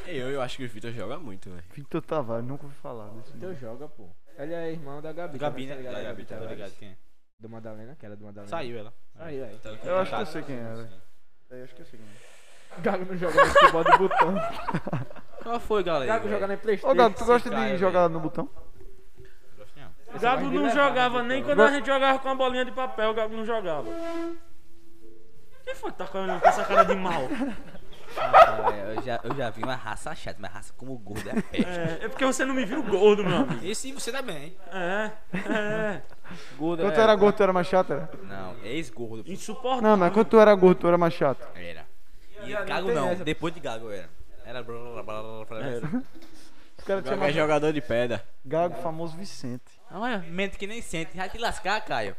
Speaker 6: Eu, eu acho que o Vitor joga muito, velho.
Speaker 1: Vitor Tavares, nunca ouvi falar desse
Speaker 2: Então
Speaker 1: nome.
Speaker 2: joga, pô. Ele é irmão da Gabi.
Speaker 5: Gabi,
Speaker 2: também,
Speaker 5: né?
Speaker 2: tá ligado?
Speaker 5: Da Gabi, tá
Speaker 2: Tavares.
Speaker 5: ligado quem é.
Speaker 2: Do Madalena, que era do Madalena.
Speaker 5: Saiu ela.
Speaker 2: Saiu, aí.
Speaker 1: Eu acho que eu sei quem é, velho. Eu acho que eu sei quem é.
Speaker 2: Gago não joga no futebol do botão.
Speaker 5: Qual foi, galera?
Speaker 2: Gago joga na
Speaker 1: Ô,
Speaker 2: Playstation.
Speaker 1: Gago, tu gosta
Speaker 5: Caio,
Speaker 1: de jogar no botão?
Speaker 3: O Gago não jogava nem quando a gente jogava com a bolinha de papel, o Gago não jogava. Quem foi que tá olhando com essa cara de mal?
Speaker 5: Ah, velho, eu, já, eu já vi uma raça chata, mas raça como gordo é peste.
Speaker 3: É, é porque você não me viu gordo, meu amigo.
Speaker 5: E se você tá bem, hein?
Speaker 3: É, é.
Speaker 5: Gordo
Speaker 1: Quando
Speaker 5: é-
Speaker 1: tu era gordo, tu era mais chato, era?
Speaker 5: Não, ex-gordo. pô.
Speaker 3: Insuportável.
Speaker 1: Não, mas quando tu era gordo, tu era mais chato.
Speaker 5: Era. E Gago
Speaker 2: tem
Speaker 5: não,
Speaker 2: essa.
Speaker 5: depois de Gago era. Era. blá, blá, blá, blá, blá, blá.
Speaker 1: Os caras te chamam
Speaker 6: É jogador de pedra.
Speaker 1: Gago, famoso Vicente.
Speaker 5: Ah, Olha, mente que nem sente. Vai te lascar, Caio.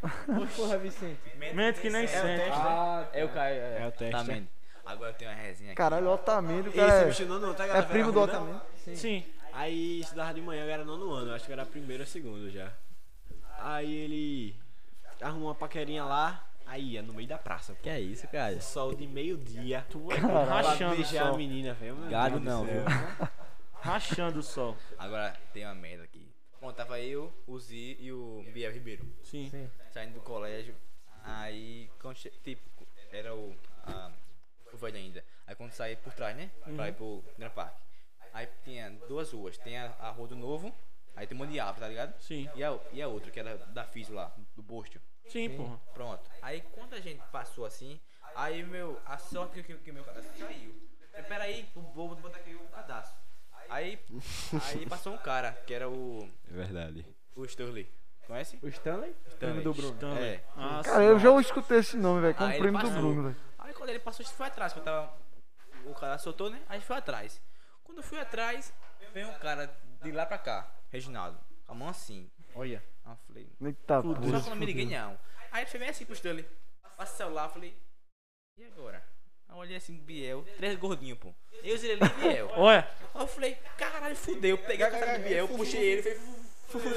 Speaker 2: Porra, Vicente.
Speaker 3: Mente que nem sente.
Speaker 2: Ah,
Speaker 5: É o Caio. É,
Speaker 6: É o teste,
Speaker 5: Tá
Speaker 6: é.
Speaker 5: vendo? Agora eu tenho uma resenha aqui.
Speaker 1: Caralho, o Otamendi, o
Speaker 6: Esse
Speaker 1: cara
Speaker 6: bicho não, não, tá
Speaker 1: é, é
Speaker 6: galera?
Speaker 1: primo do Otamendi.
Speaker 3: Sim.
Speaker 6: Aí estudava de manhã, eu era nono ano, eu acho que era primeiro ou segundo já. Aí ele arrumou uma paquerinha lá, aí ia no meio da praça. pô.
Speaker 5: Que é isso, Caio?
Speaker 6: Sol de meio-dia. Tu
Speaker 3: Rachando o
Speaker 6: beijar a
Speaker 3: sol.
Speaker 6: menina, velho. Meu
Speaker 5: Gado
Speaker 6: Deus do
Speaker 5: não,
Speaker 6: céu.
Speaker 3: Rachando o sol.
Speaker 5: Agora tem uma merda aqui. Bom, tava eu, o Zi e o Biel Ribeiro
Speaker 3: Sim.
Speaker 5: saindo do colégio. Aí, quando che... tipo, era o, a- o velho ainda. Aí quando saí por trás, né?
Speaker 4: Uhum.
Speaker 5: Pra ir pro Grand Park. Aí tinha duas ruas. Tem a, a Rua do Novo, aí tem um monte de árvore, tá ligado?
Speaker 3: Sim.
Speaker 5: E a, e a outra, que era da Físio lá, do Bosto.
Speaker 3: Sim, porra.
Speaker 5: Pronto. Aí quando a gente passou assim, aí meu, a sorte que, que meu cadastro saiu. Eu, Peraí, pô, vou botar aqui o cadastro. Aí, aí passou um cara, que era o,
Speaker 6: É verdade.
Speaker 5: o Stanley. Conhece?
Speaker 2: o Stanley?
Speaker 5: Stanley.
Speaker 2: do Bruno.
Speaker 3: Então,
Speaker 5: É.
Speaker 3: nossa.
Speaker 1: Cara, eu já escutei esse nome, velho, como
Speaker 5: Aí ele
Speaker 1: primo do
Speaker 5: passou.
Speaker 1: Bruno, velho.
Speaker 5: Aí quando ele passou, a gente foi atrás, que eu tava. O cara soltou, né? Aí foi atrás. Quando eu fui atrás, veio um cara de lá pra cá, Reginaldo. Com a mão assim.
Speaker 2: Olha.
Speaker 5: Aí eu falei,
Speaker 1: Eita,
Speaker 5: só
Speaker 1: porra.
Speaker 5: que eu não me liguei não. tá Aí ele foi bem assim pro Stanley. Passa o celular, eu falei, e agora? Aí eu olhei assim, Biel, três gordinhos, pô. Eu zerei ali, Biel.
Speaker 3: Olha,
Speaker 5: Aí eu falei, caralho, fudeu. Peguei a caçada do Biel, puxei ele, falei, fu- fu- fu-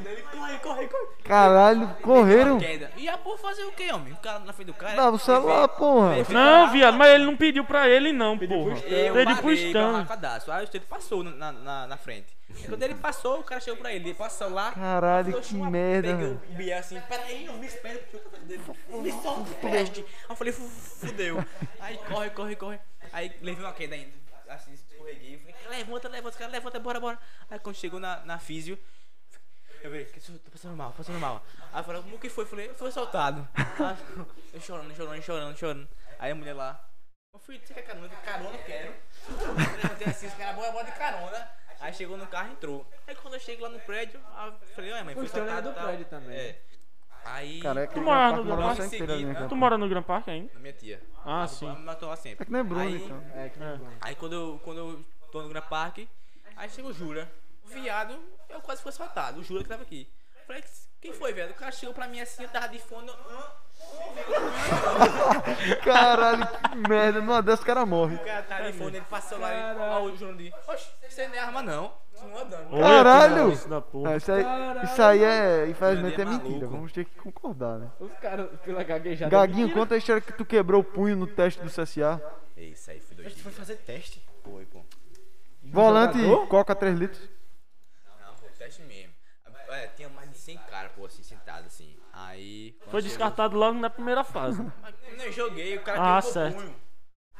Speaker 5: dele, corre, corre, corre.
Speaker 1: Caralho, correram.
Speaker 5: Queda. E a porra fazer o quê, homem? O cara na frente do cara.
Speaker 1: Dá o celular, porra.
Speaker 3: não, viado, mas ele não pediu pra ele, não, porra.
Speaker 5: Eu
Speaker 3: Pediu pro
Speaker 5: parei pra arrumar
Speaker 3: Stan.
Speaker 5: cadastro. Aí o Stanley passou na, na- na, na frente. Quando ele passou, o cara chegou pra ele. Ele passou lá.
Speaker 1: Caralho,
Speaker 5: eu
Speaker 1: que é
Speaker 5: uma-
Speaker 1: merda,
Speaker 5: Peguei
Speaker 1: velho.
Speaker 5: o Biel assim, peraí, não me espera. porque eu tô dele. Me solta, peste. Aí eu falei, "Fu- fu- fudeu. Aí corre, corre, corre. Aí levei uma queda ainda. Assim, escorreguei. Falei, levanta, levanta, os caras levanta, bora, bora. Aí quando chegou na, na físio, eu falei, que isso, tô passando mal, passando mal. Aí eu falei, o que foi? Eu falei, eu fui assaltado. Aí Eu chorando, chorando, chorando, chorando. Aí a mulher lá, meu filho, você quer carona? Eu falei, Carona, eu quero. Eu Levantei assim, os caras, bora, bora de carona. Aí chegou no carro e entrou. Aí quando eu chego lá no prédio, aí eu falei, olha mãe, foi
Speaker 2: O Stanley é
Speaker 5: assaltado
Speaker 2: do
Speaker 5: e tal."
Speaker 2: prédio também.
Speaker 5: É. Aí,
Speaker 1: Cara, é que
Speaker 3: Tu
Speaker 1: ele
Speaker 3: mora
Speaker 1: já
Speaker 3: no
Speaker 1: morou
Speaker 5: Brasil?
Speaker 1: só inteira ali, né, cara?
Speaker 3: Tu mora no Grand Park ainda?
Speaker 5: na minha tia.
Speaker 3: Ah,
Speaker 5: Ela
Speaker 3: sim.
Speaker 5: me matou lá sempre.
Speaker 1: É que não é Bruno,
Speaker 5: Aí-
Speaker 1: então.
Speaker 2: É, que nem o Bruno.
Speaker 5: Aí quando eu, quando eu tô no Gran Park, aí chega o Jura. Viado, eu quase fui assaltado. O Jura que tava aqui. Falei, quem foi, viado? O cara chegou pra mim assim, eu tava de fone. eu, "Hã?"
Speaker 1: Caralho, que merda. Numa dessas, o cara morre.
Speaker 5: O cara tava de fone, ele passou lá e ó, o Jura disse, oxe, você não é arma não. Não andando.
Speaker 3: Olha que
Speaker 1: Caralho!
Speaker 3: maluco da porra.
Speaker 1: Ah, isso, aí, isso aí é,
Speaker 5: Grande
Speaker 1: infelizmente,
Speaker 5: é
Speaker 1: é mentira.
Speaker 5: maluco.
Speaker 1: Vamos ter que concordar, né?
Speaker 2: Os caras, pela gaguejada.
Speaker 1: Gaguinho, conta a história que tu quebrou o punho no teste do CSA.
Speaker 5: Isso aí, foi dois
Speaker 6: Tu foi
Speaker 5: dias.
Speaker 6: fazer teste?
Speaker 5: Foi, pô.
Speaker 1: Volante, coca 3 litros.
Speaker 5: Não, foi teste mesmo. É, tinha mais de 100 caras, pô, assim, sentado assim. Aí... quando
Speaker 3: Foi
Speaker 5: chegou-
Speaker 3: descartado logo na primeira fase. né?
Speaker 5: Mas quando eu joguei, o cara
Speaker 3: Ah,
Speaker 5: pegou
Speaker 3: certo.
Speaker 5: punho.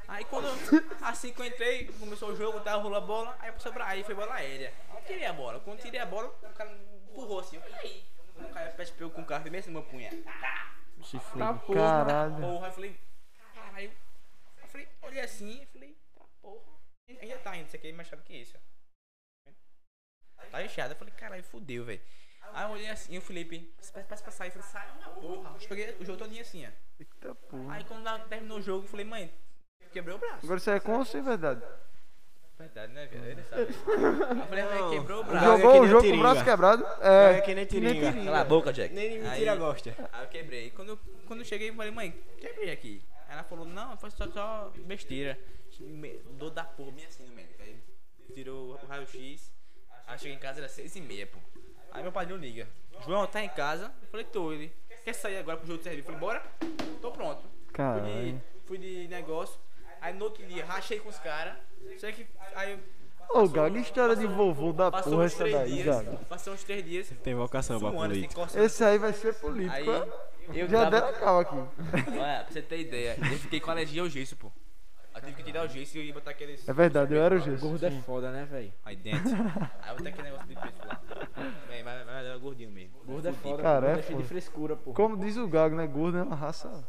Speaker 5: Aí quando eu- assim que eu entrei, começou o jogo, tava rolando a bola, aí passou pra aí, foi bola aérea. Aí Eu tirei a bola. Quando eu tirei a bola, o cara empurrou assim, eu caí. Quando o cara pegou com o carro de mesmo meu assim, punha.
Speaker 3: Se
Speaker 1: Tá
Speaker 3: foda.
Speaker 1: porra, Caralho.
Speaker 5: Porra, eu falei, caralho. Eu falei, olhei assim, eu falei, tá porra. Ainda tá ainda, isso aqui é mais chato que isso. ó. Tá recheado. Eu falei, caralho, fudeu, velho. Aí eu olhei assim, o Felipe, passa passa pra sair. Eu falei, sai na porra. Eu peguei o jogo todinho assim, ó.
Speaker 1: Eita porra.
Speaker 5: Aí quando lá terminou o jogo, eu falei, mãe, quebrou o braço.
Speaker 1: Agora você é com ou sem verdade?
Speaker 5: Verdade, né, velho? Ele sabe. Eu falei, velho, quebrou o braço.
Speaker 6: Joga que
Speaker 1: Jogou o
Speaker 6: nem
Speaker 1: jogo com o
Speaker 6: Tiringa.
Speaker 1: braço quebrado?
Speaker 6: É,
Speaker 1: É.
Speaker 6: que nem tiringa.
Speaker 5: Cala a boca, Jack.
Speaker 6: Nem me
Speaker 5: Aí-
Speaker 6: tira gosta.
Speaker 5: Aí eu quebrei. Quando eu, quando eu cheguei, eu falei, mãe, quebrei aqui. Aí ela falou, não, foi só, só besteira. Me- Dor da porra, bem assim no médico. Aí tirou o raio-x. Aí cheguei em casa, era seis e meia, pô. Aí meu padrinho liga. João, tá em casa? Eu falei, tô. Ele, quer sair agora pro jogo de serviço? Eu falei, bora? Tô pronto. Fui de,
Speaker 1: Caralho.
Speaker 5: fui de negócio. Aí no outro dia, rachei com os caras. Só que aí...
Speaker 1: Ô, Gago, que história de vovô da
Speaker 5: Passou
Speaker 1: porra
Speaker 5: uns
Speaker 1: essa
Speaker 5: três
Speaker 1: daí,
Speaker 5: dias.
Speaker 1: Gago.
Speaker 5: Passou uns três dias.
Speaker 6: Tem vocação pra
Speaker 5: Um ano sem
Speaker 6: política.
Speaker 5: coçar.
Speaker 1: Esse aí vai ser
Speaker 5: Aí...
Speaker 1: político, é?
Speaker 5: Eu
Speaker 1: Já
Speaker 5: tava-
Speaker 1: deram a cal aqui.
Speaker 5: Olha, pra você ter ideia, eu fiquei com alergia ao gesso, pô. Eu tive que tirar o gesso e botar aqueles.
Speaker 1: É verdade, eu era o Jesus.
Speaker 2: Gordo é foda, né, velho?
Speaker 5: Aí dentro. Aí eu botar aquele negócio de peso lá. Vem, vai, vai, vai, é gordinho mesmo.
Speaker 2: Gordo é foda.
Speaker 1: Cara,
Speaker 2: gordo
Speaker 1: é
Speaker 2: é cheio de
Speaker 1: foda.
Speaker 2: frescura, pô.
Speaker 1: Como diz o Gago, né? Gordo é uma raça.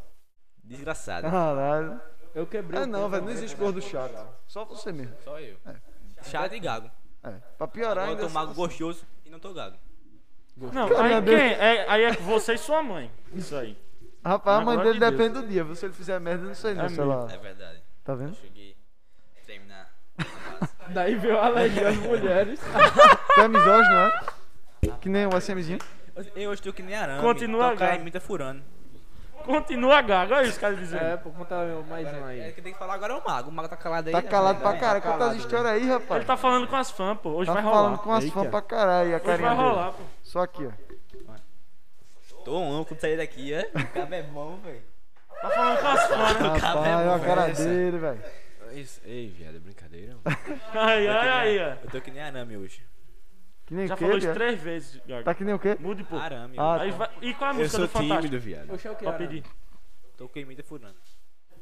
Speaker 5: Desgraçado.
Speaker 1: Caralho.
Speaker 2: Eu quebrei
Speaker 1: É
Speaker 2: o
Speaker 1: não,
Speaker 2: pé,
Speaker 1: velho, não
Speaker 2: eu
Speaker 1: existe
Speaker 2: quebrei
Speaker 1: gordo chato. Só você mesmo.
Speaker 5: Só eu. Chato e gago.
Speaker 1: É. Pra piorar
Speaker 5: Eu
Speaker 1: ainda.
Speaker 5: tô mago gostoso e não tô gago.
Speaker 3: Não,
Speaker 1: Cara,
Speaker 3: aí
Speaker 1: Deus.
Speaker 3: quem? É, aí é você e sua mãe. Isso aí.
Speaker 1: Rapaz, a
Speaker 3: Mas
Speaker 1: mãe
Speaker 3: glória
Speaker 1: dele
Speaker 3: de
Speaker 1: depende do dia. viu? Se ele fizer merda, eu não sei não,
Speaker 3: É
Speaker 1: sei lá.
Speaker 5: É verdade.
Speaker 1: Tá vendo?
Speaker 5: Cheguei. Terminar.
Speaker 2: Daí veio a alergia às mulheres.
Speaker 1: Tu é misógino, é? Que nem o SMzinho.
Speaker 5: Eu hoje tô que nem arame.
Speaker 3: Continua
Speaker 5: tocar
Speaker 3: gago.
Speaker 5: em mim tá furando.
Speaker 3: Continua gago, olha isso, cara dizendo.
Speaker 2: é, pô, conta mais um
Speaker 5: É
Speaker 2: aí.
Speaker 5: que tem que falar agora é o mago. O mago tá calado aí.
Speaker 1: Tá
Speaker 5: né?
Speaker 1: calado pra
Speaker 5: Tá
Speaker 1: caralho.
Speaker 2: tá
Speaker 1: Conta as
Speaker 2: calado,
Speaker 1: histórias aí,
Speaker 3: Ele
Speaker 1: rapaz.
Speaker 3: tá falando com as fãs, pô. Hoje
Speaker 1: Tá
Speaker 3: vai rolar.
Speaker 1: falando com as fãs
Speaker 6: Eita.
Speaker 1: pra caralho. A
Speaker 3: Hoje
Speaker 1: carinha
Speaker 3: vai
Speaker 1: dele.
Speaker 3: rolar, pô.
Speaker 1: Só aqui, ó.
Speaker 5: Tô um quando sair daqui, é? O cabo é bom, velho.
Speaker 3: Tá falando com as fãs, né?
Speaker 1: Rapaz, olha Tá a cara
Speaker 6: essa.
Speaker 1: dele, velho.
Speaker 6: Isso- Ei, viado, é brincadeira?
Speaker 1: Tá
Speaker 3: Aí, aí, aí, ó.
Speaker 5: Eu tô que nem arame hoje.
Speaker 1: né? Que nem
Speaker 3: Já
Speaker 1: o
Speaker 3: falou
Speaker 1: quê,
Speaker 3: isso
Speaker 1: viado?
Speaker 3: três vezes, gago.
Speaker 1: Tá que nem o quê?
Speaker 3: Mude, pô.
Speaker 5: Arame.
Speaker 1: Ah,
Speaker 3: Aí
Speaker 1: tá.
Speaker 3: vai- E qual é a
Speaker 6: Eu
Speaker 3: música
Speaker 6: sou
Speaker 3: do Fantástico?
Speaker 6: tímido, viado.
Speaker 2: Oxe, é o que,
Speaker 3: Pra
Speaker 2: Arana?
Speaker 3: pedir.
Speaker 5: Tô que em mim tá furando.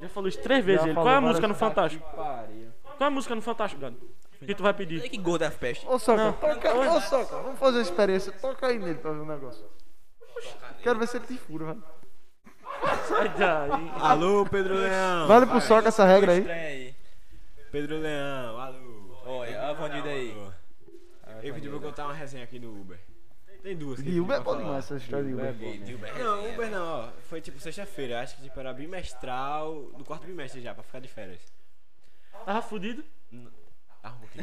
Speaker 3: Já falou isso três vezes
Speaker 1: Já
Speaker 3: ele.
Speaker 1: falou
Speaker 3: Qual é a
Speaker 1: várias
Speaker 3: música no Fantástico?
Speaker 2: Que pariu.
Speaker 3: Qual é a música no Fantástico, Gado? Que tu vai
Speaker 5: Olha
Speaker 3: pedir?
Speaker 5: que gorda é a peste.
Speaker 1: Ô, Soca,
Speaker 3: Não.
Speaker 1: toca, ô, Soca. Vamos fazer uma experiência. Toca aí nele pra ver o negócio. Quero ver se ele te fura, velho.
Speaker 3: Sai daí.
Speaker 6: Alô, Pedro Leão!
Speaker 1: Vale pro Soca essa regra aí.
Speaker 5: Estranho aí.
Speaker 6: Pedro Leão, alô!
Speaker 5: Olha, a Vandida aí.
Speaker 6: Eu pedi pra contar uma resenha aqui do Uber. Tem duas. que
Speaker 1: De Uber é
Speaker 6: pra
Speaker 1: bom
Speaker 6: falar.
Speaker 1: demais essa história de Uber.
Speaker 6: Não, Uber não, ó. Foi tipo sexta-feira, acho que tipo, era bimestral, do quarto bimestre já, pra ficar de férias.
Speaker 3: Tava fudido?
Speaker 6: Arruma aqui.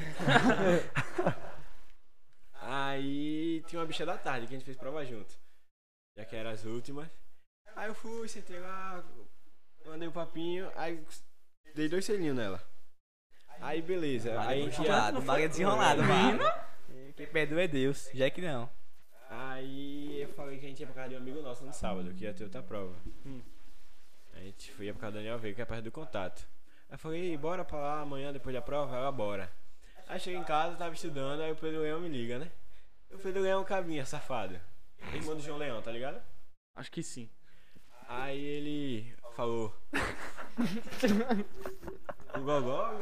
Speaker 6: Aí tinha uma bicha da tarde que a gente fez prova junto. Já que eram as últimas. Aí eu fui, sentei lá, mandei o papinho, aí dei dois selinhos nela. Aí beleza, aí a gente ia.
Speaker 5: Desenrolado, mago é desenrolado, mano. Quem perdoa é Deus. Já que não.
Speaker 6: Aí eu falei que a gente ia pra casa de um amigo nosso no sábado, que ia ter outra prova.
Speaker 3: Hum.
Speaker 6: A gente foi ia pra casa do Daniel Veiga, que é perto do contato. Aí eu falei, "Ei, bora pra lá amanhã depois da prova? Ela, bora. Aí cheguei em casa, tava estudando, aí o Pedro Leão me liga, né? O Pedro Leão é um cabinha, safado. Irmão do João Leão, tá ligado?
Speaker 3: Acho que sim.
Speaker 6: Aí ele falou. o Gogó,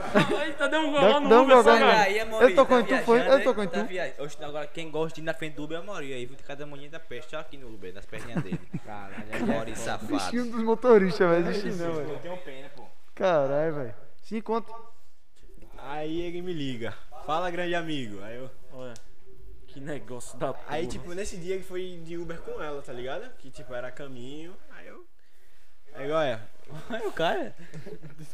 Speaker 3: Eita, deu um
Speaker 1: Dá-
Speaker 3: goló no
Speaker 1: dá um
Speaker 3: Uber, só,
Speaker 1: goló aí.
Speaker 3: Gado.
Speaker 5: Amorim,
Speaker 1: Eu tô
Speaker 5: tá
Speaker 1: com tu, foi?
Speaker 5: viajando,
Speaker 1: Eu tô
Speaker 5: hein?
Speaker 1: com
Speaker 5: Tá
Speaker 1: tu.
Speaker 5: viajando. Oxe, agora quem gosta de ir na frente do Uber é Amori aí. Fica cada manhã da peste. Olha aqui no Uber, nas perninhas dele. Caralho, é Amori safado.
Speaker 1: Destino um dos motoristas, velho. Destino não, velho.
Speaker 5: Eu tenho pena, pô.
Speaker 1: Caralho, velho. Se encontra.
Speaker 6: Aí ele me liga. Fala, grande amigo. Aí eu.
Speaker 3: Olha. Que negócio da porra.
Speaker 6: Aí, tipo, nesse dia que foi de Uber com ela, tá ligado? Que, tipo, era caminho. Aí eu. Aí, olha,
Speaker 5: Olha o cara.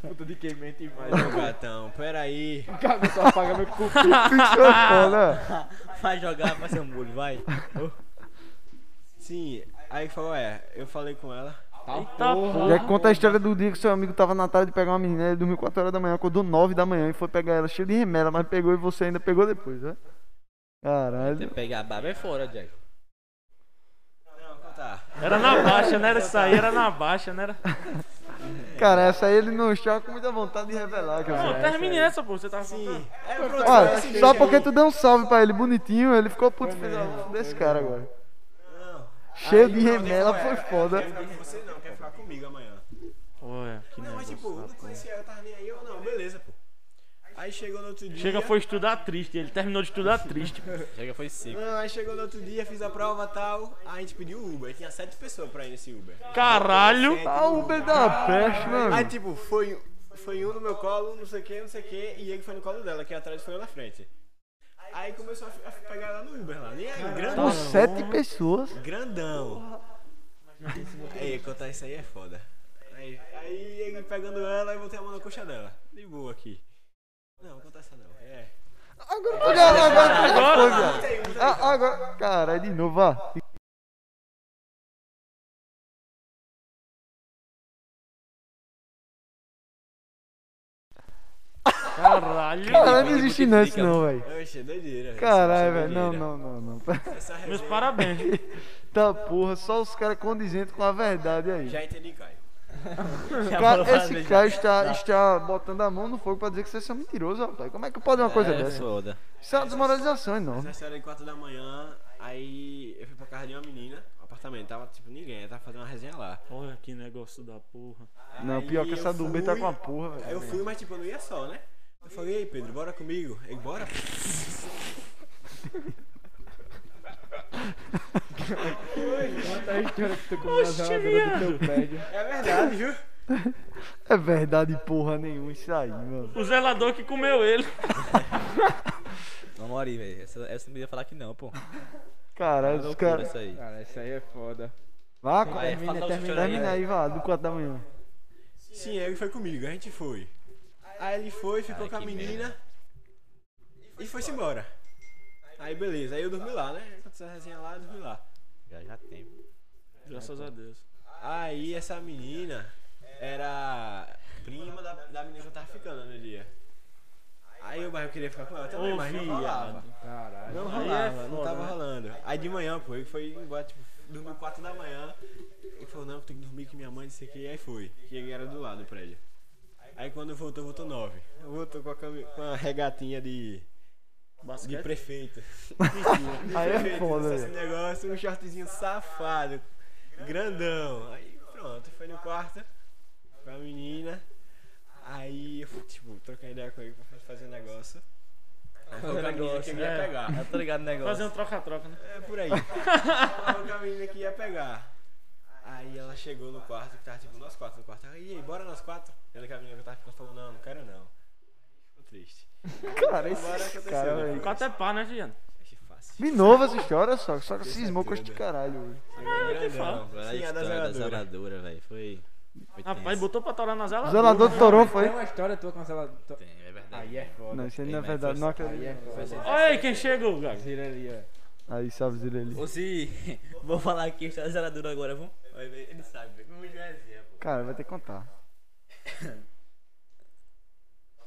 Speaker 2: Puta de quem mente mais.
Speaker 6: meu gatão, peraí.
Speaker 2: Cago só apaga meu cu.
Speaker 1: Ficou é foda.
Speaker 5: Vai jogar, vai ser um bullying, vai.
Speaker 6: Sim, aí falou, é, eu falei com ela.
Speaker 3: Eita Tá porra.
Speaker 1: Já que conta a história do dia que seu amigo tava na tarde de pegar uma menina, ele dormiu 4 horas da manhã, acordou 9 da manhã e foi pegar ela cheio de remela, mas pegou e você ainda pegou depois, né?
Speaker 5: Você
Speaker 1: Caralho.
Speaker 5: pega a barba é fora, Jack.
Speaker 6: Não, tá.
Speaker 3: Era na baixa, não era isso aí, era na baixa, não era.
Speaker 1: Cara, essa aí ele não estava com muita vontade de revelar,
Speaker 3: Não,
Speaker 1: cara.
Speaker 3: termine essa, pô. Você tava falando.
Speaker 6: É, pronto,
Speaker 1: Olha,
Speaker 6: esse
Speaker 1: só
Speaker 6: beijo
Speaker 1: porque
Speaker 6: aí.
Speaker 1: tu deu um salve pra ele bonitinho, ele ficou puto fez a desse cara agora.
Speaker 6: Não. é.
Speaker 1: Cheio
Speaker 6: Aí
Speaker 1: de
Speaker 6: eu falei
Speaker 1: remela,
Speaker 6: com
Speaker 1: foi
Speaker 6: ela, Quer
Speaker 1: foda.
Speaker 6: ficar com você não, quer ficar comigo amanhã.
Speaker 3: Olha, que
Speaker 6: Não, mas tipo,
Speaker 3: negócio.
Speaker 6: não conhecia ela, tava nem aí, eu não, beleza, pô. Aí chegou no outro dia.
Speaker 3: Chega foi estudar triste, ele terminou de estudar triste.
Speaker 5: Chega, foi seco.
Speaker 6: Não, Ah, aí chegou no outro dia, fiz a prova tal. Aí a gente pediu o Uber. Tinha sete pessoas pra ir nesse Uber.
Speaker 3: Caralho!
Speaker 1: Ah, o Uber da peste, mano.
Speaker 6: Aí tipo, foi, foi um no meu colo, não sei o que, não sei o que. E ele foi no colo dela, que atrás foi eu na frente. Aí começou a, fi- a pegar ela no Uber lá. Nem aí,
Speaker 1: Com
Speaker 6: grandão.
Speaker 1: sete pessoas.
Speaker 6: Grandão. Aí, contar isso aí é foda. Aí, aí ele pegando ela, eu botei a mão na coxa dela. De boa aqui. Não, contar essa não. É.
Speaker 1: Agora tu já agora tu já foi, viado.
Speaker 6: Botei, botei.
Speaker 1: Ah, agora. Caralho, de novo, vá.
Speaker 3: Caralho!
Speaker 1: Caralho, não existe Nancy não, velho.
Speaker 6: Oxe, é doideira. velho.
Speaker 1: Caralho,
Speaker 6: Isso é
Speaker 1: velho. Não,
Speaker 6: doideira.
Speaker 1: não, não, não.
Speaker 6: Essa
Speaker 3: Meus
Speaker 6: resenha-
Speaker 3: parabéns.
Speaker 1: Tá porra, só os caras condizentes com a verdade aí.
Speaker 6: Já entendi, Caio.
Speaker 1: Cara, esse cara está, está botando a mão no fogo pra dizer que vocês são mentirosos, rapaz. Como é que pode uma coisa dessa?
Speaker 5: Foda.
Speaker 1: Isso é uma desmoralização
Speaker 6: Essa é
Speaker 1: enorme.
Speaker 6: história de 4 da manhã, aí eu fui pra casa de uma menina, um apartamento, tava tipo ninguém, ela tava fazendo uma resenha lá.
Speaker 3: Olha que negócio da porra.
Speaker 1: Não, pior que
Speaker 6: eu
Speaker 1: essa do Uber tá
Speaker 6: fui-
Speaker 1: com a porra,
Speaker 6: Aí
Speaker 1: velho.
Speaker 6: eu fui, mas tipo, eu não ia só, né? Eu falei, ei Pedro, bora comigo. Ele, bora?
Speaker 3: Oxi, viado!
Speaker 6: É verdade, viu?
Speaker 1: É verdade, porra nenhuma, isso aí, mano.
Speaker 3: O zelador que comeu ele.
Speaker 5: Não, Mori, velho. Essa, essa não ia falar que não, pô.
Speaker 1: Caralho, os
Speaker 5: Loucura
Speaker 1: caras.
Speaker 5: essa aí.
Speaker 2: Cara, isso aí é foda.
Speaker 1: Vá,
Speaker 5: Vai,
Speaker 1: termina,
Speaker 5: fala os
Speaker 1: termina,
Speaker 5: chorando aí,
Speaker 1: termina
Speaker 5: velho.
Speaker 1: aí, vá, do 4 da manhã.
Speaker 6: Sim, ele foi comigo, a gente foi. Aí ele foi, ficou
Speaker 5: Ai,
Speaker 6: com a
Speaker 5: que
Speaker 6: menina e foi-se embora. Aí beleza, aí eu dormi lá, né? Essa resenha lá, eu dormi lá.
Speaker 5: Já, já tem.
Speaker 3: Graças a Deus.
Speaker 6: Aí essa menina era prima da, da menina que eu tava ficando no dia. Aí eu, mas eu queria ficar com ela também,
Speaker 3: Ô,
Speaker 6: mas não
Speaker 3: viado.
Speaker 6: rolava. Não
Speaker 3: Aí é
Speaker 6: rolava, não
Speaker 3: foda,
Speaker 6: tava
Speaker 3: né?
Speaker 6: rolando. Aí de manhã, pô, ele foi embora, tipo, dormiu 4 da manhã. Ele falou, não, eu tenho que dormir com minha mãe, não sei o que. Aí foi, que ele era do lado do prédio. Aí quando voltou, voltou 9. Voltou com a, cami- com a regatinha de, de
Speaker 3: Basquete.
Speaker 6: prefeito.
Speaker 1: Aí é
Speaker 6: Perfeito,
Speaker 1: foda,
Speaker 6: esse
Speaker 1: velho.
Speaker 6: negócio, um shortzinho safado, grandão. Aí pronto, foi no quarto com a menina. Aí eu fui, tipo, trocar ideia com ele pra fazer um negócio. Aí foi com a menina que eu ia
Speaker 1: né?
Speaker 3: é.
Speaker 6: pegar.
Speaker 5: Eu tô ligado no negócio.
Speaker 3: Fazer um troca-troca, né?
Speaker 6: É por aí. Foi com a menina que ia pegar. Aí ela chegou no quarto, que tava tipo nós quatro no quarto. Ela, e aí, bora nós quatro? Ela que a menina que eu tava ficando falou, não, não quero não. Ficou triste. Agora
Speaker 1: Cara, esse
Speaker 6: aconteceu,
Speaker 1: cara,
Speaker 6: né?
Speaker 1: velho.
Speaker 3: Quatro é pá, né, viado?
Speaker 6: Achei fácil.
Speaker 1: De novo essa história, só, só que cismou com este caralho, velho.
Speaker 6: Grandão.
Speaker 5: Agora é a
Speaker 6: Sim, a é da
Speaker 5: história da
Speaker 6: zeladora.
Speaker 5: zeladora, velho. Foi. foi
Speaker 3: Rapaz,
Speaker 5: tenso.
Speaker 3: botou pra torar na
Speaker 1: O
Speaker 3: zeladora.
Speaker 1: zelador do Toró foi.
Speaker 2: Tem uma história tua com a zeladora.
Speaker 5: Tem, é verdade.
Speaker 2: Aí é
Speaker 1: Não,
Speaker 2: foda.
Speaker 1: isso aí não é verdade, não
Speaker 2: Aí é
Speaker 1: acredito.
Speaker 2: foda.
Speaker 3: Olha aí quem chegou, gago.
Speaker 2: Tira ali, ó.
Speaker 1: Aí, salve Zireli.
Speaker 5: Ô, se. Vou falar aqui a história da zeladora agora, vamos? Vai ver, Ele sabe, velho. Como já é zero, pô.
Speaker 1: Cara, vai ter que contar.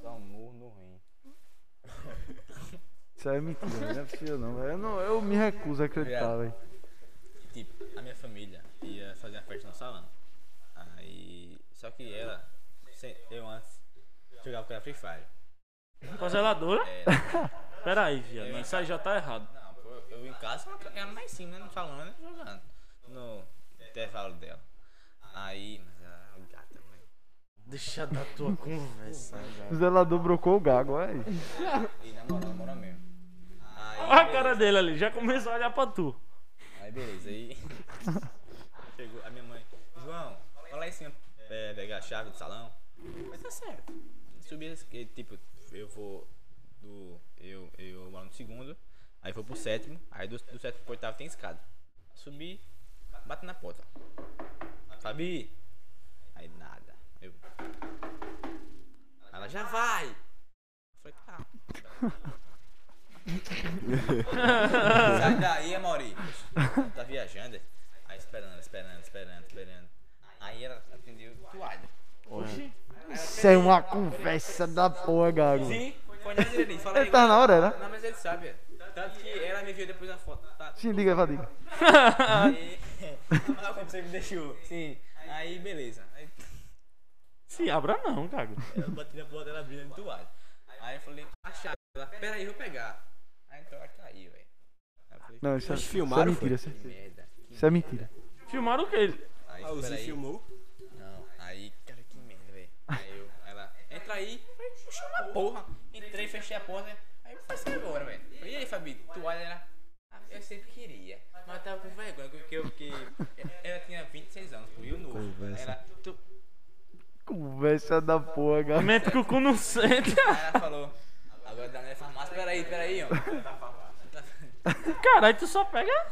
Speaker 5: Dá um murro no rim.
Speaker 1: Isso aí é mentira, velho. não é possível não, velho. Eu, não- eu me recuso a acreditar, velho.
Speaker 5: Tipo, a minha família ia fazer uma festa no salão. Aí. Só que ela. sem- Eu antes. Jogava com ela Free Fire.
Speaker 3: Com a zeladora?
Speaker 5: É,
Speaker 3: Pera aí, viado. mas Isso aí já tá errado.
Speaker 5: Não, pô, eu em casa, ela- ela lá em cima, né, no salão, né, jogando. No intervalo dela. Aí, mas ela é uma gata, velho.
Speaker 3: Deixa da tua conversa.
Speaker 1: O zelador brocou o gago, olha aí.
Speaker 5: E na moral, na moral mesmo. Aí,
Speaker 3: Olha a
Speaker 5: beleza.
Speaker 3: cara dele ali, já começou a olhar pra tu.
Speaker 5: Aí, beleza. Aí, chegou a minha mãe. João, vai lá em cima é, pegar a chave do salão. Mas tá certo. Subi, as- que, tipo, eu vou do... Eu, eu moro no segundo, aí vou pro sétimo, aí do, do sétimo pro oitavo tem escada. Subi, bato na porta. Fabi! Aí nada. Eu... Ela já vai! Eu falei, tá. Sai daí, Amaury. Tá viajando? Aí esperando, esperando, esperando, esperando. Aí ela atendeu toalha.
Speaker 1: Isso é uma conversa da porra, gago.
Speaker 5: Sim, foi na Zireli, fala aí.
Speaker 1: Ele tava na hora, né? era?
Speaker 5: Não, mas ele sabe. Tanto que ela me viu depois na foto. Tá.
Speaker 1: Sim, diga, aí, Vadinho. Ah.
Speaker 5: Aí. Ela aconteceu que deixou. Sim. Aí, beleza. Aí
Speaker 3: Se abra não, gago.
Speaker 5: eu bati na porta ela abriu a toalha. Aí eu falei, a chave. Ela, peraí, eu vou pegar. Aí então ela caiu, velho. Aí eu falei,
Speaker 1: Não, isso é, isso é
Speaker 6: filmaram,
Speaker 1: mentira. Isso
Speaker 5: que
Speaker 1: é,
Speaker 5: merda.
Speaker 1: isso é mentira.
Speaker 3: Filmaram o quê?
Speaker 5: Aí,
Speaker 6: Ah, o Zi
Speaker 5: peraí.
Speaker 6: filmou?
Speaker 5: Não, aí, cara, que merda, velho. Aí eu, ela, entra aí, chama porra. Entrei, entrei, fechei a porta. Aí eu passei agora, velho. Falei, E aí, Fabi, toalha era. "Ah, Eu sempre queria, mas eu tava com vergonha, porque eu fiquei. Ela tinha 26 anos, pô, e o novo. Ela, tu,
Speaker 1: Conversa da porra, galera.
Speaker 3: Mente que o cu não sente.
Speaker 5: aí ela falou, agora dá na minha farmácia, peraí, peraí, ó.
Speaker 3: Caralho, tu só pega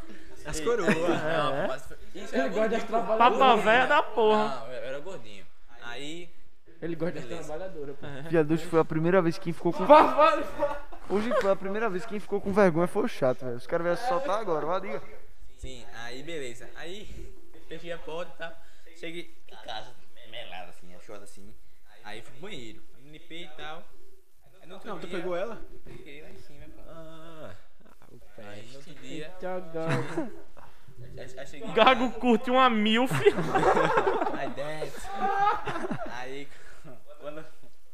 Speaker 6: As coroas.
Speaker 5: Não, mas foi- isso é um
Speaker 2: É,
Speaker 5: era
Speaker 2: Ele gosta das
Speaker 5: gordinho, pô.
Speaker 3: papa
Speaker 2: trabalhadoras.
Speaker 3: velha da porra.
Speaker 5: Não, Ah, eu era gordinho. Aí,
Speaker 2: Ele gosta das trabalhadoras, pô.
Speaker 5: Né?
Speaker 1: Viado, hoje foi a primeira vez que quem ficou com. Hoje foi a primeira vez que quem ficou com vergonha foi o chato, velho. Os caras vieram se soltar agora, vai, diga.
Speaker 5: Sim, aí beleza. Aí fechei a porta e tal. Cheguei em casa, melado assim, achado assim. Aí fui pro banheiro, me limpei e tal. Aí no outro
Speaker 6: Não, tu
Speaker 5: dia,
Speaker 6: pegou ela?
Speaker 5: Peguei lá em cima, pô.
Speaker 6: Ah,
Speaker 5: Aí no outro dia,
Speaker 2: Tchau, gago.
Speaker 5: aí, aí cheguei. em
Speaker 3: Gago curte uma milf.
Speaker 5: casa, Aí dance. Aí quando,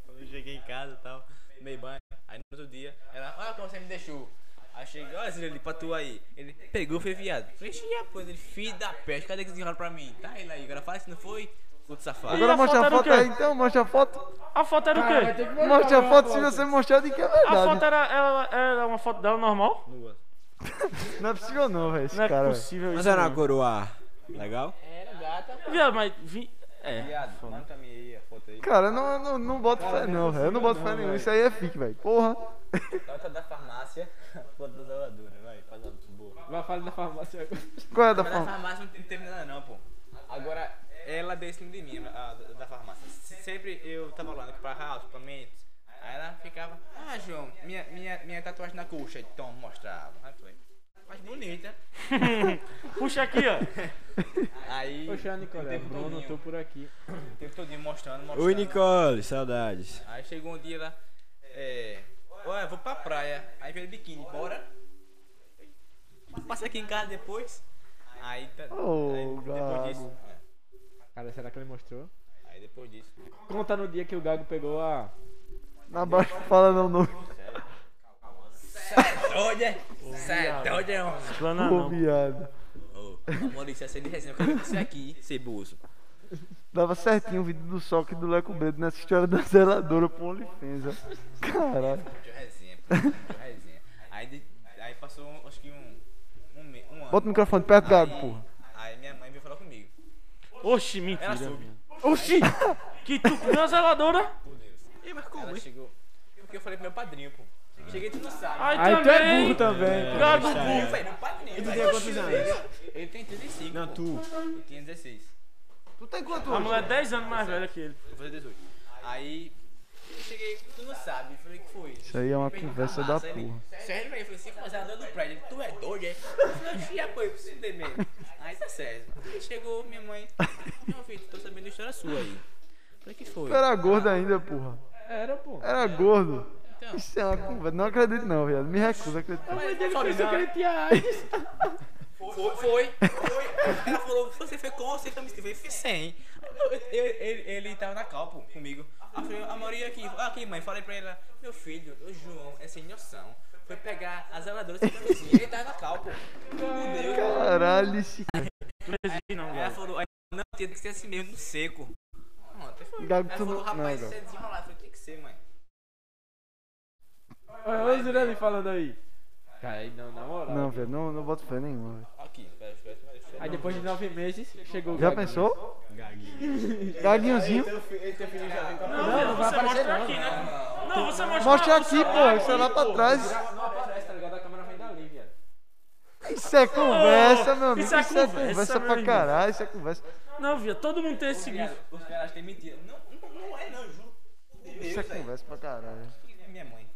Speaker 5: quando eu cheguei em casa e tal, meio banho. Aí no outro dia, ela, olha como você me deixou. Aí cheguei, olha Zé, ele pra tu aí. Ele pegou e foi viado. Fechei a coisa, ele, filho da peste, cadê que desenrola pra mim? Tá ele aí, agora fala se não foi, puto safado.
Speaker 1: Agora
Speaker 3: a
Speaker 1: mostra
Speaker 3: foto
Speaker 1: a
Speaker 3: era o
Speaker 1: foto
Speaker 3: quê?
Speaker 1: aí, então, mostra a foto.
Speaker 3: A foto era o
Speaker 2: Vai ter
Speaker 3: quê?
Speaker 2: que voltar
Speaker 1: Mostra a
Speaker 2: pra
Speaker 1: foto, se você mostrar, de que é
Speaker 3: A foto
Speaker 1: verdade.
Speaker 3: era, ela, era uma foto dela normal?
Speaker 1: Não é possível, não, velho. Esse
Speaker 3: Não é
Speaker 1: cara, velho.
Speaker 3: possível
Speaker 6: mas
Speaker 3: isso.
Speaker 6: era
Speaker 3: não.
Speaker 6: uma coroa legal?
Speaker 3: Viado, mas vi- É.
Speaker 4: Viado, manda minha aí a foto aí.
Speaker 1: Cara, não, não, não boto fé, não, velho. Eu não boto fé nenhum. Isso aí é fique, velho. Porra.
Speaker 4: Nota da farmácia, foto da zeladora, vai, faz a boa.
Speaker 2: Vai falar da farmácia agora.
Speaker 1: Qual é da
Speaker 5: Mas na
Speaker 1: forma?
Speaker 5: farmácia não teve nada não, pô. Agora, ela deu em cima de mim, a, da, da farmácia. Se- Sempre eu tava lá, né, pra house, pra mentes. Aí ela ficava, ah, João, minha, minha, minha tatuagem na coxa. Então, mostrava. Aí eu falei, mas bonita.
Speaker 3: Puxa aqui, ó.
Speaker 5: Aí,
Speaker 2: Poxa, Nicolé,
Speaker 5: tempo
Speaker 2: Bruno,
Speaker 5: todinho.
Speaker 2: tô por aqui.
Speaker 5: o tempo todo mostrando, mostrando.
Speaker 6: Oi, Nicole, saudades.
Speaker 5: Aí chegou um dia lá, é, olha, vou pra praia. Aí veio biquíni, bora. Passei aqui em casa depois. Aí, tá,
Speaker 1: Ô,
Speaker 5: aí depois disso.
Speaker 1: Gago.
Speaker 5: é,
Speaker 2: Cara, será que ele mostrou?
Speaker 5: Aí depois disso.
Speaker 2: Conta no dia que o Gago pegou a.
Speaker 1: Na baixa não fala não, não.
Speaker 5: é Doida! Sai, doida, é homem!
Speaker 3: Plana
Speaker 1: Ô,
Speaker 3: Ah, não.
Speaker 1: viado.
Speaker 5: Ô, Maurício, essa é de resenha, eu quero ver isso aqui, ceboso.
Speaker 1: Dava certinho o vídeo do Sock e do Leco Bredo nessa história da zeladora pro OnlyFans, ó. Caralho.
Speaker 5: De resenha, pô, de resenha. Aí, de- aí passou, um- acho que um, um, me- um ano.
Speaker 1: Bota o microfone perto do Gago, porra.
Speaker 5: Aí minha mãe veio falar comigo.
Speaker 3: Oxi, mentira.
Speaker 5: Ela soube.
Speaker 3: Oxi! Que tu comeu a zeladora?
Speaker 5: Ih, mas como? Ela chegou. Porque eu falei pro meu padrinho, pô. Cheguei, tu não sabe.
Speaker 3: Ai,
Speaker 2: Aí tu é burro
Speaker 3: também.
Speaker 2: também. pô.
Speaker 3: Gago
Speaker 6: Ah,
Speaker 5: Eu
Speaker 3: burro.
Speaker 5: falei, meu padrinho.
Speaker 6: é.
Speaker 5: velho.
Speaker 6: tem quantos anos?
Speaker 5: Ele tem 35.
Speaker 6: Não,
Speaker 5: pô.
Speaker 6: tu.
Speaker 5: Eu tinha 16.
Speaker 1: Tu tem quanto?
Speaker 3: A mulher é 10 anos mais velha que ele.
Speaker 5: Vou fazer 18. Aí. eu Cheguei, tu não sabe. Eu Falei, que foi? Tá
Speaker 1: Isso aí é uma conversa da porra.
Speaker 5: Sério, assim, velho? Eu falei, você começou andando no prédio. Ele, Tu é doido, é? Eu falei, "Fia, pô, eu preciso de mesmo. Aí tá sério. Aí chegou minha mãe. Não, filho, tô sabendo da história sua aí. Eu Falei, que foi?
Speaker 1: Tu era gordo ainda, porra.
Speaker 2: Era, pô.
Speaker 1: Era gordo.
Speaker 5: Então,
Speaker 1: Isso é uma conversa. Não acredito não, viado. Me recuso a acreditar.
Speaker 5: mas ele falou,
Speaker 2: Pensou que ele tinha AIDS.
Speaker 5: Foi, foi. foi. Ela falou, você foi com você camisa? Eu falei, fui sem. Eu- eu- Ele, ele tava na cal, pô, comigo. Aí eu falei, a Maria aqui, "Ah, aqui, mãe, falei pra ela, meu filho, o João é sem noção. Foi pegar as zeladoras e camisinha, ele tava na cal, pô. Meu Deus.
Speaker 1: Caralho, esse
Speaker 3: Tu não existe não,
Speaker 5: Aí Ela
Speaker 3: Gago.
Speaker 5: falou, "Aí, não, tem que ser assim mesmo, no seco. Ontem foi.
Speaker 1: Gago,
Speaker 5: Ela
Speaker 1: tu não...
Speaker 5: falou,
Speaker 1: Não,
Speaker 5: rapaz,
Speaker 1: Gago.
Speaker 5: você é desenrolado. Eu falei, tem que ser, mãe.
Speaker 2: Olha olha o Zirani falando aí. Cara, aí não, na moral.
Speaker 1: Não, velho. Não, não boto fé nenhuma, velho.
Speaker 5: Aqui, pera, espera, espera, espera.
Speaker 2: Aí depois de nove meses, chegou o
Speaker 1: Já
Speaker 2: Gago.
Speaker 1: pensou? Gaguinhozinho.
Speaker 3: Não, velho, você mostra aqui, né? Não, você mostra
Speaker 1: Mostra
Speaker 3: o
Speaker 1: aqui,
Speaker 3: celular
Speaker 1: porra. Isso é lá pra
Speaker 3: pô.
Speaker 1: trás.
Speaker 2: Não aparece, tá ligado? A câmera vem dali, viado.
Speaker 1: Isso é conversa,
Speaker 3: Ô,
Speaker 1: meu amigo. Isso é conversa
Speaker 3: meu
Speaker 1: pra
Speaker 3: irmão.
Speaker 1: caralho. Isso é conversa.
Speaker 3: Não, via, todo mundo tem esse
Speaker 5: Cara,
Speaker 3: bicho.
Speaker 5: Os caras têm mentira. Não, não, não é, não, juro. Meu Deus,
Speaker 1: Isso é
Speaker 5: velho.
Speaker 1: conversa pra caralho.
Speaker 5: Minha mãe.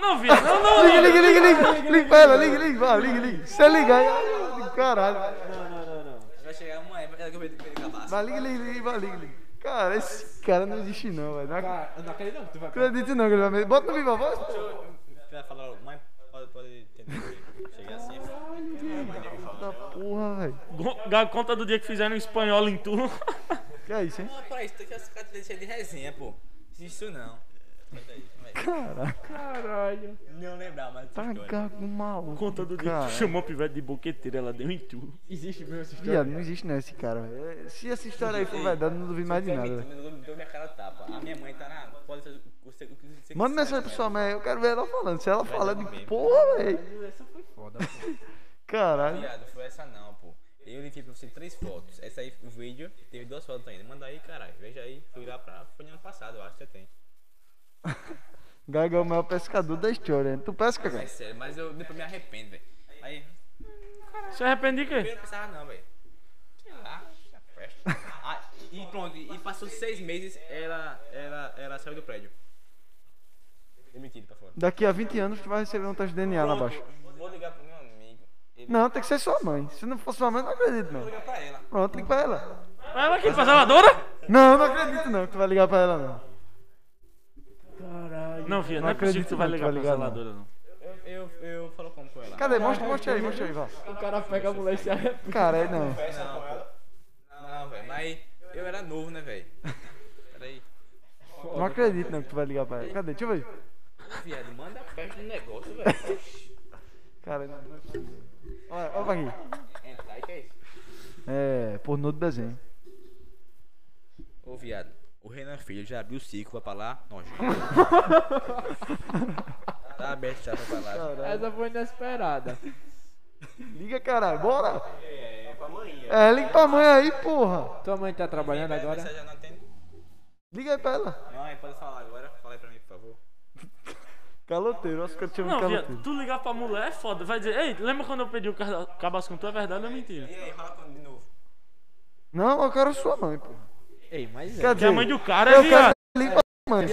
Speaker 3: Não, via, não, não,
Speaker 1: Liga,
Speaker 3: não.
Speaker 1: liga, liga, liga. Liga pra ela, liga, liga. Vai, liga, liga. Se ela ligar, ela liga. Caralho.
Speaker 2: Não, não, não, não.
Speaker 5: Vai chegar uma época ela que eu vou ter que acabar.
Speaker 1: Vai, liga, liga, liga. Vai, liga, liga. Cara, esse cara não existe não, velho. Não
Speaker 2: Cara, Ah, eu não acredito não que tu vai.
Speaker 1: acredito não que ele vai me... Bota no viva voz, pô.
Speaker 4: Ela falou, mãe, pode, pode tentar. Cheguei assim,
Speaker 1: Da porra, velho.
Speaker 3: Gon- Gago, conta do dia que fizeram um espanhol em tu.
Speaker 1: Que é isso, hein?
Speaker 5: Não, pra isso, tem que ficar de resenha, pô. Isso não.
Speaker 1: Caraca,
Speaker 3: Caralho.
Speaker 8: Não lembrar mais dessa
Speaker 1: tá
Speaker 8: história.
Speaker 1: gago maluco.
Speaker 3: Conta do dia
Speaker 1: cara.
Speaker 3: que tu chamou a pivete de boqueteira, ela deu em tu.
Speaker 2: Existe mesmo essa história?
Speaker 1: Viado, não existe não esse cara, velho. É, Se essa história aí for verdade, eu não duvido mais de nada. velho.
Speaker 8: Eu dou- dou minha cara tapa. A minha mãe tá na. Pode ser. Você, o que você
Speaker 1: Manda
Speaker 8: quiser,
Speaker 1: mensagem pra
Speaker 8: né?
Speaker 1: sua mãe, eu quero ver ela falando. Se ela falar,
Speaker 8: dar
Speaker 1: eu digo,
Speaker 8: mesmo.
Speaker 1: porra, velho.
Speaker 2: Essa foi foda.
Speaker 1: Caralho.
Speaker 8: Viado, foi essa não, pô. Eu enviei pra você três fotos. Essa aí, o vídeo, teve duas fotos ainda. Manda aí, caralho. Veja aí. Fui lá pra. Foi no ano passado, eu acho que você tem.
Speaker 1: Gago é o maior pescador da história. né? Tu pesca,
Speaker 8: É
Speaker 1: cara?
Speaker 8: sério, mas eu depois me arrependo, velho. Aí,
Speaker 3: Se arrepende de
Speaker 8: eu
Speaker 3: quê?
Speaker 8: não pensava não, velho. Sei lá, na festa. Ah, e pronto, e passou seis meses, ela, ela, ela saiu do prédio. É Demitido pra fora.
Speaker 1: Daqui a 20 anos tu vai receber um teste de DNA na baixa.
Speaker 8: Pronto, Vou ligar pro meu amigo. Ele-
Speaker 1: Não, tem que ser sua mãe. Se não for sua mãe, não acredito não.
Speaker 8: Vou ligar pra ela.
Speaker 1: Pronto, liga pra ela.
Speaker 3: Ela aqui, faz lavadora?
Speaker 1: Não, não acredito não que tu vai ligar pra ela não.
Speaker 3: Não, Via, não é possível que tu vai ligar pra zeladora, não.
Speaker 8: Eu, eu, eu falo como com ela.
Speaker 1: Cadê? Mostra, mostra aí, mostra aí, vá.
Speaker 2: O cara pega a mulher e se arrepende.
Speaker 1: Cara, aí não.
Speaker 8: Não, pô. Não, velho, mas eu era novo, né, velho? Peraí.
Speaker 1: Não acredito não que tu vai ligar pra ela. Cadê? Deixa eu ver.
Speaker 8: Viado, manda a festa no negócio, velho.
Speaker 1: Cara, não, não é possível. Olha, olha pra aqui.
Speaker 8: Hentai, que é isso?
Speaker 1: É, pornô do desenho.
Speaker 8: Ô, viado, o Renan Filho já abriu o ciclo, vai pra lá, nojento. tá aberto, já vai pra lá.
Speaker 1: Caralho.
Speaker 2: Essa foi inesperada.
Speaker 1: Liga, caralho, bora! É, liga pra mãe aí, porra!
Speaker 2: Tua mãe tá trabalhando agora?
Speaker 8: Essa já não tem.
Speaker 1: Liga aí pra ela.
Speaker 8: Mãe, pode falar agora? Fala aí pra mim, por favor.
Speaker 1: Caloteiro, acho que eu te chamo de
Speaker 3: Não, Via,
Speaker 1: um caloteiro.
Speaker 3: tu ligar pra mulher é foda. Vai dizer, ei, lembra quando eu pedi o ca- cabaço com tu? É verdade ou é mentira?
Speaker 8: E aí, fala com de novo.
Speaker 1: Não, eu quero sua mãe, porra.
Speaker 2: Ei, mas é.
Speaker 1: Quer
Speaker 3: Que a
Speaker 1: dizer,
Speaker 3: mãe do cara é
Speaker 1: eu quero
Speaker 3: viado.
Speaker 1: liga pra mãe.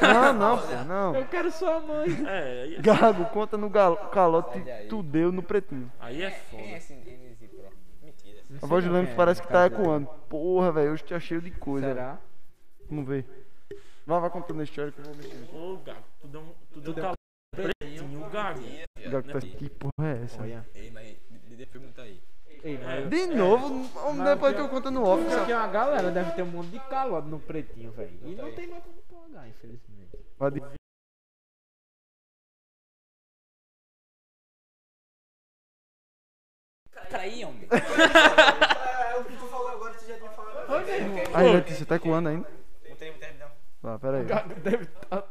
Speaker 1: Não, não, porra, não.
Speaker 2: Eu quero sua mãe.
Speaker 3: É, aí é-
Speaker 1: Gago, conta no galo, calote tu deu no pretinho.
Speaker 3: aí é foda.
Speaker 8: Esse NZ Pro. Mentira.
Speaker 1: A voz do
Speaker 2: não
Speaker 1: Lênin
Speaker 2: quero,
Speaker 1: parece que tá
Speaker 2: cara.
Speaker 1: ecoando. Porra, velho, hoje tá cheio de coisa. velho.
Speaker 2: Será?
Speaker 1: Vamos ver. Vai, vai contando a história que eu vou mexer.
Speaker 3: Ô, Gago, tu deu, um- tu deu calor pretinho, Gago.
Speaker 1: Gago, tá, que porra é essa?
Speaker 2: Olha.
Speaker 8: Ei, mas Dedê pergunta aí.
Speaker 2: Ei, mas.
Speaker 1: De novo, depois tu conta no off,
Speaker 2: Porque
Speaker 1: sabe?
Speaker 2: uma galera deve ter um monte de calor no pretinho, velho. E não tem mais como pagar, infelizmente.
Speaker 1: Vai de-
Speaker 8: Traí, homem.
Speaker 1: Aí, Letícia, tá ecoando ainda?
Speaker 8: Não tem, não tem, não.
Speaker 1: Tá, pera aí.
Speaker 2: Deve tá...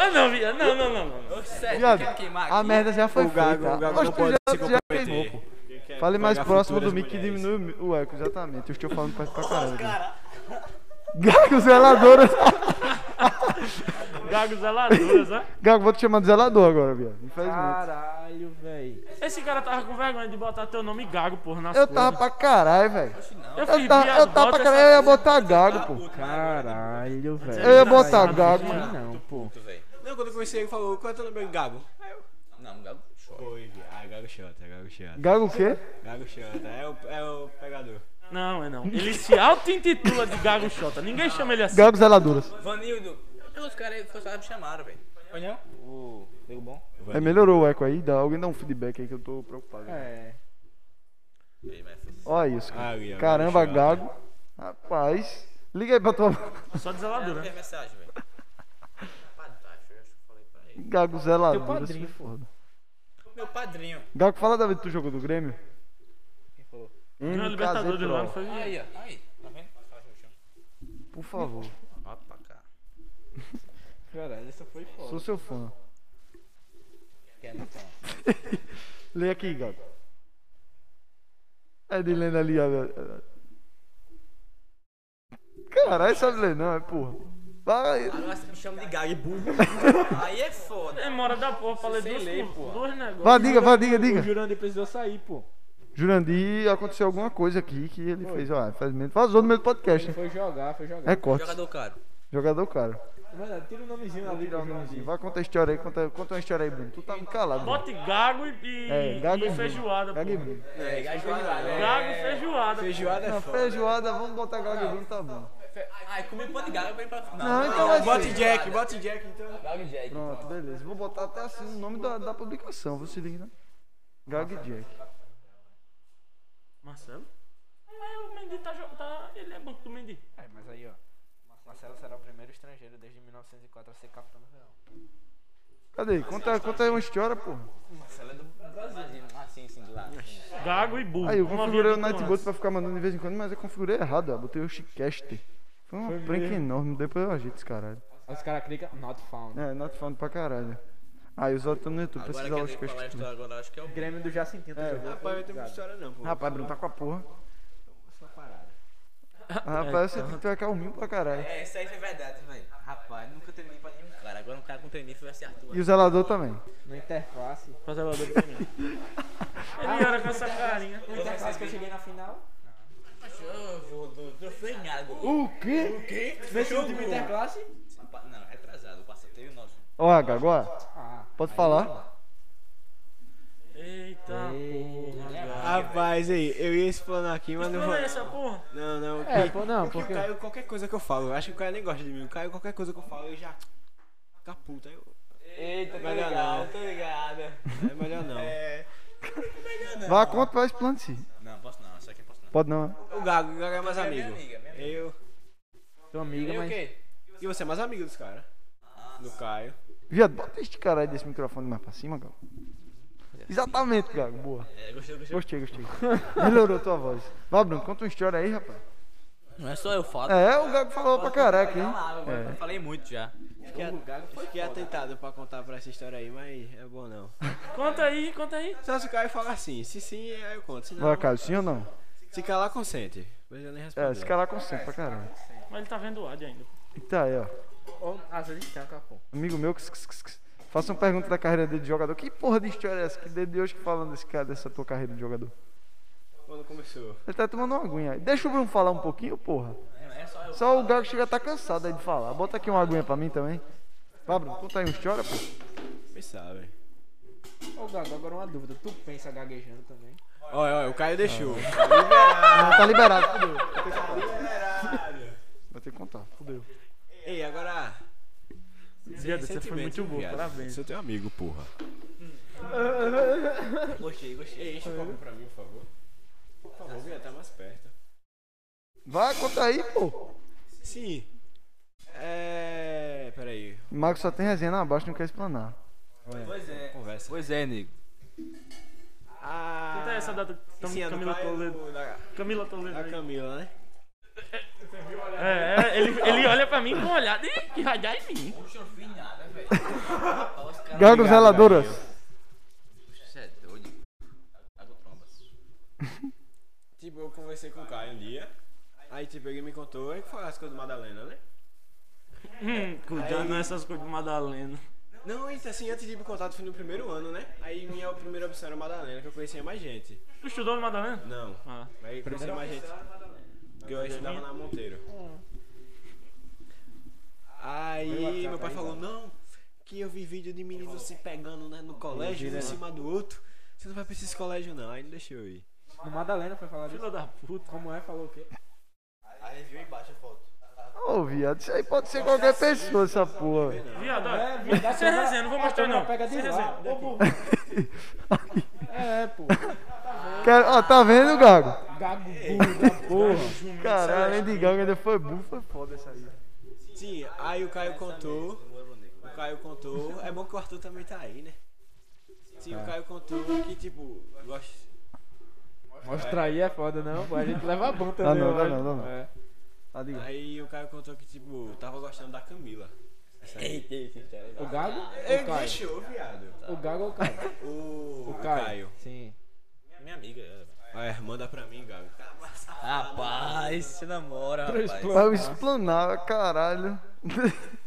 Speaker 3: Ah, não, Via, não, não, não, não. não.
Speaker 1: Viado,
Speaker 8: queimar
Speaker 1: a merda já foi
Speaker 6: O Gago-
Speaker 1: feita.
Speaker 6: o Gago
Speaker 1: Mas
Speaker 6: não
Speaker 1: tu
Speaker 6: pode
Speaker 1: já,
Speaker 6: se
Speaker 1: tu já queimou,
Speaker 6: comprometer.
Speaker 1: pô.
Speaker 6: Ele quer
Speaker 1: Fale mais
Speaker 6: pegar
Speaker 1: próximo do
Speaker 6: futuras
Speaker 1: mic que
Speaker 6: mulheres.
Speaker 1: diminui o eco, exatamente. Eu estou falando perto pra caralho. Né? Gago, zeladora.
Speaker 3: Gago zeladoras, né?
Speaker 1: Gago, vou te chamar de zelador agora, viado.
Speaker 2: Ah,
Speaker 1: Infelizmente.
Speaker 2: Caralho, velho.
Speaker 3: Esse cara tava com vergonha de botar teu nome Gago, porra, nas
Speaker 1: Eu
Speaker 3: coisas.
Speaker 1: tava pra caralho, velho.
Speaker 3: Eu,
Speaker 1: Eu
Speaker 3: fui,
Speaker 1: tava,
Speaker 3: tá viado,
Speaker 1: eu tava
Speaker 3: bota
Speaker 1: pra caralho,
Speaker 3: essa-
Speaker 1: eu ia botar Gago, pô.
Speaker 2: Caralho, velho.
Speaker 1: Eu ia botar Gago.
Speaker 2: Não, não, pô.
Speaker 6: Não, quando eu comecei, ele falou, qual é teu nome? Gago.
Speaker 8: Não, Gago chora.
Speaker 6: Foi, vi- ah, Gago Xota, Gago Xota.
Speaker 1: Gago o quê?
Speaker 6: Gago Xota, é o, é o pegador.
Speaker 3: Não, é não. Ele se auto-intitula de Gago Xota. Ninguém chama ele assim.
Speaker 1: Gago zeladoras.
Speaker 8: Vanildo. Os caras que me chamaram, velho. Foi não? O. Nego bom?
Speaker 1: É, melhorou o eco aí? Dá, alguém dá um feedback aí que eu tô preocupado.
Speaker 2: É.
Speaker 8: Ei, mas foi
Speaker 1: Olha isso, cara.
Speaker 6: Ali, ó,
Speaker 1: Caramba,
Speaker 6: Xota.
Speaker 1: Gago. Rapaz. Liga aí pra tua mãe.
Speaker 3: Só de né? zeladora.
Speaker 8: a mensagem, velho. Padrasto, eu acho que eu falei pra ele.
Speaker 1: Gago zeladora.
Speaker 2: padrinho,
Speaker 1: isso é
Speaker 2: pô.
Speaker 1: foda.
Speaker 8: Meu padrinho.
Speaker 1: Gago, fala da vez que tu jogou do Grêmio.
Speaker 8: Quem falou?
Speaker 3: Não, é
Speaker 1: MKZ
Speaker 3: Libertador de lá,
Speaker 1: Pro.
Speaker 3: não foi?
Speaker 8: Aí, ó. Aí. Tá vendo?
Speaker 1: Por favor,
Speaker 8: Ó pra cá.
Speaker 2: Caralho, essa foi foda.
Speaker 1: sou seu fã.
Speaker 8: Quer noção?
Speaker 1: Lê aqui, Gago. É de lendo ali, ó. Caralho, sabe ler não, é porra. Vai,
Speaker 8: Agora você me chama de gago e burro. Aí é foda.
Speaker 3: Demora da porra, falei
Speaker 8: Sem
Speaker 3: duas,
Speaker 8: lei,
Speaker 3: co-
Speaker 8: porra.
Speaker 3: dois negócios.
Speaker 1: vai, diga, vai, diga,
Speaker 2: O
Speaker 1: diga.
Speaker 2: Jurandir precisou sair, pô.
Speaker 1: Jurandir, aconteceu alguma coisa aqui que ele fez, ó, infelizmente. Vazou no meio do podcast.
Speaker 2: Ele
Speaker 1: né?
Speaker 2: foi jogar, foi jogar.
Speaker 1: É corte.
Speaker 8: Jogador caro.
Speaker 1: Jogador, cara.
Speaker 2: Mano, tira o nomezinho ali do Jurandir.
Speaker 1: Vai, conta a história aí, conta, conta uma história aí, Bruno. Tu tá muito calado. Bruno.
Speaker 3: Bote Gago e, e-
Speaker 1: É, Gago
Speaker 3: e
Speaker 1: e Bruno.
Speaker 3: feijoada,
Speaker 1: Gago e
Speaker 3: porra.
Speaker 1: Bruno.
Speaker 8: É, gago é
Speaker 3: Gago e feijoada.
Speaker 6: Feijoada é
Speaker 1: Não,
Speaker 6: foda.
Speaker 1: feijoada, vamos botar Gago e Bruno, tá bom.
Speaker 8: É. Ai, comi um pão de gago, eu vim pra.
Speaker 1: Não, então vai ser.
Speaker 6: Bote Jack, bote Jack, então.
Speaker 8: Gago e Jack.
Speaker 1: Pronto, beleza. Vou botar até assim o nome da, da publicação, você liga, né? Gag Jack.
Speaker 3: Marcelo? Mas o Mendy tá, jo- tá. Ele é banco do Mendy.
Speaker 2: É, mas aí, ó. Marcelo será o primeiro estrangeiro desde 1904 a ser capitão do Real.
Speaker 1: Cadê? Conta, conta aí uma história, porra.
Speaker 8: Marcelo é do Brasil. Assim, assim, de lá.
Speaker 2: né?
Speaker 3: Gago e burro.
Speaker 1: Aí eu
Speaker 3: Uma
Speaker 1: configurei
Speaker 3: vida
Speaker 1: o
Speaker 3: com
Speaker 1: Nightbot
Speaker 3: lance.
Speaker 1: pra ficar mandando de vez em quando, mas eu configurei errado, ó. Botei o Chicaster. Foi uma prank enorme, depois eu ajeito esse caralho.
Speaker 2: Os caras clicam not found.
Speaker 1: É, not found pra caralho. Aí os outros estão no YouTube,
Speaker 5: Agora
Speaker 1: precisa lá os
Speaker 5: que ele falar a
Speaker 1: questions.
Speaker 5: história, agora acho que é o
Speaker 2: Grêmio do Jacintinho tá jogando.
Speaker 6: Rapaz, eu tenho uma história não, pô.
Speaker 1: Rapaz, Bruno tá com a porra.
Speaker 8: Então,
Speaker 6: Só parada.
Speaker 1: Ah, Rapaz, você tem que trocar o mil pra caralho.
Speaker 8: É, isso aí foi verdade, velho. Rapaz, nunca treinei pra nenhum cara. Agora um cara com treinista vai ser Arthur.
Speaker 1: E o zelador também.
Speaker 2: No interface.
Speaker 3: Pra zelador do Flamengo. Ele era com essa carinha.
Speaker 2: No interface que eu cheguei na final.
Speaker 8: Eu fui nada.
Speaker 1: O quê?
Speaker 2: Nesse último interclasse?
Speaker 8: Não, retrasado. O parceiro teve o nosso.
Speaker 1: Ó, H, agora.
Speaker 2: Ah.
Speaker 1: Pode falar.
Speaker 3: Eita porra, Gago.
Speaker 6: Rapaz, aí, eu ia explanar aqui, mas não vou.
Speaker 3: Explana é essa porra.
Speaker 6: Não, não.
Speaker 2: É,
Speaker 6: que-
Speaker 2: pô, não,
Speaker 6: que
Speaker 2: porque-
Speaker 6: o Caio, qualquer coisa que eu falo, eu acho que o Caio nem gosta de mim. O Caio, qualquer coisa que eu falo, eu já. Caputa, eu.
Speaker 8: Eita, tô
Speaker 6: Melhor não.
Speaker 8: ligado, tô ligado.
Speaker 6: É melhor não.
Speaker 1: Vá, conta, vai, explane-se.
Speaker 8: Não, posso não. Isso aqui eu posso não.
Speaker 1: Pode não, né?
Speaker 6: O Gago, o Gago é mais
Speaker 8: É minha
Speaker 6: amigo.
Speaker 8: amiga, minha amiga.
Speaker 6: Eu.
Speaker 2: Tua amiga,
Speaker 8: Eu o
Speaker 2: mas.
Speaker 8: quê?
Speaker 6: E você é mais amigo dos caras? Do Caio.
Speaker 1: Viado, bota este caralho desse microfone mais pra cima, Gago. Exatamente, Gago, boa.
Speaker 8: É, gostei, gostei.
Speaker 1: Gostei, gostei. Melhorou tua voz. Vai, Bruno, conta uma história aí, rapaz.
Speaker 8: Não é só eu falo.
Speaker 1: É, o Gago falou pra caraca, hein?
Speaker 8: Eu falei muito já.
Speaker 6: Fiquei, at- fiquei atentado pra contar pra essa história aí, mas é bom não.
Speaker 3: Conta aí, conta aí.
Speaker 6: Só se o Caio falar assim, se sim, aí eu conto. Se não,
Speaker 1: É. Vai, Caio, sim ou não?
Speaker 6: se calar, consente. Mas eu nem
Speaker 1: É,
Speaker 6: respondo.
Speaker 1: esse cara lá consegue pra caralho.
Speaker 3: Mas ele tá vendo o Ad ainda.
Speaker 1: E tá aí, ó.
Speaker 2: Ou às vezes estanca, pô.
Speaker 1: Amigo meu, que- que- que- que- faça uma pergunta da carreira dele de jogador. Que porra de história é essa? Que desde hoje que falando desse cara, dessa tua carreira de jogador?
Speaker 6: Quando começou.
Speaker 1: Ele tá tomando uma aguinha aí. Deixa o Bruno falar um pouquinho, porra. Só o Gago chega a tá cansado aí de falar. Bota aqui uma aguinha pra mim também. Vai, Bruno, conta aí uma história, pô.
Speaker 6: Vocês sabem.
Speaker 2: Ô, Gago, agora uma dúvida. Tu pensa gaguejando também?
Speaker 6: Olha, olha, o Caio deixou.
Speaker 1: Não, tá liberado, fudeu. Vou ter que contar, fudeu.
Speaker 6: Ei, agora.
Speaker 3: Viado, você foi
Speaker 6: Sentimentos,
Speaker 3: muito bom,
Speaker 6: viado.
Speaker 3: parabéns.
Speaker 6: Sou é teu amigo, porra.
Speaker 8: Gostei, gostei.
Speaker 6: Ei, enche o copo pra mim, por favor. Por favor, vem até mais perto.
Speaker 1: Vai, conta aí, pô.
Speaker 6: Sim. É. Peraí,
Speaker 1: O Marcos só tem resenha na baixa, não quer explanar.
Speaker 8: Pois é.
Speaker 6: conversa.
Speaker 8: Pois é, nego.
Speaker 6: Ah.
Speaker 3: Conta essa data. Tam,
Speaker 6: Sim, a do
Speaker 3: Camila
Speaker 6: Caio,
Speaker 3: Toledo.
Speaker 6: da-
Speaker 3: Camila Toledo.
Speaker 6: Da
Speaker 3: aí.
Speaker 6: Camila, né?
Speaker 3: É, é, ele, ele olha pra mim com um olhar de que radiar em mim.
Speaker 8: Poxa, eu não fiz nada, velho.
Speaker 1: Gago Zeladoras.
Speaker 8: Você é doido. Água trombas.
Speaker 6: Tipo, eu conversei com o Caio um dia. Aí, tipo, ele me contou e foi as coisas do Madalena, né?
Speaker 3: Hum, cuidando essas coisas de Madalena.
Speaker 6: Não, isso assim, antes de ir pro contato foi no primeiro ano, né? Aí minha primeira opção era Madalena, que eu conhecia mais gente.
Speaker 3: Tu estudou no Madalena?
Speaker 6: Não,
Speaker 3: Ah.
Speaker 6: mas eu conhecia mais gente. Porque eu estudava na Monteiro. É. Aí né? meu pai falou, não, que eu vi vídeo de meninos se pegando né, no colégio, um em cima do outro. Você não vai pra esses colégios não, aí não deixa eu ir.
Speaker 2: No Madalena foi falar disso.
Speaker 3: Filha da puta.
Speaker 2: Como é? Falou o quê?
Speaker 8: Aí viu embaixo a foto.
Speaker 1: Ô, viado, isso aí pode ser qualquer pessoa, essa porra. velho.
Speaker 3: Viado,
Speaker 2: É,
Speaker 3: olha.
Speaker 2: viado,
Speaker 3: Sem resenha, não vou
Speaker 2: a
Speaker 3: mostrar
Speaker 2: câmera
Speaker 3: não.
Speaker 2: Pega de
Speaker 3: Sem resenha.
Speaker 2: lá. Ô, burro. É, pô.
Speaker 1: Quero- Ó, tá vendo, Gago?
Speaker 2: Gago burro da porra.
Speaker 1: Caralho, além de Gago ainda foi burro, foi foda essa aí.
Speaker 6: Sim, aí o Caio contou. O Caio contou. É bom que o Arthur também tá aí, né? Sim, o Caio contou que, tipo, gosta.
Speaker 2: Mostra aí é foda, não, pô. A gente leva a bom também.
Speaker 1: não, dá
Speaker 2: eu
Speaker 1: não,
Speaker 2: acho.
Speaker 1: dá não.
Speaker 2: É.
Speaker 1: Tá ligado?
Speaker 6: Aí o Caio contou que, tipo, tava gostando da Camila.
Speaker 2: O Gago?
Speaker 6: Ele
Speaker 2: O Caio?
Speaker 6: deixou, viado.
Speaker 2: O Gago ou o Caio?
Speaker 6: O,
Speaker 2: O
Speaker 6: Caio.
Speaker 2: Caio. Sim.
Speaker 8: Minha amiga.
Speaker 6: É, manda pra mim, Gago.
Speaker 8: Rapaz, se namora,
Speaker 2: Três
Speaker 8: rapaz.
Speaker 1: Vai eu
Speaker 2: planos.
Speaker 1: explanar, caralho.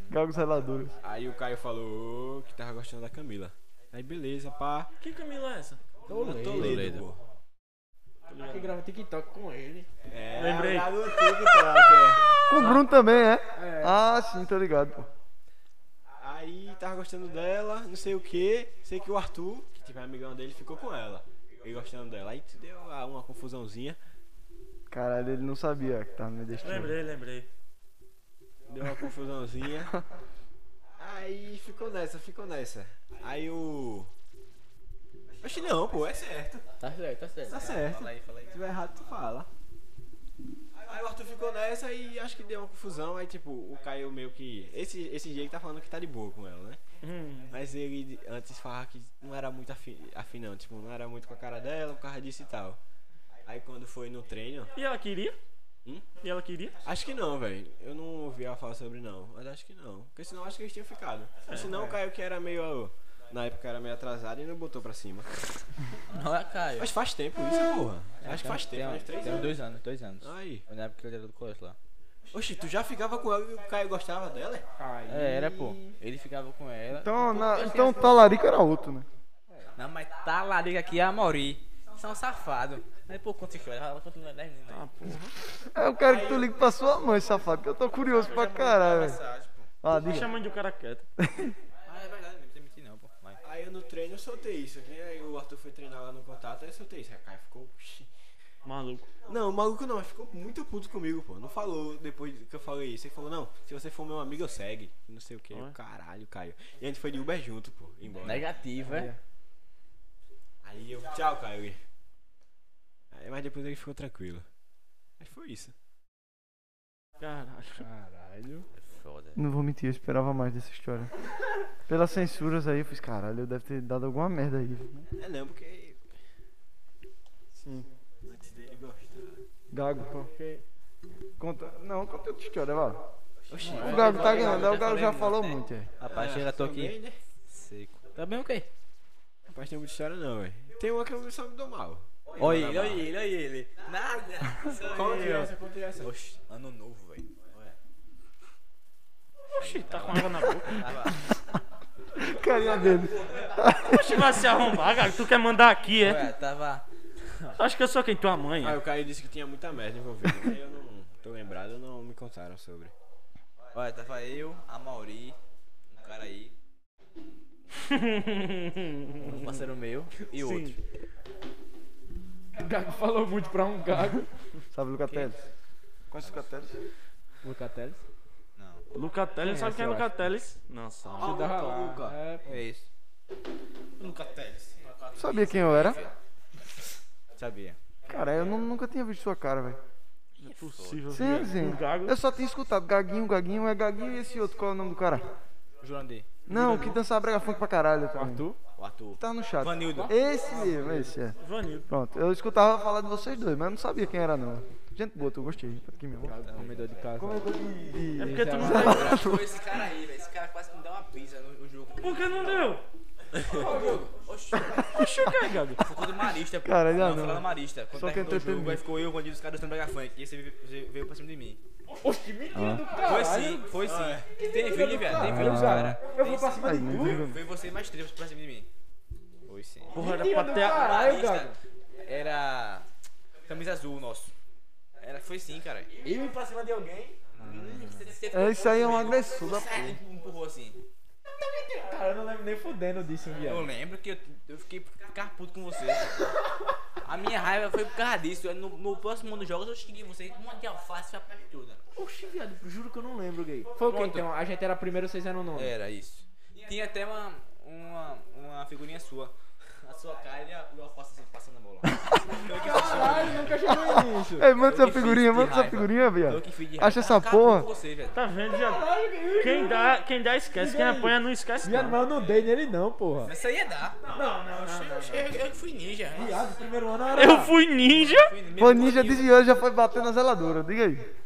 Speaker 1: Gago zelador.
Speaker 6: Aí o Caio falou que tava gostando da Camila. Aí beleza, pá.
Speaker 3: Que Camila é essa?
Speaker 2: Toledo.
Speaker 6: Toledo, pô.
Speaker 2: Que grava TikTok com ele.
Speaker 6: É,
Speaker 3: Lembrei.
Speaker 6: o Gago do TikTok, é.
Speaker 1: Com o Bruno também, é?
Speaker 2: É.
Speaker 1: Ah, sim, tô ligado, pô.
Speaker 6: Aí tava gostando dela, não sei o que. Sei que o Arthur, que tipo é amigão dele, ficou com ela. E gostando dela. Aí te deu ah, uma confusãozinha.
Speaker 1: Caralho, ele não sabia que tava no meu destino.
Speaker 3: Lembrei, lembrei.
Speaker 6: Deu uma confusãozinha. Aí ficou nessa, ficou nessa. Aí o. Acho que não, pô, é certo.
Speaker 5: Tá certo, tá certo.
Speaker 6: Tá certo.
Speaker 8: Fala aí, fala aí.
Speaker 6: Se tiver errado, tu fala. Aí o Arthur ficou nessa e acho que deu uma confusão. Aí, tipo, o Caio meio que. Esse, esse dia que tá falando que tá de boa com ela, né?
Speaker 3: Hum.
Speaker 6: Mas ele antes falava que não era muito afim, afim não, tipo, não era muito com a cara dela, por causa disso e tal. Aí quando foi no treino,
Speaker 3: E ela queria?
Speaker 6: Hum?
Speaker 3: E ela queria?
Speaker 6: acho que não, velho. Eu não ouvi ela falar sobre não, mas acho que não. Porque senão acho que eles tinham ficado. Ou senão o Caio que era meio. Na época era meio atrasado e não botou pra cima.
Speaker 9: Não é Caio.
Speaker 6: Mas faz tempo isso, porra. Acho que faz
Speaker 9: É. Tem- um-
Speaker 6: tempo, faz
Speaker 9: Tem,
Speaker 6: três
Speaker 9: tem uns
Speaker 6: anos.
Speaker 9: dois anos, dois anos.
Speaker 6: Aí.
Speaker 9: Foi na época que ele era do colégio lá.
Speaker 6: Oxi, tu já ficava com ela e o Caio gostava dela?
Speaker 9: É, era, pô. Ele ficava com ela.
Speaker 1: Então, na- então
Speaker 9: é
Speaker 1: o talarico era outro, né?
Speaker 9: Não, mas tá lá, liga
Speaker 5: é
Speaker 9: aqui, a Mauri.
Speaker 5: um
Speaker 9: São safado. Aí, pô, conta história. Fala, conta história, né, menino?
Speaker 1: É, Eu quero que tu ligue pra sua mãe, safado, que eu tô curioso pra caralho, velho. Ah, diga.
Speaker 3: Chamando de um cara quieto.
Speaker 8: Ah, é verdade, não tem mentir não, pô. Vai.
Speaker 6: Aí eu no treino eu soltei isso aqui, aí o Arthur foi treinar lá no contato, aí eu soltei isso. Aí o Caio ficou. "Oxi."
Speaker 3: Maluco.
Speaker 6: Não, o maluco não, mas ficou muito puto comigo, pô. Não falou depois que eu falei isso. Ele falou, não, se você for meu amigo, eu segue. E Não sei o que.
Speaker 3: Ué?
Speaker 6: Caralho, Caio. E a gente foi de Uber junto, pô, embora.
Speaker 9: Negativo, é?
Speaker 6: Aí eu, tchau, Caio. Aí, mas depois ele ficou tranquilo. Mas foi isso.
Speaker 3: Caralho.
Speaker 9: Caralho. Foda.
Speaker 1: Não vou mentir, eu esperava mais dessa história. Pelas censuras aí, eu fiz, caralho, eu deve ter dado alguma merda aí.
Speaker 6: É não, porque
Speaker 1: Sim.
Speaker 6: antes dele gostar.
Speaker 1: Gago, porque. Conta. Não, conta outra história, vai.
Speaker 9: Oxi,
Speaker 1: O Gago tá ganhando, aí o
Speaker 9: já
Speaker 1: Gago já
Speaker 9: falei
Speaker 1: falou
Speaker 9: muito, né?
Speaker 1: muito, é.
Speaker 9: Rapaz, chega, Tá, tô aqui.
Speaker 6: Né?
Speaker 9: Seco. Tá bem o quê?
Speaker 6: Rapaz, tem muita história não, velho. Tem uma que eu só me dou mal.
Speaker 9: Olha ele, olha ele, olha ele. Nada.
Speaker 6: Conta essa, conta
Speaker 5: é?
Speaker 6: essa.
Speaker 9: Oxi, ano novo, velho.
Speaker 3: Oxi, tá com água na boca.
Speaker 1: Carinha dele.
Speaker 3: Oxi, vai se arrombar, cara. Tu quer mandar aqui, é?
Speaker 9: Ué, tava.
Speaker 3: Acho que eu sou quem? Tua mãe?
Speaker 6: Aí
Speaker 3: É?
Speaker 6: o Caio disse que tinha muita merda envolvida. Aí eu não tô lembrado, não me contaram sobre.
Speaker 8: Olha, tava eu, a Mauri, um cara aí.
Speaker 9: Um parceiro meu e outro.
Speaker 2: Gago falou muito pra um gago.
Speaker 1: Sabe o Lucatelli? Conhece o Lucatelli?
Speaker 2: Lucatelli?
Speaker 3: Luca Teles, sabe quem é Luca Teles? Ah, Não, sabe.
Speaker 2: Ajudava
Speaker 5: Tá
Speaker 2: lá. É,
Speaker 8: É isso.
Speaker 1: Sabia quem eu era?
Speaker 6: Sabia.
Speaker 1: Cara, eu nu- nunca tinha visto sua cara, velho.
Speaker 3: Não é possível.
Speaker 1: Sim, sim.
Speaker 3: Um gago.
Speaker 1: Eu só tinha escutado Gaguinho, Gaguinho, é Gaguinho e esse outro, qual é o nome do cara?
Speaker 9: Jurandir.
Speaker 1: Não, que dançava brega funk pra caralho. Também.
Speaker 3: Arthur?
Speaker 6: O Arthur.
Speaker 1: Tá no chat. Esse mesmo, esse é.
Speaker 3: Vanildo.
Speaker 1: Pronto, eu escutava falar de vocês dois, mas não sabia quem era, não. Gente boa, tu gostei. Tá aqui mesmo.
Speaker 9: Comedor de casa.
Speaker 3: É porque tu não deu.
Speaker 5: Foi esse cara aí, velho. Esse cara quase me deu uma pizza no, no jogo.
Speaker 3: Por que não deu?
Speaker 5: Oxi,
Speaker 3: Oxi, o que é, Gago?
Speaker 5: foi contra o Marista, pô.
Speaker 1: Cara, já
Speaker 5: Não, foi
Speaker 1: não.
Speaker 5: lá no Marista. Quando
Speaker 1: Só que
Speaker 5: terminou o
Speaker 1: entretenido.
Speaker 5: jogo, aí ficou eu, o bandido, os caras dançando Braga Funk. E você veio, você veio pra cima de mim.
Speaker 1: Ah.
Speaker 5: Foi assim? sim, foi sim. Tem vídeo, velho. Tem vídeo dos caras.
Speaker 2: Eu vou pra cima
Speaker 1: Aí,
Speaker 2: de
Speaker 1: não
Speaker 2: tu.
Speaker 1: digo,
Speaker 5: Veio você e mais três pra cima de mim. Foi sim.
Speaker 3: Porra, era pra ter a...
Speaker 2: Caralho,
Speaker 5: Marista
Speaker 2: Gago.
Speaker 5: Era. Camisa azul nosso. Era, foi sim, cara.
Speaker 2: E pra cima de alguém.
Speaker 5: Hum, você- você
Speaker 1: É, isso aí é um
Speaker 5: ficou comigo.
Speaker 1: agressor da
Speaker 5: Você empurrou assim.
Speaker 2: Cara, eu não lembro nem fudendo disso, viado.
Speaker 5: Eu lembro que eu, eu fiquei ficar puto com você. A minha raiva foi por causa disso. Eu- No, no próximo dos jogos eu xinguei você com uma de alface e uma tudo.
Speaker 2: Oxi, viado, juro que eu não lembro, gay. Foi o que então? A gente era primeiro, vocês eram nono.
Speaker 5: Era isso. Tinha até uma, uma, uma figurinha sua. A sua cara e a- e o alface assim, passando a bola.
Speaker 2: Caralho, nunca chegou nisso.
Speaker 1: Ei, manda
Speaker 5: Eu
Speaker 1: essa
Speaker 5: que fiz
Speaker 1: figurinha,
Speaker 5: de
Speaker 1: manda essa
Speaker 5: raiva.
Speaker 1: figurinha,
Speaker 5: Eu
Speaker 1: viado.
Speaker 5: que fiz de
Speaker 1: Acha essa
Speaker 5: Acabou
Speaker 1: porra?
Speaker 5: com você, velho.
Speaker 3: Tá vendo, viado? Quem dá, quem dá esquece, quem apanha não esquece
Speaker 2: Viado,
Speaker 3: não.
Speaker 2: mas eu não dei nele não, porra.
Speaker 5: Essa aí é dar. Não, não, Eu, eu fui ninja.
Speaker 2: Viado, primeiro ano era...
Speaker 3: Eu fui ninja?
Speaker 1: Foi ninja desviou, já foi bater na zeladora, diga aí.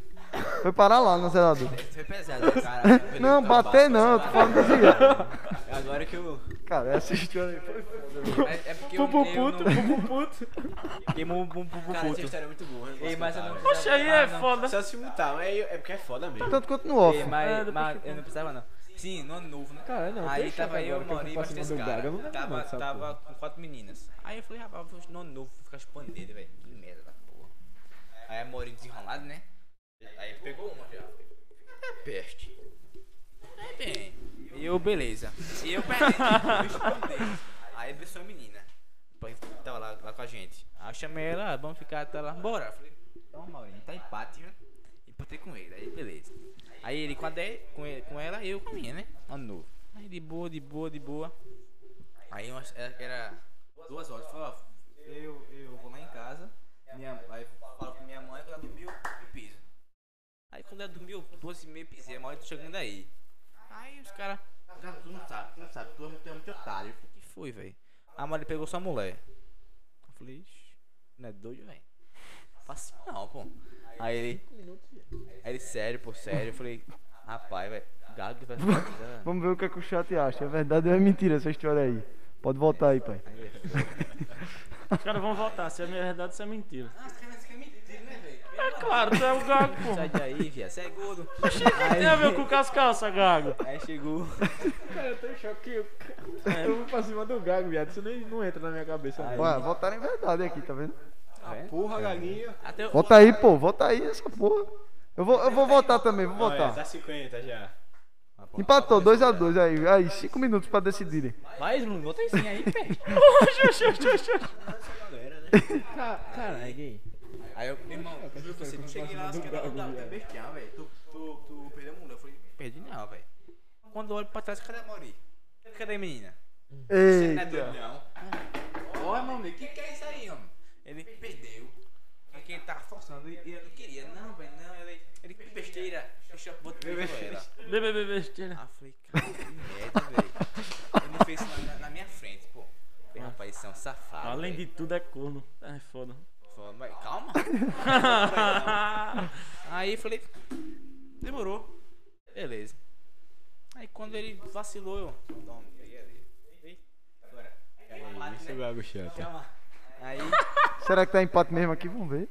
Speaker 1: Foi parar lá na zeladora.
Speaker 4: é
Speaker 5: Foi pesado, cara.
Speaker 1: Não, bater não,
Speaker 5: né?
Speaker 1: eu tô falando desviar.
Speaker 6: Agora que eu
Speaker 1: Cara, assim. essa história aí foi
Speaker 5: É, é porque eu,
Speaker 3: Pupu
Speaker 5: eu
Speaker 3: puto,
Speaker 5: não...
Speaker 3: pupu puto.
Speaker 6: queimou um bum bum
Speaker 5: Cara, essa
Speaker 6: puto.
Speaker 5: história é muito boa. eu
Speaker 6: Ei,
Speaker 5: não posso
Speaker 6: mas
Speaker 5: contar,
Speaker 6: eu não-
Speaker 5: velho.
Speaker 3: Oxe, aí é foda.
Speaker 6: Só se mutar, mas aí é porque é foda mesmo.
Speaker 1: tanto quanto no off.
Speaker 5: Ei, mas, mas eu não precisava não. Sim, no ano novo, né?
Speaker 2: Cara, Ah, não,
Speaker 5: aí
Speaker 2: deixa
Speaker 5: tava
Speaker 2: agora,
Speaker 5: eu,
Speaker 2: que eu
Speaker 5: Mauri e
Speaker 2: vou pra cima
Speaker 5: mais três
Speaker 2: do Gaga, eu não
Speaker 5: caras.
Speaker 2: lembro
Speaker 5: Tava,
Speaker 2: mais dessa
Speaker 5: tava com quatro meninas. Aí eu falei, rapaz, eu vou no ano novo, vou ficar escondido, velho. Que merda da porra. Aí a Mauri desenrolado, né? Aí pegou uma já. É peste. Aí bem. E eu, beleza. E eu perdi, escondendo. Aí abençoou a menina. Pô, Tava lá, lá com a gente. Aí eu chamei ela, "Ah, vamos ficar até lá. Bora. Eu Falei, então, Maurinho, tá empate, né? Empatei com ele, aí beleza. Aí ele com a 10, com, ele- com ela, eu com a minha, né? Ano novo. Aí de boa, de boa, de boa. Aí umas- era, era duas horas. Eu falei, ó, eu, eu vou lá em casa, Minha, aí falo com minha mãe, quando ela dormiu, eu piso. Aí quando ela dormiu, 12 e meia eu pisei, mas eu tô chegando aí. Aí os caras. Cara, tu não sabe, tu não sabe, tu é muito, é muito otário. Eu falei, que foi, velho? A Mari pegou sua mulher. Eu falei, ixi, não é doido, velho? Fácil não, pô. Aí ele. Aí ele, sério, pô, sério. Eu falei, rapaz, velho, gago vai ficar pisando.
Speaker 1: Vamos ver o que, é que o chat acha. É verdade ou é mentira essa história aí? Pode voltar aí, pai.
Speaker 3: Os caras vão votar, se é verdade ou se é mentira.
Speaker 5: Ah, esse cara esse cara é mentira, né, velho?
Speaker 3: É claro, tu é o gago, pô.
Speaker 5: Sai daí, viado, você é gordo.
Speaker 3: Tem a ver com o cascalça, gago.
Speaker 5: Aí chegou.
Speaker 2: Cara, eu tô em choque. que Eu, eu vou pra cima do gago, viado. Isso nem, não entra na minha cabeça.
Speaker 6: Tá
Speaker 2: não.
Speaker 1: Ué, votaram em verdade aqui, tá vendo?
Speaker 6: Porra, galinha.
Speaker 5: Até o.
Speaker 1: Vota aí, pô, vota aí essa porra. Eu vou, eu vou votar também, vou
Speaker 6: Olha, tá
Speaker 1: votar.
Speaker 6: 50 já.
Speaker 1: Empatou, 2x2 aí, aí, 5 minutos pra decidirem.
Speaker 10: Mas, Bruno, bota aí sim aí, perde.
Speaker 2: Caralho, gay.
Speaker 5: Aí eu, meu irmão, eu sei que eu cheguei lá, os caras não dá besteira, velho. Tu, tu, tu perdeu a mulher. Eu falei, perdi não, velho. Quando eu olho pra trás, cadê a Mauri? Cadê a menina? Você não é doido,
Speaker 1: Eita.
Speaker 5: não. Ó, meu amigo, o que, que é isso aí, homem? Ele perdeu. É que ele tava forçando e ele não queria. Não, velho, não. Ele, ele que besteira. Deixa eu botar ela.
Speaker 3: Bebê, bebê, besteira.
Speaker 5: Ah, eu falei, cara, que merda, velho. Ele fez isso na, na minha frente, pô. Eu Falei, rapaz, isso é um safado.
Speaker 3: Além
Speaker 5: velho.
Speaker 3: de tudo, é corno. É foda.
Speaker 5: Falei, mas calma. Aí eu falei, demorou. Beleza. Aí quando ele vacilou, eu. um
Speaker 6: Isso é o gago chata.
Speaker 5: Aí,
Speaker 1: Será que tá empate mesmo aqui? Vamos ver.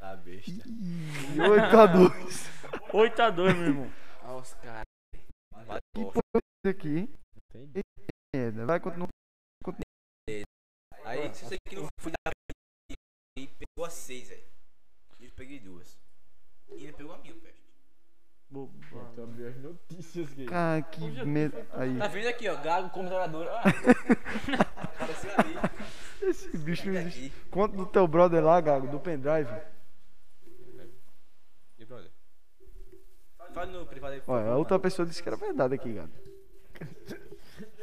Speaker 6: Tá besta.
Speaker 1: 8x2.
Speaker 3: 8x2, meu irmão.
Speaker 5: ó, os caras.
Speaker 1: Que porra é isso aqui, hein? Merda, Vai continuar.
Speaker 5: Aí, se você que não foi da e pegou as seis, velho. E eu peguei duas. E ele pegou a minha, peste.
Speaker 3: Boba.
Speaker 6: Tá abrindo as notícias, gay.
Speaker 1: Cara, que merda. Aí,
Speaker 10: Tá vendo aqui, ó, gago como jogador. Ah,
Speaker 5: Apareceu ali.
Speaker 1: esse bicho não existe.
Speaker 5: Aqui.
Speaker 1: Conta do teu brother lá, Gago, do pendrive.
Speaker 5: Fala no privado aí. por
Speaker 1: Olha,
Speaker 5: favor.
Speaker 1: a outra pessoa disse que era verdade aqui, Gago.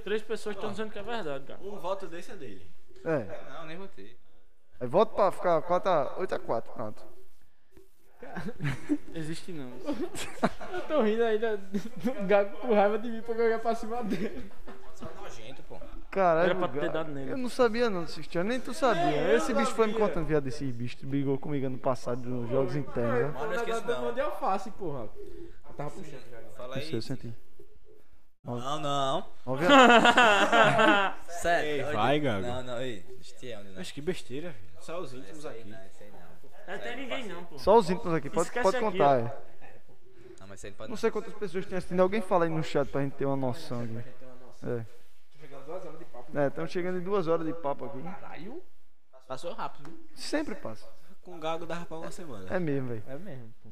Speaker 3: Três pessoas estão dizendo que é verdade, cara.
Speaker 6: Um voto desse é dele.
Speaker 1: É.
Speaker 5: Não, nem voltei.
Speaker 1: Aí volta pra ficar 8x4, pronto.
Speaker 3: Existe não.
Speaker 2: Eu tô rindo ainda do gago com raiva de mim porque eu ia pra cima dele.
Speaker 5: Só nojento, pô.
Speaker 1: Caralho,
Speaker 3: Era pra ter
Speaker 1: Gago.
Speaker 3: dado nele.
Speaker 1: Eu não sabia não, Cristiano, nem tu sabia. Esse bicho foi me contando viado esses bichos, brigou comigo ano passado nos jogos internos, né?
Speaker 5: Mano, eu esqueço
Speaker 2: Agora eu
Speaker 5: não.
Speaker 2: mandei alface, porra. Eu tava puxando.
Speaker 5: Fala
Speaker 1: Não sei, eu
Speaker 5: aí.
Speaker 1: senti.
Speaker 5: Não, não.
Speaker 1: Nove a-
Speaker 5: Sério. olha.
Speaker 6: vai, Gago.
Speaker 5: Não, não, aí. Este é onde não.
Speaker 6: Mas que besteira, filho. Só os íntimos aqui.
Speaker 5: Não, esse aí não.
Speaker 3: É até ninguém não, pô.
Speaker 1: Só os ímpios aqui, pode,
Speaker 3: Esquece
Speaker 1: pode
Speaker 3: aqui,
Speaker 1: contar.
Speaker 3: ó.
Speaker 1: é.
Speaker 5: Não, mas esse aí não pode
Speaker 1: Não
Speaker 5: não.
Speaker 1: sei quantas pessoas tem assistindo, alguém fala aí no chat pra gente ter uma noção aqui. É. É, estamos chegando em duas horas de papo aqui.
Speaker 10: Caralho. Passou rápido.
Speaker 1: Sempre passa.
Speaker 6: Com o Gago dava pra uma semana.
Speaker 1: É mesmo, velho.
Speaker 2: É mesmo, pô.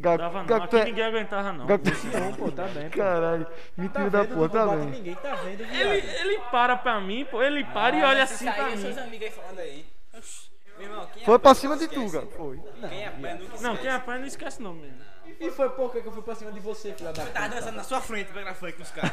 Speaker 3: Dava
Speaker 1: Gago,
Speaker 3: não.
Speaker 1: Gago, tu
Speaker 3: Aqui
Speaker 1: é...
Speaker 3: ninguém aguentava não.
Speaker 1: Gago,
Speaker 2: Não, pô, tá bem. Pô.
Speaker 1: caralho. Mentira da
Speaker 2: vendo?
Speaker 1: porra,
Speaker 2: Não
Speaker 1: tá
Speaker 2: bate
Speaker 1: bem.
Speaker 2: Ninguém tá vendo,
Speaker 3: Ele,
Speaker 2: viado.
Speaker 3: ele para pra mim, pô. Ele para e olha assim pra mim.
Speaker 5: seus amigos aí falando aí. Oxi. Meu irmão, quem
Speaker 1: Foi
Speaker 5: apanha
Speaker 1: pra cima
Speaker 5: nunca
Speaker 1: de tu,
Speaker 5: esquece.
Speaker 1: Gago. Foi.
Speaker 5: Quem apanha nunca esquece.
Speaker 3: Não, quem apanha não esquece não mesmo.
Speaker 2: E foi pouca que eu fui pra cima de você, filha da
Speaker 5: Tá
Speaker 2: puta.
Speaker 5: dançando na sua frente pra gravar funk com os caras.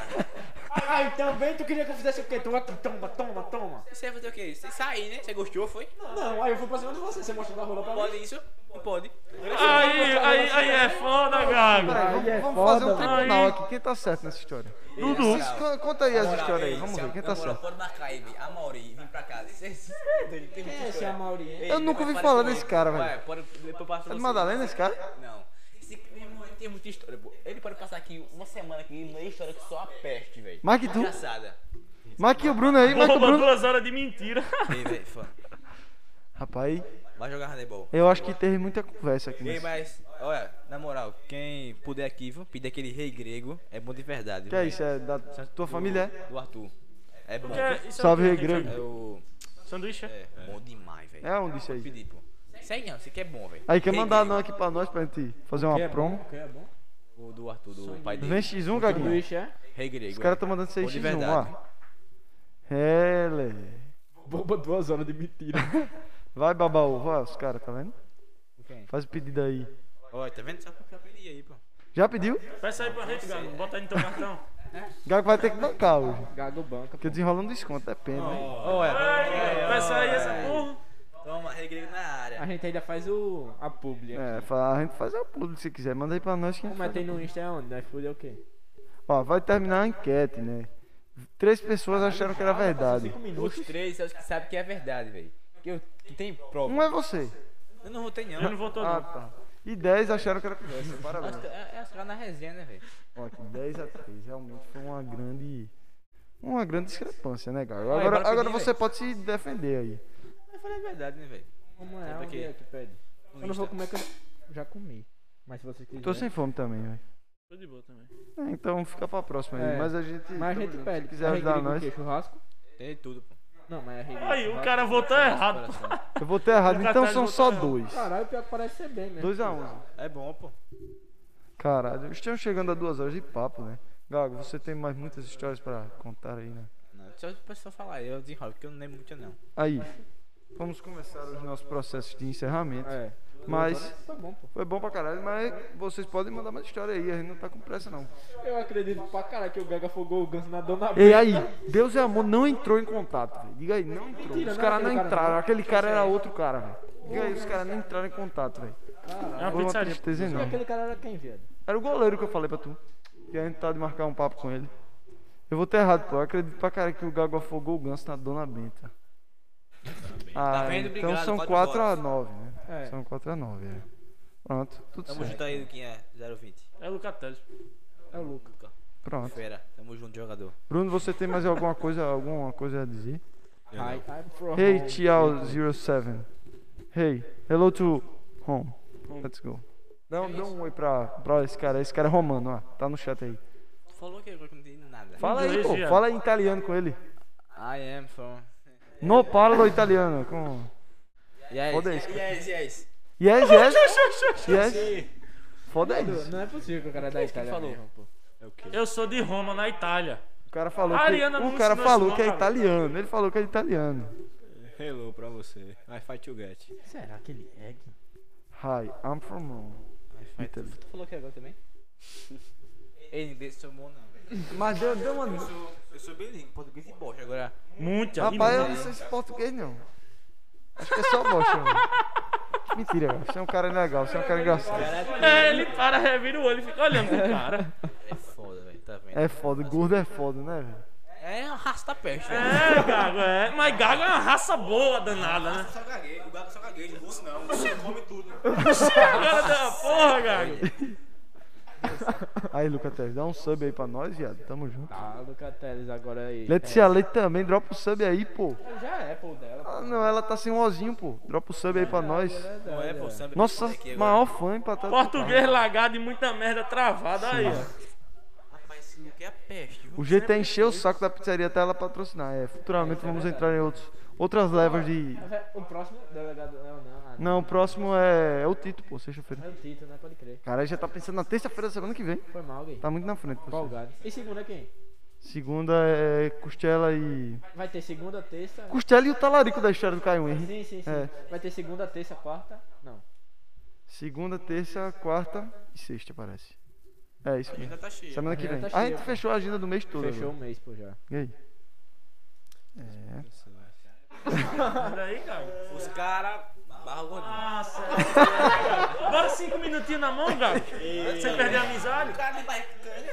Speaker 2: Ah, então bem, tu queria que eu fizesse o quê? Toma, toma, toma, toma.
Speaker 5: Você vai fazer o quê? Você sair, né? Você gostou, foi?
Speaker 2: Não, aí eu fui pra cima de você, você mostrando a rola pra mim.
Speaker 5: Pode isso? Não pode.
Speaker 3: Aí, aí, aí é foda, Gago.
Speaker 1: Peraí, vamos,
Speaker 2: é
Speaker 1: vamos fazer um
Speaker 2: foda,
Speaker 3: mano.
Speaker 1: tribunal
Speaker 3: Aí.
Speaker 1: aqui. Quem tá certo nessa história?
Speaker 3: Dudu.
Speaker 1: Vocês con- Conta aí essa história aí, vamos ver. Quem tá certo?
Speaker 5: Pode marcar aí, velho. A Mauri, vim pra casa. um Quem
Speaker 2: Quem é esse Amauri, hein?
Speaker 1: Eu nunca ouvi falar desse cara, velho.
Speaker 5: é Vai, pode, depois eu passo
Speaker 1: É
Speaker 5: pra
Speaker 1: de
Speaker 5: você.
Speaker 1: Madalena esse cara?
Speaker 5: Não. Esse meu irmão, ele tem muita história, pô. Ele pode passar aqui uma semana aqui, uma história que só a peste, velho.
Speaker 1: Mais que tu?
Speaker 5: Engraçada.
Speaker 1: Marca aqui o Bruno aí, marca o
Speaker 3: Rouba
Speaker 1: Bruno.
Speaker 3: duas horas de mentira.
Speaker 5: Ei, velho, fã.
Speaker 1: Rapaz,
Speaker 5: Vai jogar handebol.
Speaker 1: eu acho que teve muita conversa aqui.
Speaker 5: Ei,
Speaker 1: Nesse...
Speaker 5: mas, olha, na moral, quem puder aqui, vou pedir aquele rei grego. É bom de verdade.
Speaker 1: Que é isso? É da tua família? é?
Speaker 5: Do Arthur. É bom.
Speaker 3: É, isso é
Speaker 1: Salve,
Speaker 3: o quê?
Speaker 1: Rei Grego.
Speaker 5: É o.
Speaker 3: Sanduíche?
Speaker 5: É, bom demais, velho.
Speaker 1: É onde isso aí?
Speaker 5: Pedir, pô. Sei não, isso aqui é bom, velho.
Speaker 1: Aí, quer
Speaker 5: Rei
Speaker 1: mandar
Speaker 5: grego,
Speaker 1: não aqui pra nós pra gente fazer uma promo?
Speaker 2: é
Speaker 5: O do Arthur, do pai dele.
Speaker 1: Vem X1, Gaguinho.
Speaker 2: Bicho, é?
Speaker 5: Rei grego.
Speaker 1: Os caras tão mandando
Speaker 5: Pô, de
Speaker 1: 6x1,
Speaker 5: verdade.
Speaker 1: ó. Ele.
Speaker 2: Bomba duas horas de mentira.
Speaker 1: Vai, babaú, vai, os caras, tá vendo? Faz o pedido aí.
Speaker 5: Olha, tá vendo? Só pra pedir aí, pô.
Speaker 1: Já pediu?
Speaker 3: Peça aí pra gente, Gago. Bota aí no teu cartão.
Speaker 1: Gago vai ter que bancar hoje. um
Speaker 2: Gago banca.
Speaker 1: é Porque desenrolando desconto, depende. né?
Speaker 5: Olha,
Speaker 3: Peça aí essa porra.
Speaker 5: toma
Speaker 8: regrego na área.
Speaker 2: A gente ainda faz o. a publi.
Speaker 1: É,
Speaker 2: aqui.
Speaker 1: fala, a gente faz a publi se quiser, manda aí pra nós que a gente
Speaker 2: Como é
Speaker 1: faz.
Speaker 2: tem no Insta é onde? Nós fudeu o quê?
Speaker 1: Ó, vai terminar a enquete, né? Três pessoas acharam que era verdade.
Speaker 9: Os três, eu acho que sabe que é verdade, velho. Que, eu- que tem prova.
Speaker 1: Um é você.
Speaker 9: Eu não votei, não.
Speaker 3: Eu não vou todo.
Speaker 1: Ah, tá. E 10 acharam que era conversa. Parabéns.
Speaker 9: Acho que- é, é, acho que lá na resenha, né, velho?
Speaker 1: Ó, que 10 a 3 realmente foi uma grande. Uma grande discrepância, né, cara?
Speaker 9: Vai,
Speaker 1: Agora,
Speaker 9: bora
Speaker 1: agora
Speaker 9: pedir,
Speaker 1: você pode se defender aí.
Speaker 9: Mas falei a verdade, né, velho?
Speaker 2: Como é?
Speaker 9: pra
Speaker 2: Onde
Speaker 9: quê?
Speaker 2: é que pede?
Speaker 9: No
Speaker 2: Eu não vou
Speaker 9: Um Insta.
Speaker 2: comer que eu já comi. Mas se você quiser.
Speaker 1: Tô sem fome também, velho.
Speaker 3: Tô de boa também.
Speaker 1: Né? É, Então fica pra próxima aí.
Speaker 2: É.
Speaker 1: Mas a gente.
Speaker 2: Mas a
Speaker 1: tamo
Speaker 2: gente
Speaker 1: junto.
Speaker 2: pede.
Speaker 1: Se quiser
Speaker 2: É
Speaker 1: ajudar
Speaker 2: regrego o
Speaker 1: nós.
Speaker 2: quê? Churrasco?
Speaker 9: Tem tudo, pô.
Speaker 2: Não, mas é regrego.
Speaker 3: Aí, o
Speaker 2: churrasco.
Speaker 3: cara votou errado. pô.
Speaker 1: Eu vou ter errado,
Speaker 3: Nunca
Speaker 1: então
Speaker 3: atrás
Speaker 1: são
Speaker 3: do
Speaker 1: só
Speaker 3: botão.
Speaker 1: dois.
Speaker 2: Caralho, pior que parece ser bem né? mesmo.
Speaker 1: 2 a 11.
Speaker 8: É bom, pô.
Speaker 1: Caralho, estamos chegando a duas horas de papo, né? Gago, você tem mais muitas histórias pra contar aí, né?
Speaker 9: Não, só o pessoal falar, eu desenrolo, porque eu não lembro muito, não.
Speaker 1: Aí, vamos começar os nossos processos de encerramento.
Speaker 2: É.
Speaker 1: Mas
Speaker 2: Tá bom, pô.
Speaker 1: foi É bom pra caralho, mas vocês podem mandar mais história aí, a gente não tá com pressa não.
Speaker 2: Eu acredito pra caralho que o Gaga afogou o ganso na dona
Speaker 1: E
Speaker 2: B.
Speaker 1: aí, Deus e Amor não entrou em contato, velho. Diga aí, não entrou.
Speaker 2: Mentira,
Speaker 1: Os
Speaker 2: não
Speaker 1: caras
Speaker 2: é
Speaker 1: não
Speaker 2: aquele cara,
Speaker 1: entraram,
Speaker 2: não.
Speaker 1: aquele cara era outro cara, velho. Diga aí, os caras não entraram em contato, velho.
Speaker 3: É uma
Speaker 1: Foi uma
Speaker 3: pizzaria.
Speaker 1: tristeza
Speaker 2: E
Speaker 1: enorme.
Speaker 2: aquele cara era quem, viado?
Speaker 1: Era o goleiro que eu falei pra tu. Que a gente tá de marcar um papo com ele. Eu vou ter errado, pô. Eu acredito pra caralho que o Gago afogou o ganso na Dona Benta. Ah,
Speaker 8: Tá vendo?
Speaker 1: então
Speaker 8: Obrigado,
Speaker 1: são
Speaker 8: quatro
Speaker 1: 4 a
Speaker 8: votos.
Speaker 1: 9 né?
Speaker 2: É.
Speaker 1: São 4 a 9 é. Pronto,
Speaker 8: Tamo
Speaker 1: tudo certo.
Speaker 4: Então
Speaker 8: junto aí, Luquinha 020.
Speaker 3: É o Lucatelli.
Speaker 2: É o Luca.
Speaker 1: Pronto.
Speaker 8: Fera, tamo junto, jogador.
Speaker 1: Bruno, você tem mais alguma coisa, alguma coisa a dizer?
Speaker 2: Hi, I'm from
Speaker 1: Hey,
Speaker 2: home.
Speaker 1: Tiao07. Hey, hello to home. Let's go. Não, dá um oi pra, pra esse cara. Esse cara é romano, ó. Tá no chat aí.
Speaker 9: Tu falou que agora que eu não entendi nada.
Speaker 1: Fala aí,
Speaker 3: Inglês,
Speaker 1: pô.
Speaker 3: Jean.
Speaker 1: Fala em italiano com ele.
Speaker 9: I am from.
Speaker 1: No parlo italiano. Com...
Speaker 9: Yes,
Speaker 1: Foda isso,
Speaker 9: yes, yes.
Speaker 1: Yes, yes. yes. Foda isso.
Speaker 2: Não é possível que o cara é da Itália
Speaker 9: falou?
Speaker 2: mesmo, pô.
Speaker 3: Eu sou de Roma, na Itália.
Speaker 1: O cara falou
Speaker 3: A
Speaker 1: que,
Speaker 3: Ariana
Speaker 1: o
Speaker 3: não
Speaker 1: cara
Speaker 3: ensinou
Speaker 1: falou
Speaker 3: esse
Speaker 1: que é
Speaker 3: nome, cara.
Speaker 1: italiano. Ele falou que é italiano.
Speaker 6: Hello pra você. I fight to get.
Speaker 2: Será que ele é? gay?
Speaker 1: Hi, I'm from Rome. Italy.
Speaker 9: Tu falou que agora também? Ei, inglês sou bom, não, velho.
Speaker 1: Mas deu, deu uma.
Speaker 8: Eu sou bilíngue, português e bosta.
Speaker 9: Agora,
Speaker 3: Muita.
Speaker 1: Rapaz, eu não
Speaker 3: imensa.
Speaker 1: sei se português não. Acho que é só bosta, mano. Mentira, cara. Você é um cara legal, você é um cara engraçado.
Speaker 3: É, ele para, revira o olho e fica olhando pro cara.
Speaker 9: é foda, velho, tá vendo?
Speaker 1: É foda, gordo é foda, né, velho?
Speaker 9: É, é arrasta a peste, velho.
Speaker 3: É, Gago, é. Mas Gago é uma raça boa, danada, né?
Speaker 8: Só caguei, o gato só caguei, não gosto não. Come tudo.
Speaker 3: Agora da porra, Gago.
Speaker 1: Aí, Luca Teles, dá um sub aí pra nós, viado. Tamo junto.
Speaker 2: Ah, Luca Teles agora aí.
Speaker 1: Letícia Leite também, dropa o sub aí, pô.
Speaker 2: É, Já é, pô, o dela.
Speaker 1: Ah, não, ela tá sem um ozinho, pô. Dropa o sub aí pra nós.
Speaker 8: Não é, pô, samba.
Speaker 1: Nossa,
Speaker 8: Aqui agora.
Speaker 1: maior fã tá- empatado.
Speaker 3: Português lagado e muita merda travada aí, ó.
Speaker 8: Rapaz, esse Luca é a peste, viu?
Speaker 1: O jeito é encher o saco da pizzaria até ela patrocinar. É, futuramente vamos entrar em outros, outras levas de.
Speaker 2: Mas é- O próximo delegado não, não. ah,
Speaker 1: Não, o próximo é, é o Tito, pô, sexta-feira.
Speaker 2: É o Tito, né? Pode crer.
Speaker 1: Cara, já tá pensando na terça-feira da semana que vem.
Speaker 2: Foi mal, gay.
Speaker 1: Tá muito na frente, pô.
Speaker 2: Folgado. E segunda é quem?
Speaker 1: Segunda é Costela e.
Speaker 2: Vai ter segunda, terça.
Speaker 1: Costela e o talarico da história do Caio Henrique.
Speaker 2: Sim, sim, sim.
Speaker 1: É.
Speaker 2: Vai ter segunda, terça, quarta. Não.
Speaker 1: Segunda, terça, quarta e sexta, parece. É isso mesmo.
Speaker 8: Ainda tá cheio.
Speaker 1: Semana que
Speaker 2: agenda
Speaker 1: vem.
Speaker 2: tá
Speaker 1: a gente
Speaker 2: cheia,
Speaker 1: fechou a agenda do mês todo.
Speaker 2: Fechou o
Speaker 1: velho.
Speaker 2: mês, pô, já.
Speaker 1: E aí?
Speaker 3: Olha aí, Gago.
Speaker 8: Os caras barram o gordinho.
Speaker 3: Nossa. Bora cinco minutinhos na mão, Gago. Sem perder a amizade.
Speaker 8: O cara de barriga.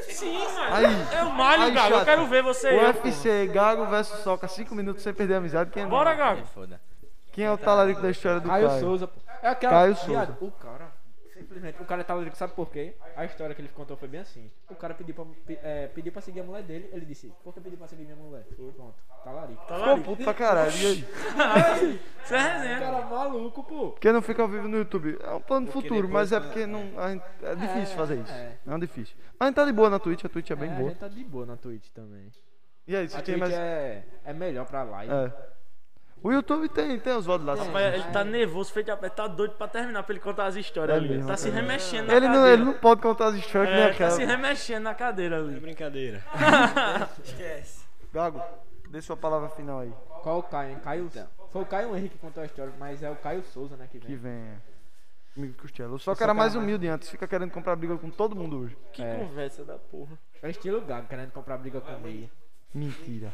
Speaker 3: Sim,
Speaker 1: Aí.
Speaker 3: mano. Eu malho,
Speaker 1: Aí,
Speaker 3: Gago. Eu
Speaker 1: chato.
Speaker 3: quero ver você aí.
Speaker 1: UFC, Gago versus Soca, 5 minutos sem perder a amizade. Quem é,
Speaker 3: Bora, Gago.
Speaker 9: Foda.
Speaker 1: Quem é o talarico da história do
Speaker 2: Caio
Speaker 1: Caio?
Speaker 2: Souza, pô. É aquela.
Speaker 1: Caio
Speaker 2: viado, O cara. Simplesmente, o cara tá lendo, sabe por quê? A história que ele contou foi bem assim. O cara pediu pra, pe- é, pediu pra seguir a mulher dele, ele disse, por que pediu pra seguir minha mulher? Pronto, talarico.
Speaker 3: Tá
Speaker 1: Ficou
Speaker 3: lá.
Speaker 1: puto pra caralho. E aí?
Speaker 3: Isso é resenha.
Speaker 2: Cara maluco, pô.
Speaker 1: Porque não fica ao vivo no YouTube. É um plano futuro, mas é porque não, a gente- é difícil fazer isso.
Speaker 2: é.
Speaker 1: Não é difícil. Mas a gente tá de boa na Twitch, a Twitch é bem
Speaker 2: é, a
Speaker 1: boa.
Speaker 2: gente tá de boa na Twitch também.
Speaker 1: E aí,
Speaker 2: A
Speaker 1: você tem
Speaker 2: Twitch
Speaker 1: mais. É...
Speaker 2: é, é melhor pra live.
Speaker 1: O YouTube tem, tem os votos lá. sim.
Speaker 3: Rapaz, ele tá nervoso, feito de ele tá doido pra terminar pra ele contar as histórias
Speaker 1: É
Speaker 3: ali.
Speaker 1: mesmo,
Speaker 3: tá se remexendo na
Speaker 1: Ele
Speaker 3: cadeira.
Speaker 1: não, ele não pode contar as né, histórias que nem
Speaker 3: É, tá se
Speaker 1: aquela.
Speaker 3: remexendo na cadeira
Speaker 6: É
Speaker 3: ali.
Speaker 6: brincadeira.
Speaker 1: Gago, dê sua palavra final aí.
Speaker 2: Qual o Caio? hein? Caio Foi o Caio Henrique que contou a história, mas é o Caio Souza, né, que vem.
Speaker 1: que venha. Comigo Costela. Eu só que era mais humilde antes, fica querendo comprar briga com todo mundo hoje.
Speaker 3: Que
Speaker 2: É.
Speaker 3: conversa da porra.
Speaker 2: É estilo Gago, querendo comprar briga comigo.
Speaker 1: Mentira.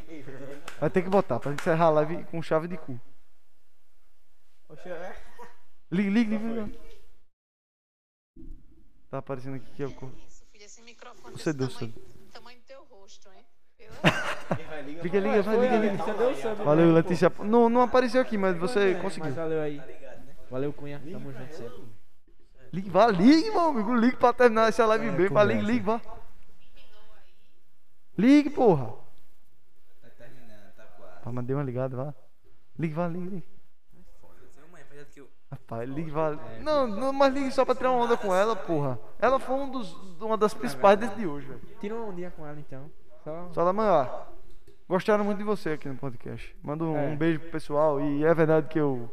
Speaker 1: Vai ter que botar pra encerrar a live com chave de cu.
Speaker 9: Oxe, é.
Speaker 1: Liga, liga, liga. liga. Tá aparecendo aqui que é o cor.
Speaker 7: Isso, filho, esse microfone
Speaker 1: Você
Speaker 7: desse
Speaker 1: deu
Speaker 7: tamanho, tamanho do teu rosto, hein? Pelo
Speaker 1: Liga, liga, vai, liga, liga.
Speaker 2: Letícia deu sub,
Speaker 1: Valeu,
Speaker 2: né?
Speaker 1: Letícia. Não, não apareceu aqui, mas você
Speaker 2: Pô,
Speaker 1: conseguiu.
Speaker 2: Mas valeu aí. Valeu, Cunha. Tamo junto sempre.
Speaker 1: Ligue, vá, ligue, meu amigo. Ligue pra terminar essa live bem. Vá, ligue, ligue, vá. Ligue, porra.
Speaker 4: Tá terminando, tá quase.
Speaker 1: Pá, mandei uma ligada, vá. Ligue, vá, ligue, ligue.
Speaker 4: Seu mãe, apesar de que eu.
Speaker 1: Rapaz, ligue, vá. Não, não, mas ligue só pra tirar uma onda com ela, porra. Ela foi um dos, uma das principais desde de hoje, velho.
Speaker 2: Tira um dia com ela então. Só.
Speaker 1: Só da manhã. Gostaram muito de você aqui no podcast. Manda um,
Speaker 2: É.
Speaker 1: um beijo pro pessoal. E é verdade que eu.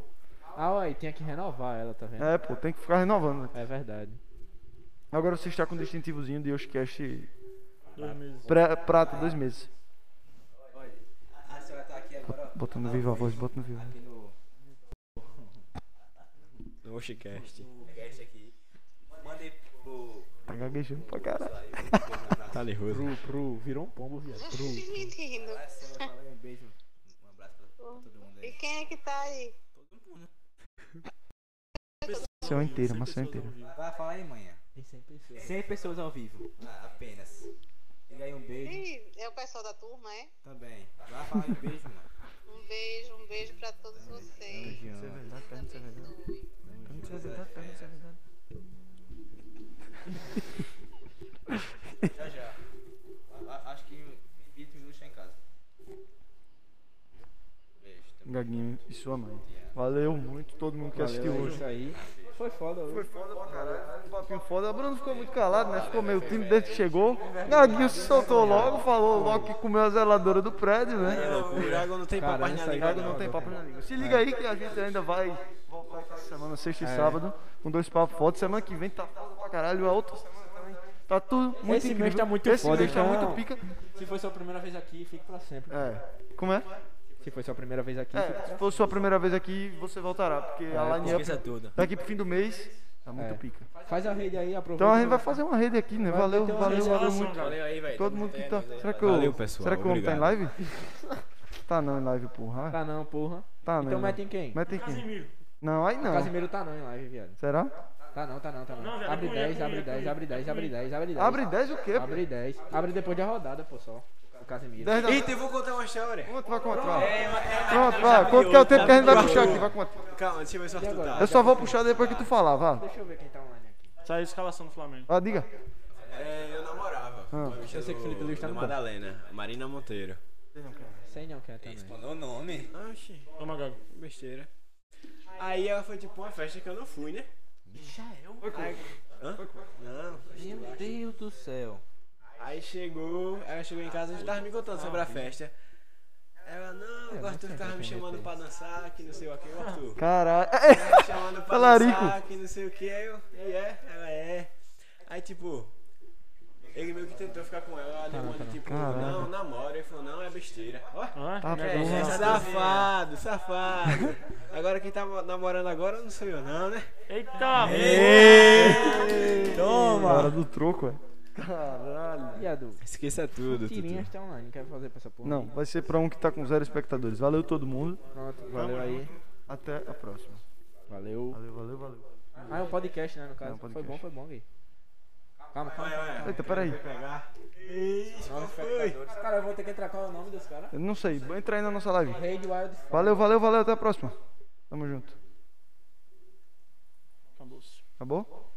Speaker 2: Ah, ó, e tinha que renovar ela, tá vendo?
Speaker 1: É, pô, tem que ficar renovando. né?
Speaker 2: É, verdade.
Speaker 1: Agora você está com o distintivozinho de Yoshicast
Speaker 3: Dois meses.
Speaker 1: pra, prata, dois meses.
Speaker 4: A senhora tá aqui agora, ó.
Speaker 1: Botando viva a voz, botando viva.
Speaker 4: Aqui no
Speaker 6: No Oxicast.
Speaker 4: no cast aqui. Mandei pro.
Speaker 1: Tá gaguejando pra caralho.
Speaker 6: Tá nervoso.
Speaker 2: Pro, pro. Virou um pombo, viado. Pro.
Speaker 7: menino.
Speaker 4: A senhora falou um beijo. Um abraço pra todo mundo
Speaker 7: E
Speaker 4: aí.
Speaker 7: quem é que tá aí?
Speaker 1: Maçã inteira, maçã inteira.
Speaker 4: Vai falar aí, manhã.
Speaker 2: Tem 100 pessoas.
Speaker 9: 100 pessoas ao vivo.
Speaker 4: Ah, apenas. Diga aí um beijo
Speaker 7: Ih, é o pessoal da turma, é?
Speaker 4: também. Vai falar aí um beijo, mano.
Speaker 7: Um beijo, um beijo pra todos vocês.
Speaker 4: Isso é verdade, cara. Isso é verdade. Isso é verdade, cara. Isso é verdade. Já, já. A- a- Acho que em 20 minutos tá em casa. Beijo. tamo
Speaker 1: Gaguinho e sua mãe. Valeu muito todo mundo que assistiu
Speaker 2: Valeu, é
Speaker 1: hoje.
Speaker 2: isso aí. Foi foda hoje.
Speaker 1: Foi foda pra caralho. Um papinho foda. O Bruno ficou muito calado, né? Ficou meio tímido desde que chegou. Gaguinho se soltou logo, falou logo que comeu a zeladora do prédio, né?
Speaker 6: O Dragon não tem
Speaker 2: Cara,
Speaker 6: papai
Speaker 2: isso
Speaker 6: na
Speaker 2: aí
Speaker 6: língua,
Speaker 2: vai
Speaker 1: Não
Speaker 6: não.
Speaker 1: tem papo na língua. Se
Speaker 2: É.
Speaker 1: liga aí que a gente ainda vai voltar essa semana, sexta e sábado, com dois papos foda. Semana que vem tá foda pra caralho. A outra semana também. Tá tudo muito
Speaker 2: Esse mês
Speaker 1: incrível.
Speaker 2: tá muito
Speaker 1: Esse
Speaker 2: foda,
Speaker 1: mês tá
Speaker 2: então.
Speaker 1: muito pica.
Speaker 2: Se foi sua primeira vez aqui, fique pra sempre.
Speaker 1: É. Como é?
Speaker 2: Se foi sua primeira vez aqui, fique
Speaker 1: É,
Speaker 2: pra
Speaker 1: se for sua primeira vez aqui, você voltará, porque a line
Speaker 9: Esqueça tudo.
Speaker 1: daqui pro fim do mês tá
Speaker 2: É.
Speaker 1: muito pica.
Speaker 2: Faz a rede aí, aproveita.
Speaker 1: Então a gente vai fazer uma rede aqui, né?
Speaker 2: Vai
Speaker 1: Valeu,
Speaker 2: ter uma
Speaker 1: valeu,
Speaker 2: rede
Speaker 1: valeu
Speaker 3: Ação,
Speaker 1: muito.
Speaker 3: cara.
Speaker 9: Valeu aí, velho.
Speaker 1: Todo mundo que tá. Será que
Speaker 6: Valeu,
Speaker 1: eu.
Speaker 6: pessoal,
Speaker 1: Será que o homem tá em
Speaker 6: obrigado.
Speaker 1: live? Tá não em live, porra.
Speaker 2: Tá não, porra.
Speaker 1: Tá não.
Speaker 2: Então
Speaker 1: né?
Speaker 2: mete em quem?
Speaker 1: Mete em quem?
Speaker 3: Casimiro.
Speaker 1: Não, aí não.
Speaker 2: Casimiro tá não em live, viado.
Speaker 1: Será?
Speaker 2: Tá não, tá não, tá
Speaker 3: Não,
Speaker 2: não.
Speaker 3: viado,
Speaker 2: Abre
Speaker 3: é comigo,
Speaker 2: 10,
Speaker 3: é
Speaker 2: abre
Speaker 3: comigo,
Speaker 2: 10,
Speaker 3: é
Speaker 2: abre 10, abre 10, abre 10.
Speaker 1: Abre 10 o quê? pô?
Speaker 2: Abre 10. Abre depois da rodada, pô, só. O Casimiro.
Speaker 1: 10 da
Speaker 6: Eita, então eu vou contar uma história.
Speaker 1: Pronto, vai contar. Pronto, vai. Quanto que é o tempo que a gente vai puxar aqui? Vai contar.
Speaker 6: Calma, deixa eu ver se o Arthur tá.
Speaker 1: Eu só vou puxar depois que tu falar, vá.
Speaker 2: Deixa eu ver quem tá online aqui.
Speaker 3: Saiu a escalação do Flamengo.
Speaker 1: Vá, diga.
Speaker 6: É, eu namorava.
Speaker 1: Ah.
Speaker 6: Eu
Speaker 2: sei que Felipe Luiz tá no banco.
Speaker 6: Madalena, Marina Monteiro.
Speaker 2: Sei não quem é também.
Speaker 4: Mandou o nome.
Speaker 6: Oxi.
Speaker 3: Toma, Gago.
Speaker 6: Besteira. Aí ela foi tipo uma festa que eu não fui, né? Já eu? é um Hã? Não.
Speaker 9: Meu Deus do céu.
Speaker 6: Aí chegou, ela chegou em casa, a gente tava me contando sobre a festa. Ela, Ah, É, não, o Arthur ficava me chamando pra dançar, que não sei o que, o Arthur.
Speaker 1: Caralho. É,
Speaker 6: Ficava me chamando pra
Speaker 1: Talarico.
Speaker 6: dançar, que não sei o que, eu, e é, ela é. Aí tipo, ele meio que tentou ficar com ela, ela deu uma de tipo, não, namora, ele falou, não, é besteira. Ó,
Speaker 3: Ah,
Speaker 1: Tá
Speaker 3: né?
Speaker 6: é,
Speaker 1: porra.
Speaker 6: safado, safado. Agora quem tá namorando agora não sou eu não, né?
Speaker 3: Eita!
Speaker 1: é Hora do troco, velho. Caralho.
Speaker 2: Viado,
Speaker 6: Esqueça tudo,
Speaker 2: tirinhas tá online. Quer fazer pra essa porra?
Speaker 1: Não, vai ser pra um que tá com zero espectadores. Valeu todo mundo.
Speaker 2: Pronto, valeu aí.
Speaker 1: Até a próxima.
Speaker 2: Valeu.
Speaker 1: Valeu, valeu, valeu.
Speaker 2: Ah, é um podcast, né, no caso.
Speaker 1: Não,
Speaker 2: foi bom,
Speaker 1: podcast.
Speaker 2: foi bom, Gui. Calma, calma.
Speaker 1: Eita, peraí.
Speaker 6: Pegar. Ixi,
Speaker 2: Novos
Speaker 6: foi.
Speaker 2: espectadores. Cara, eu vou ter que entrar qual é o nome dos caras?
Speaker 1: Eu não sei, entra aí na nossa live.
Speaker 2: Raid Wild
Speaker 1: Valeu, valeu, valeu. Até a próxima. Tamo junto.
Speaker 3: Acabou-se.
Speaker 1: Acabou?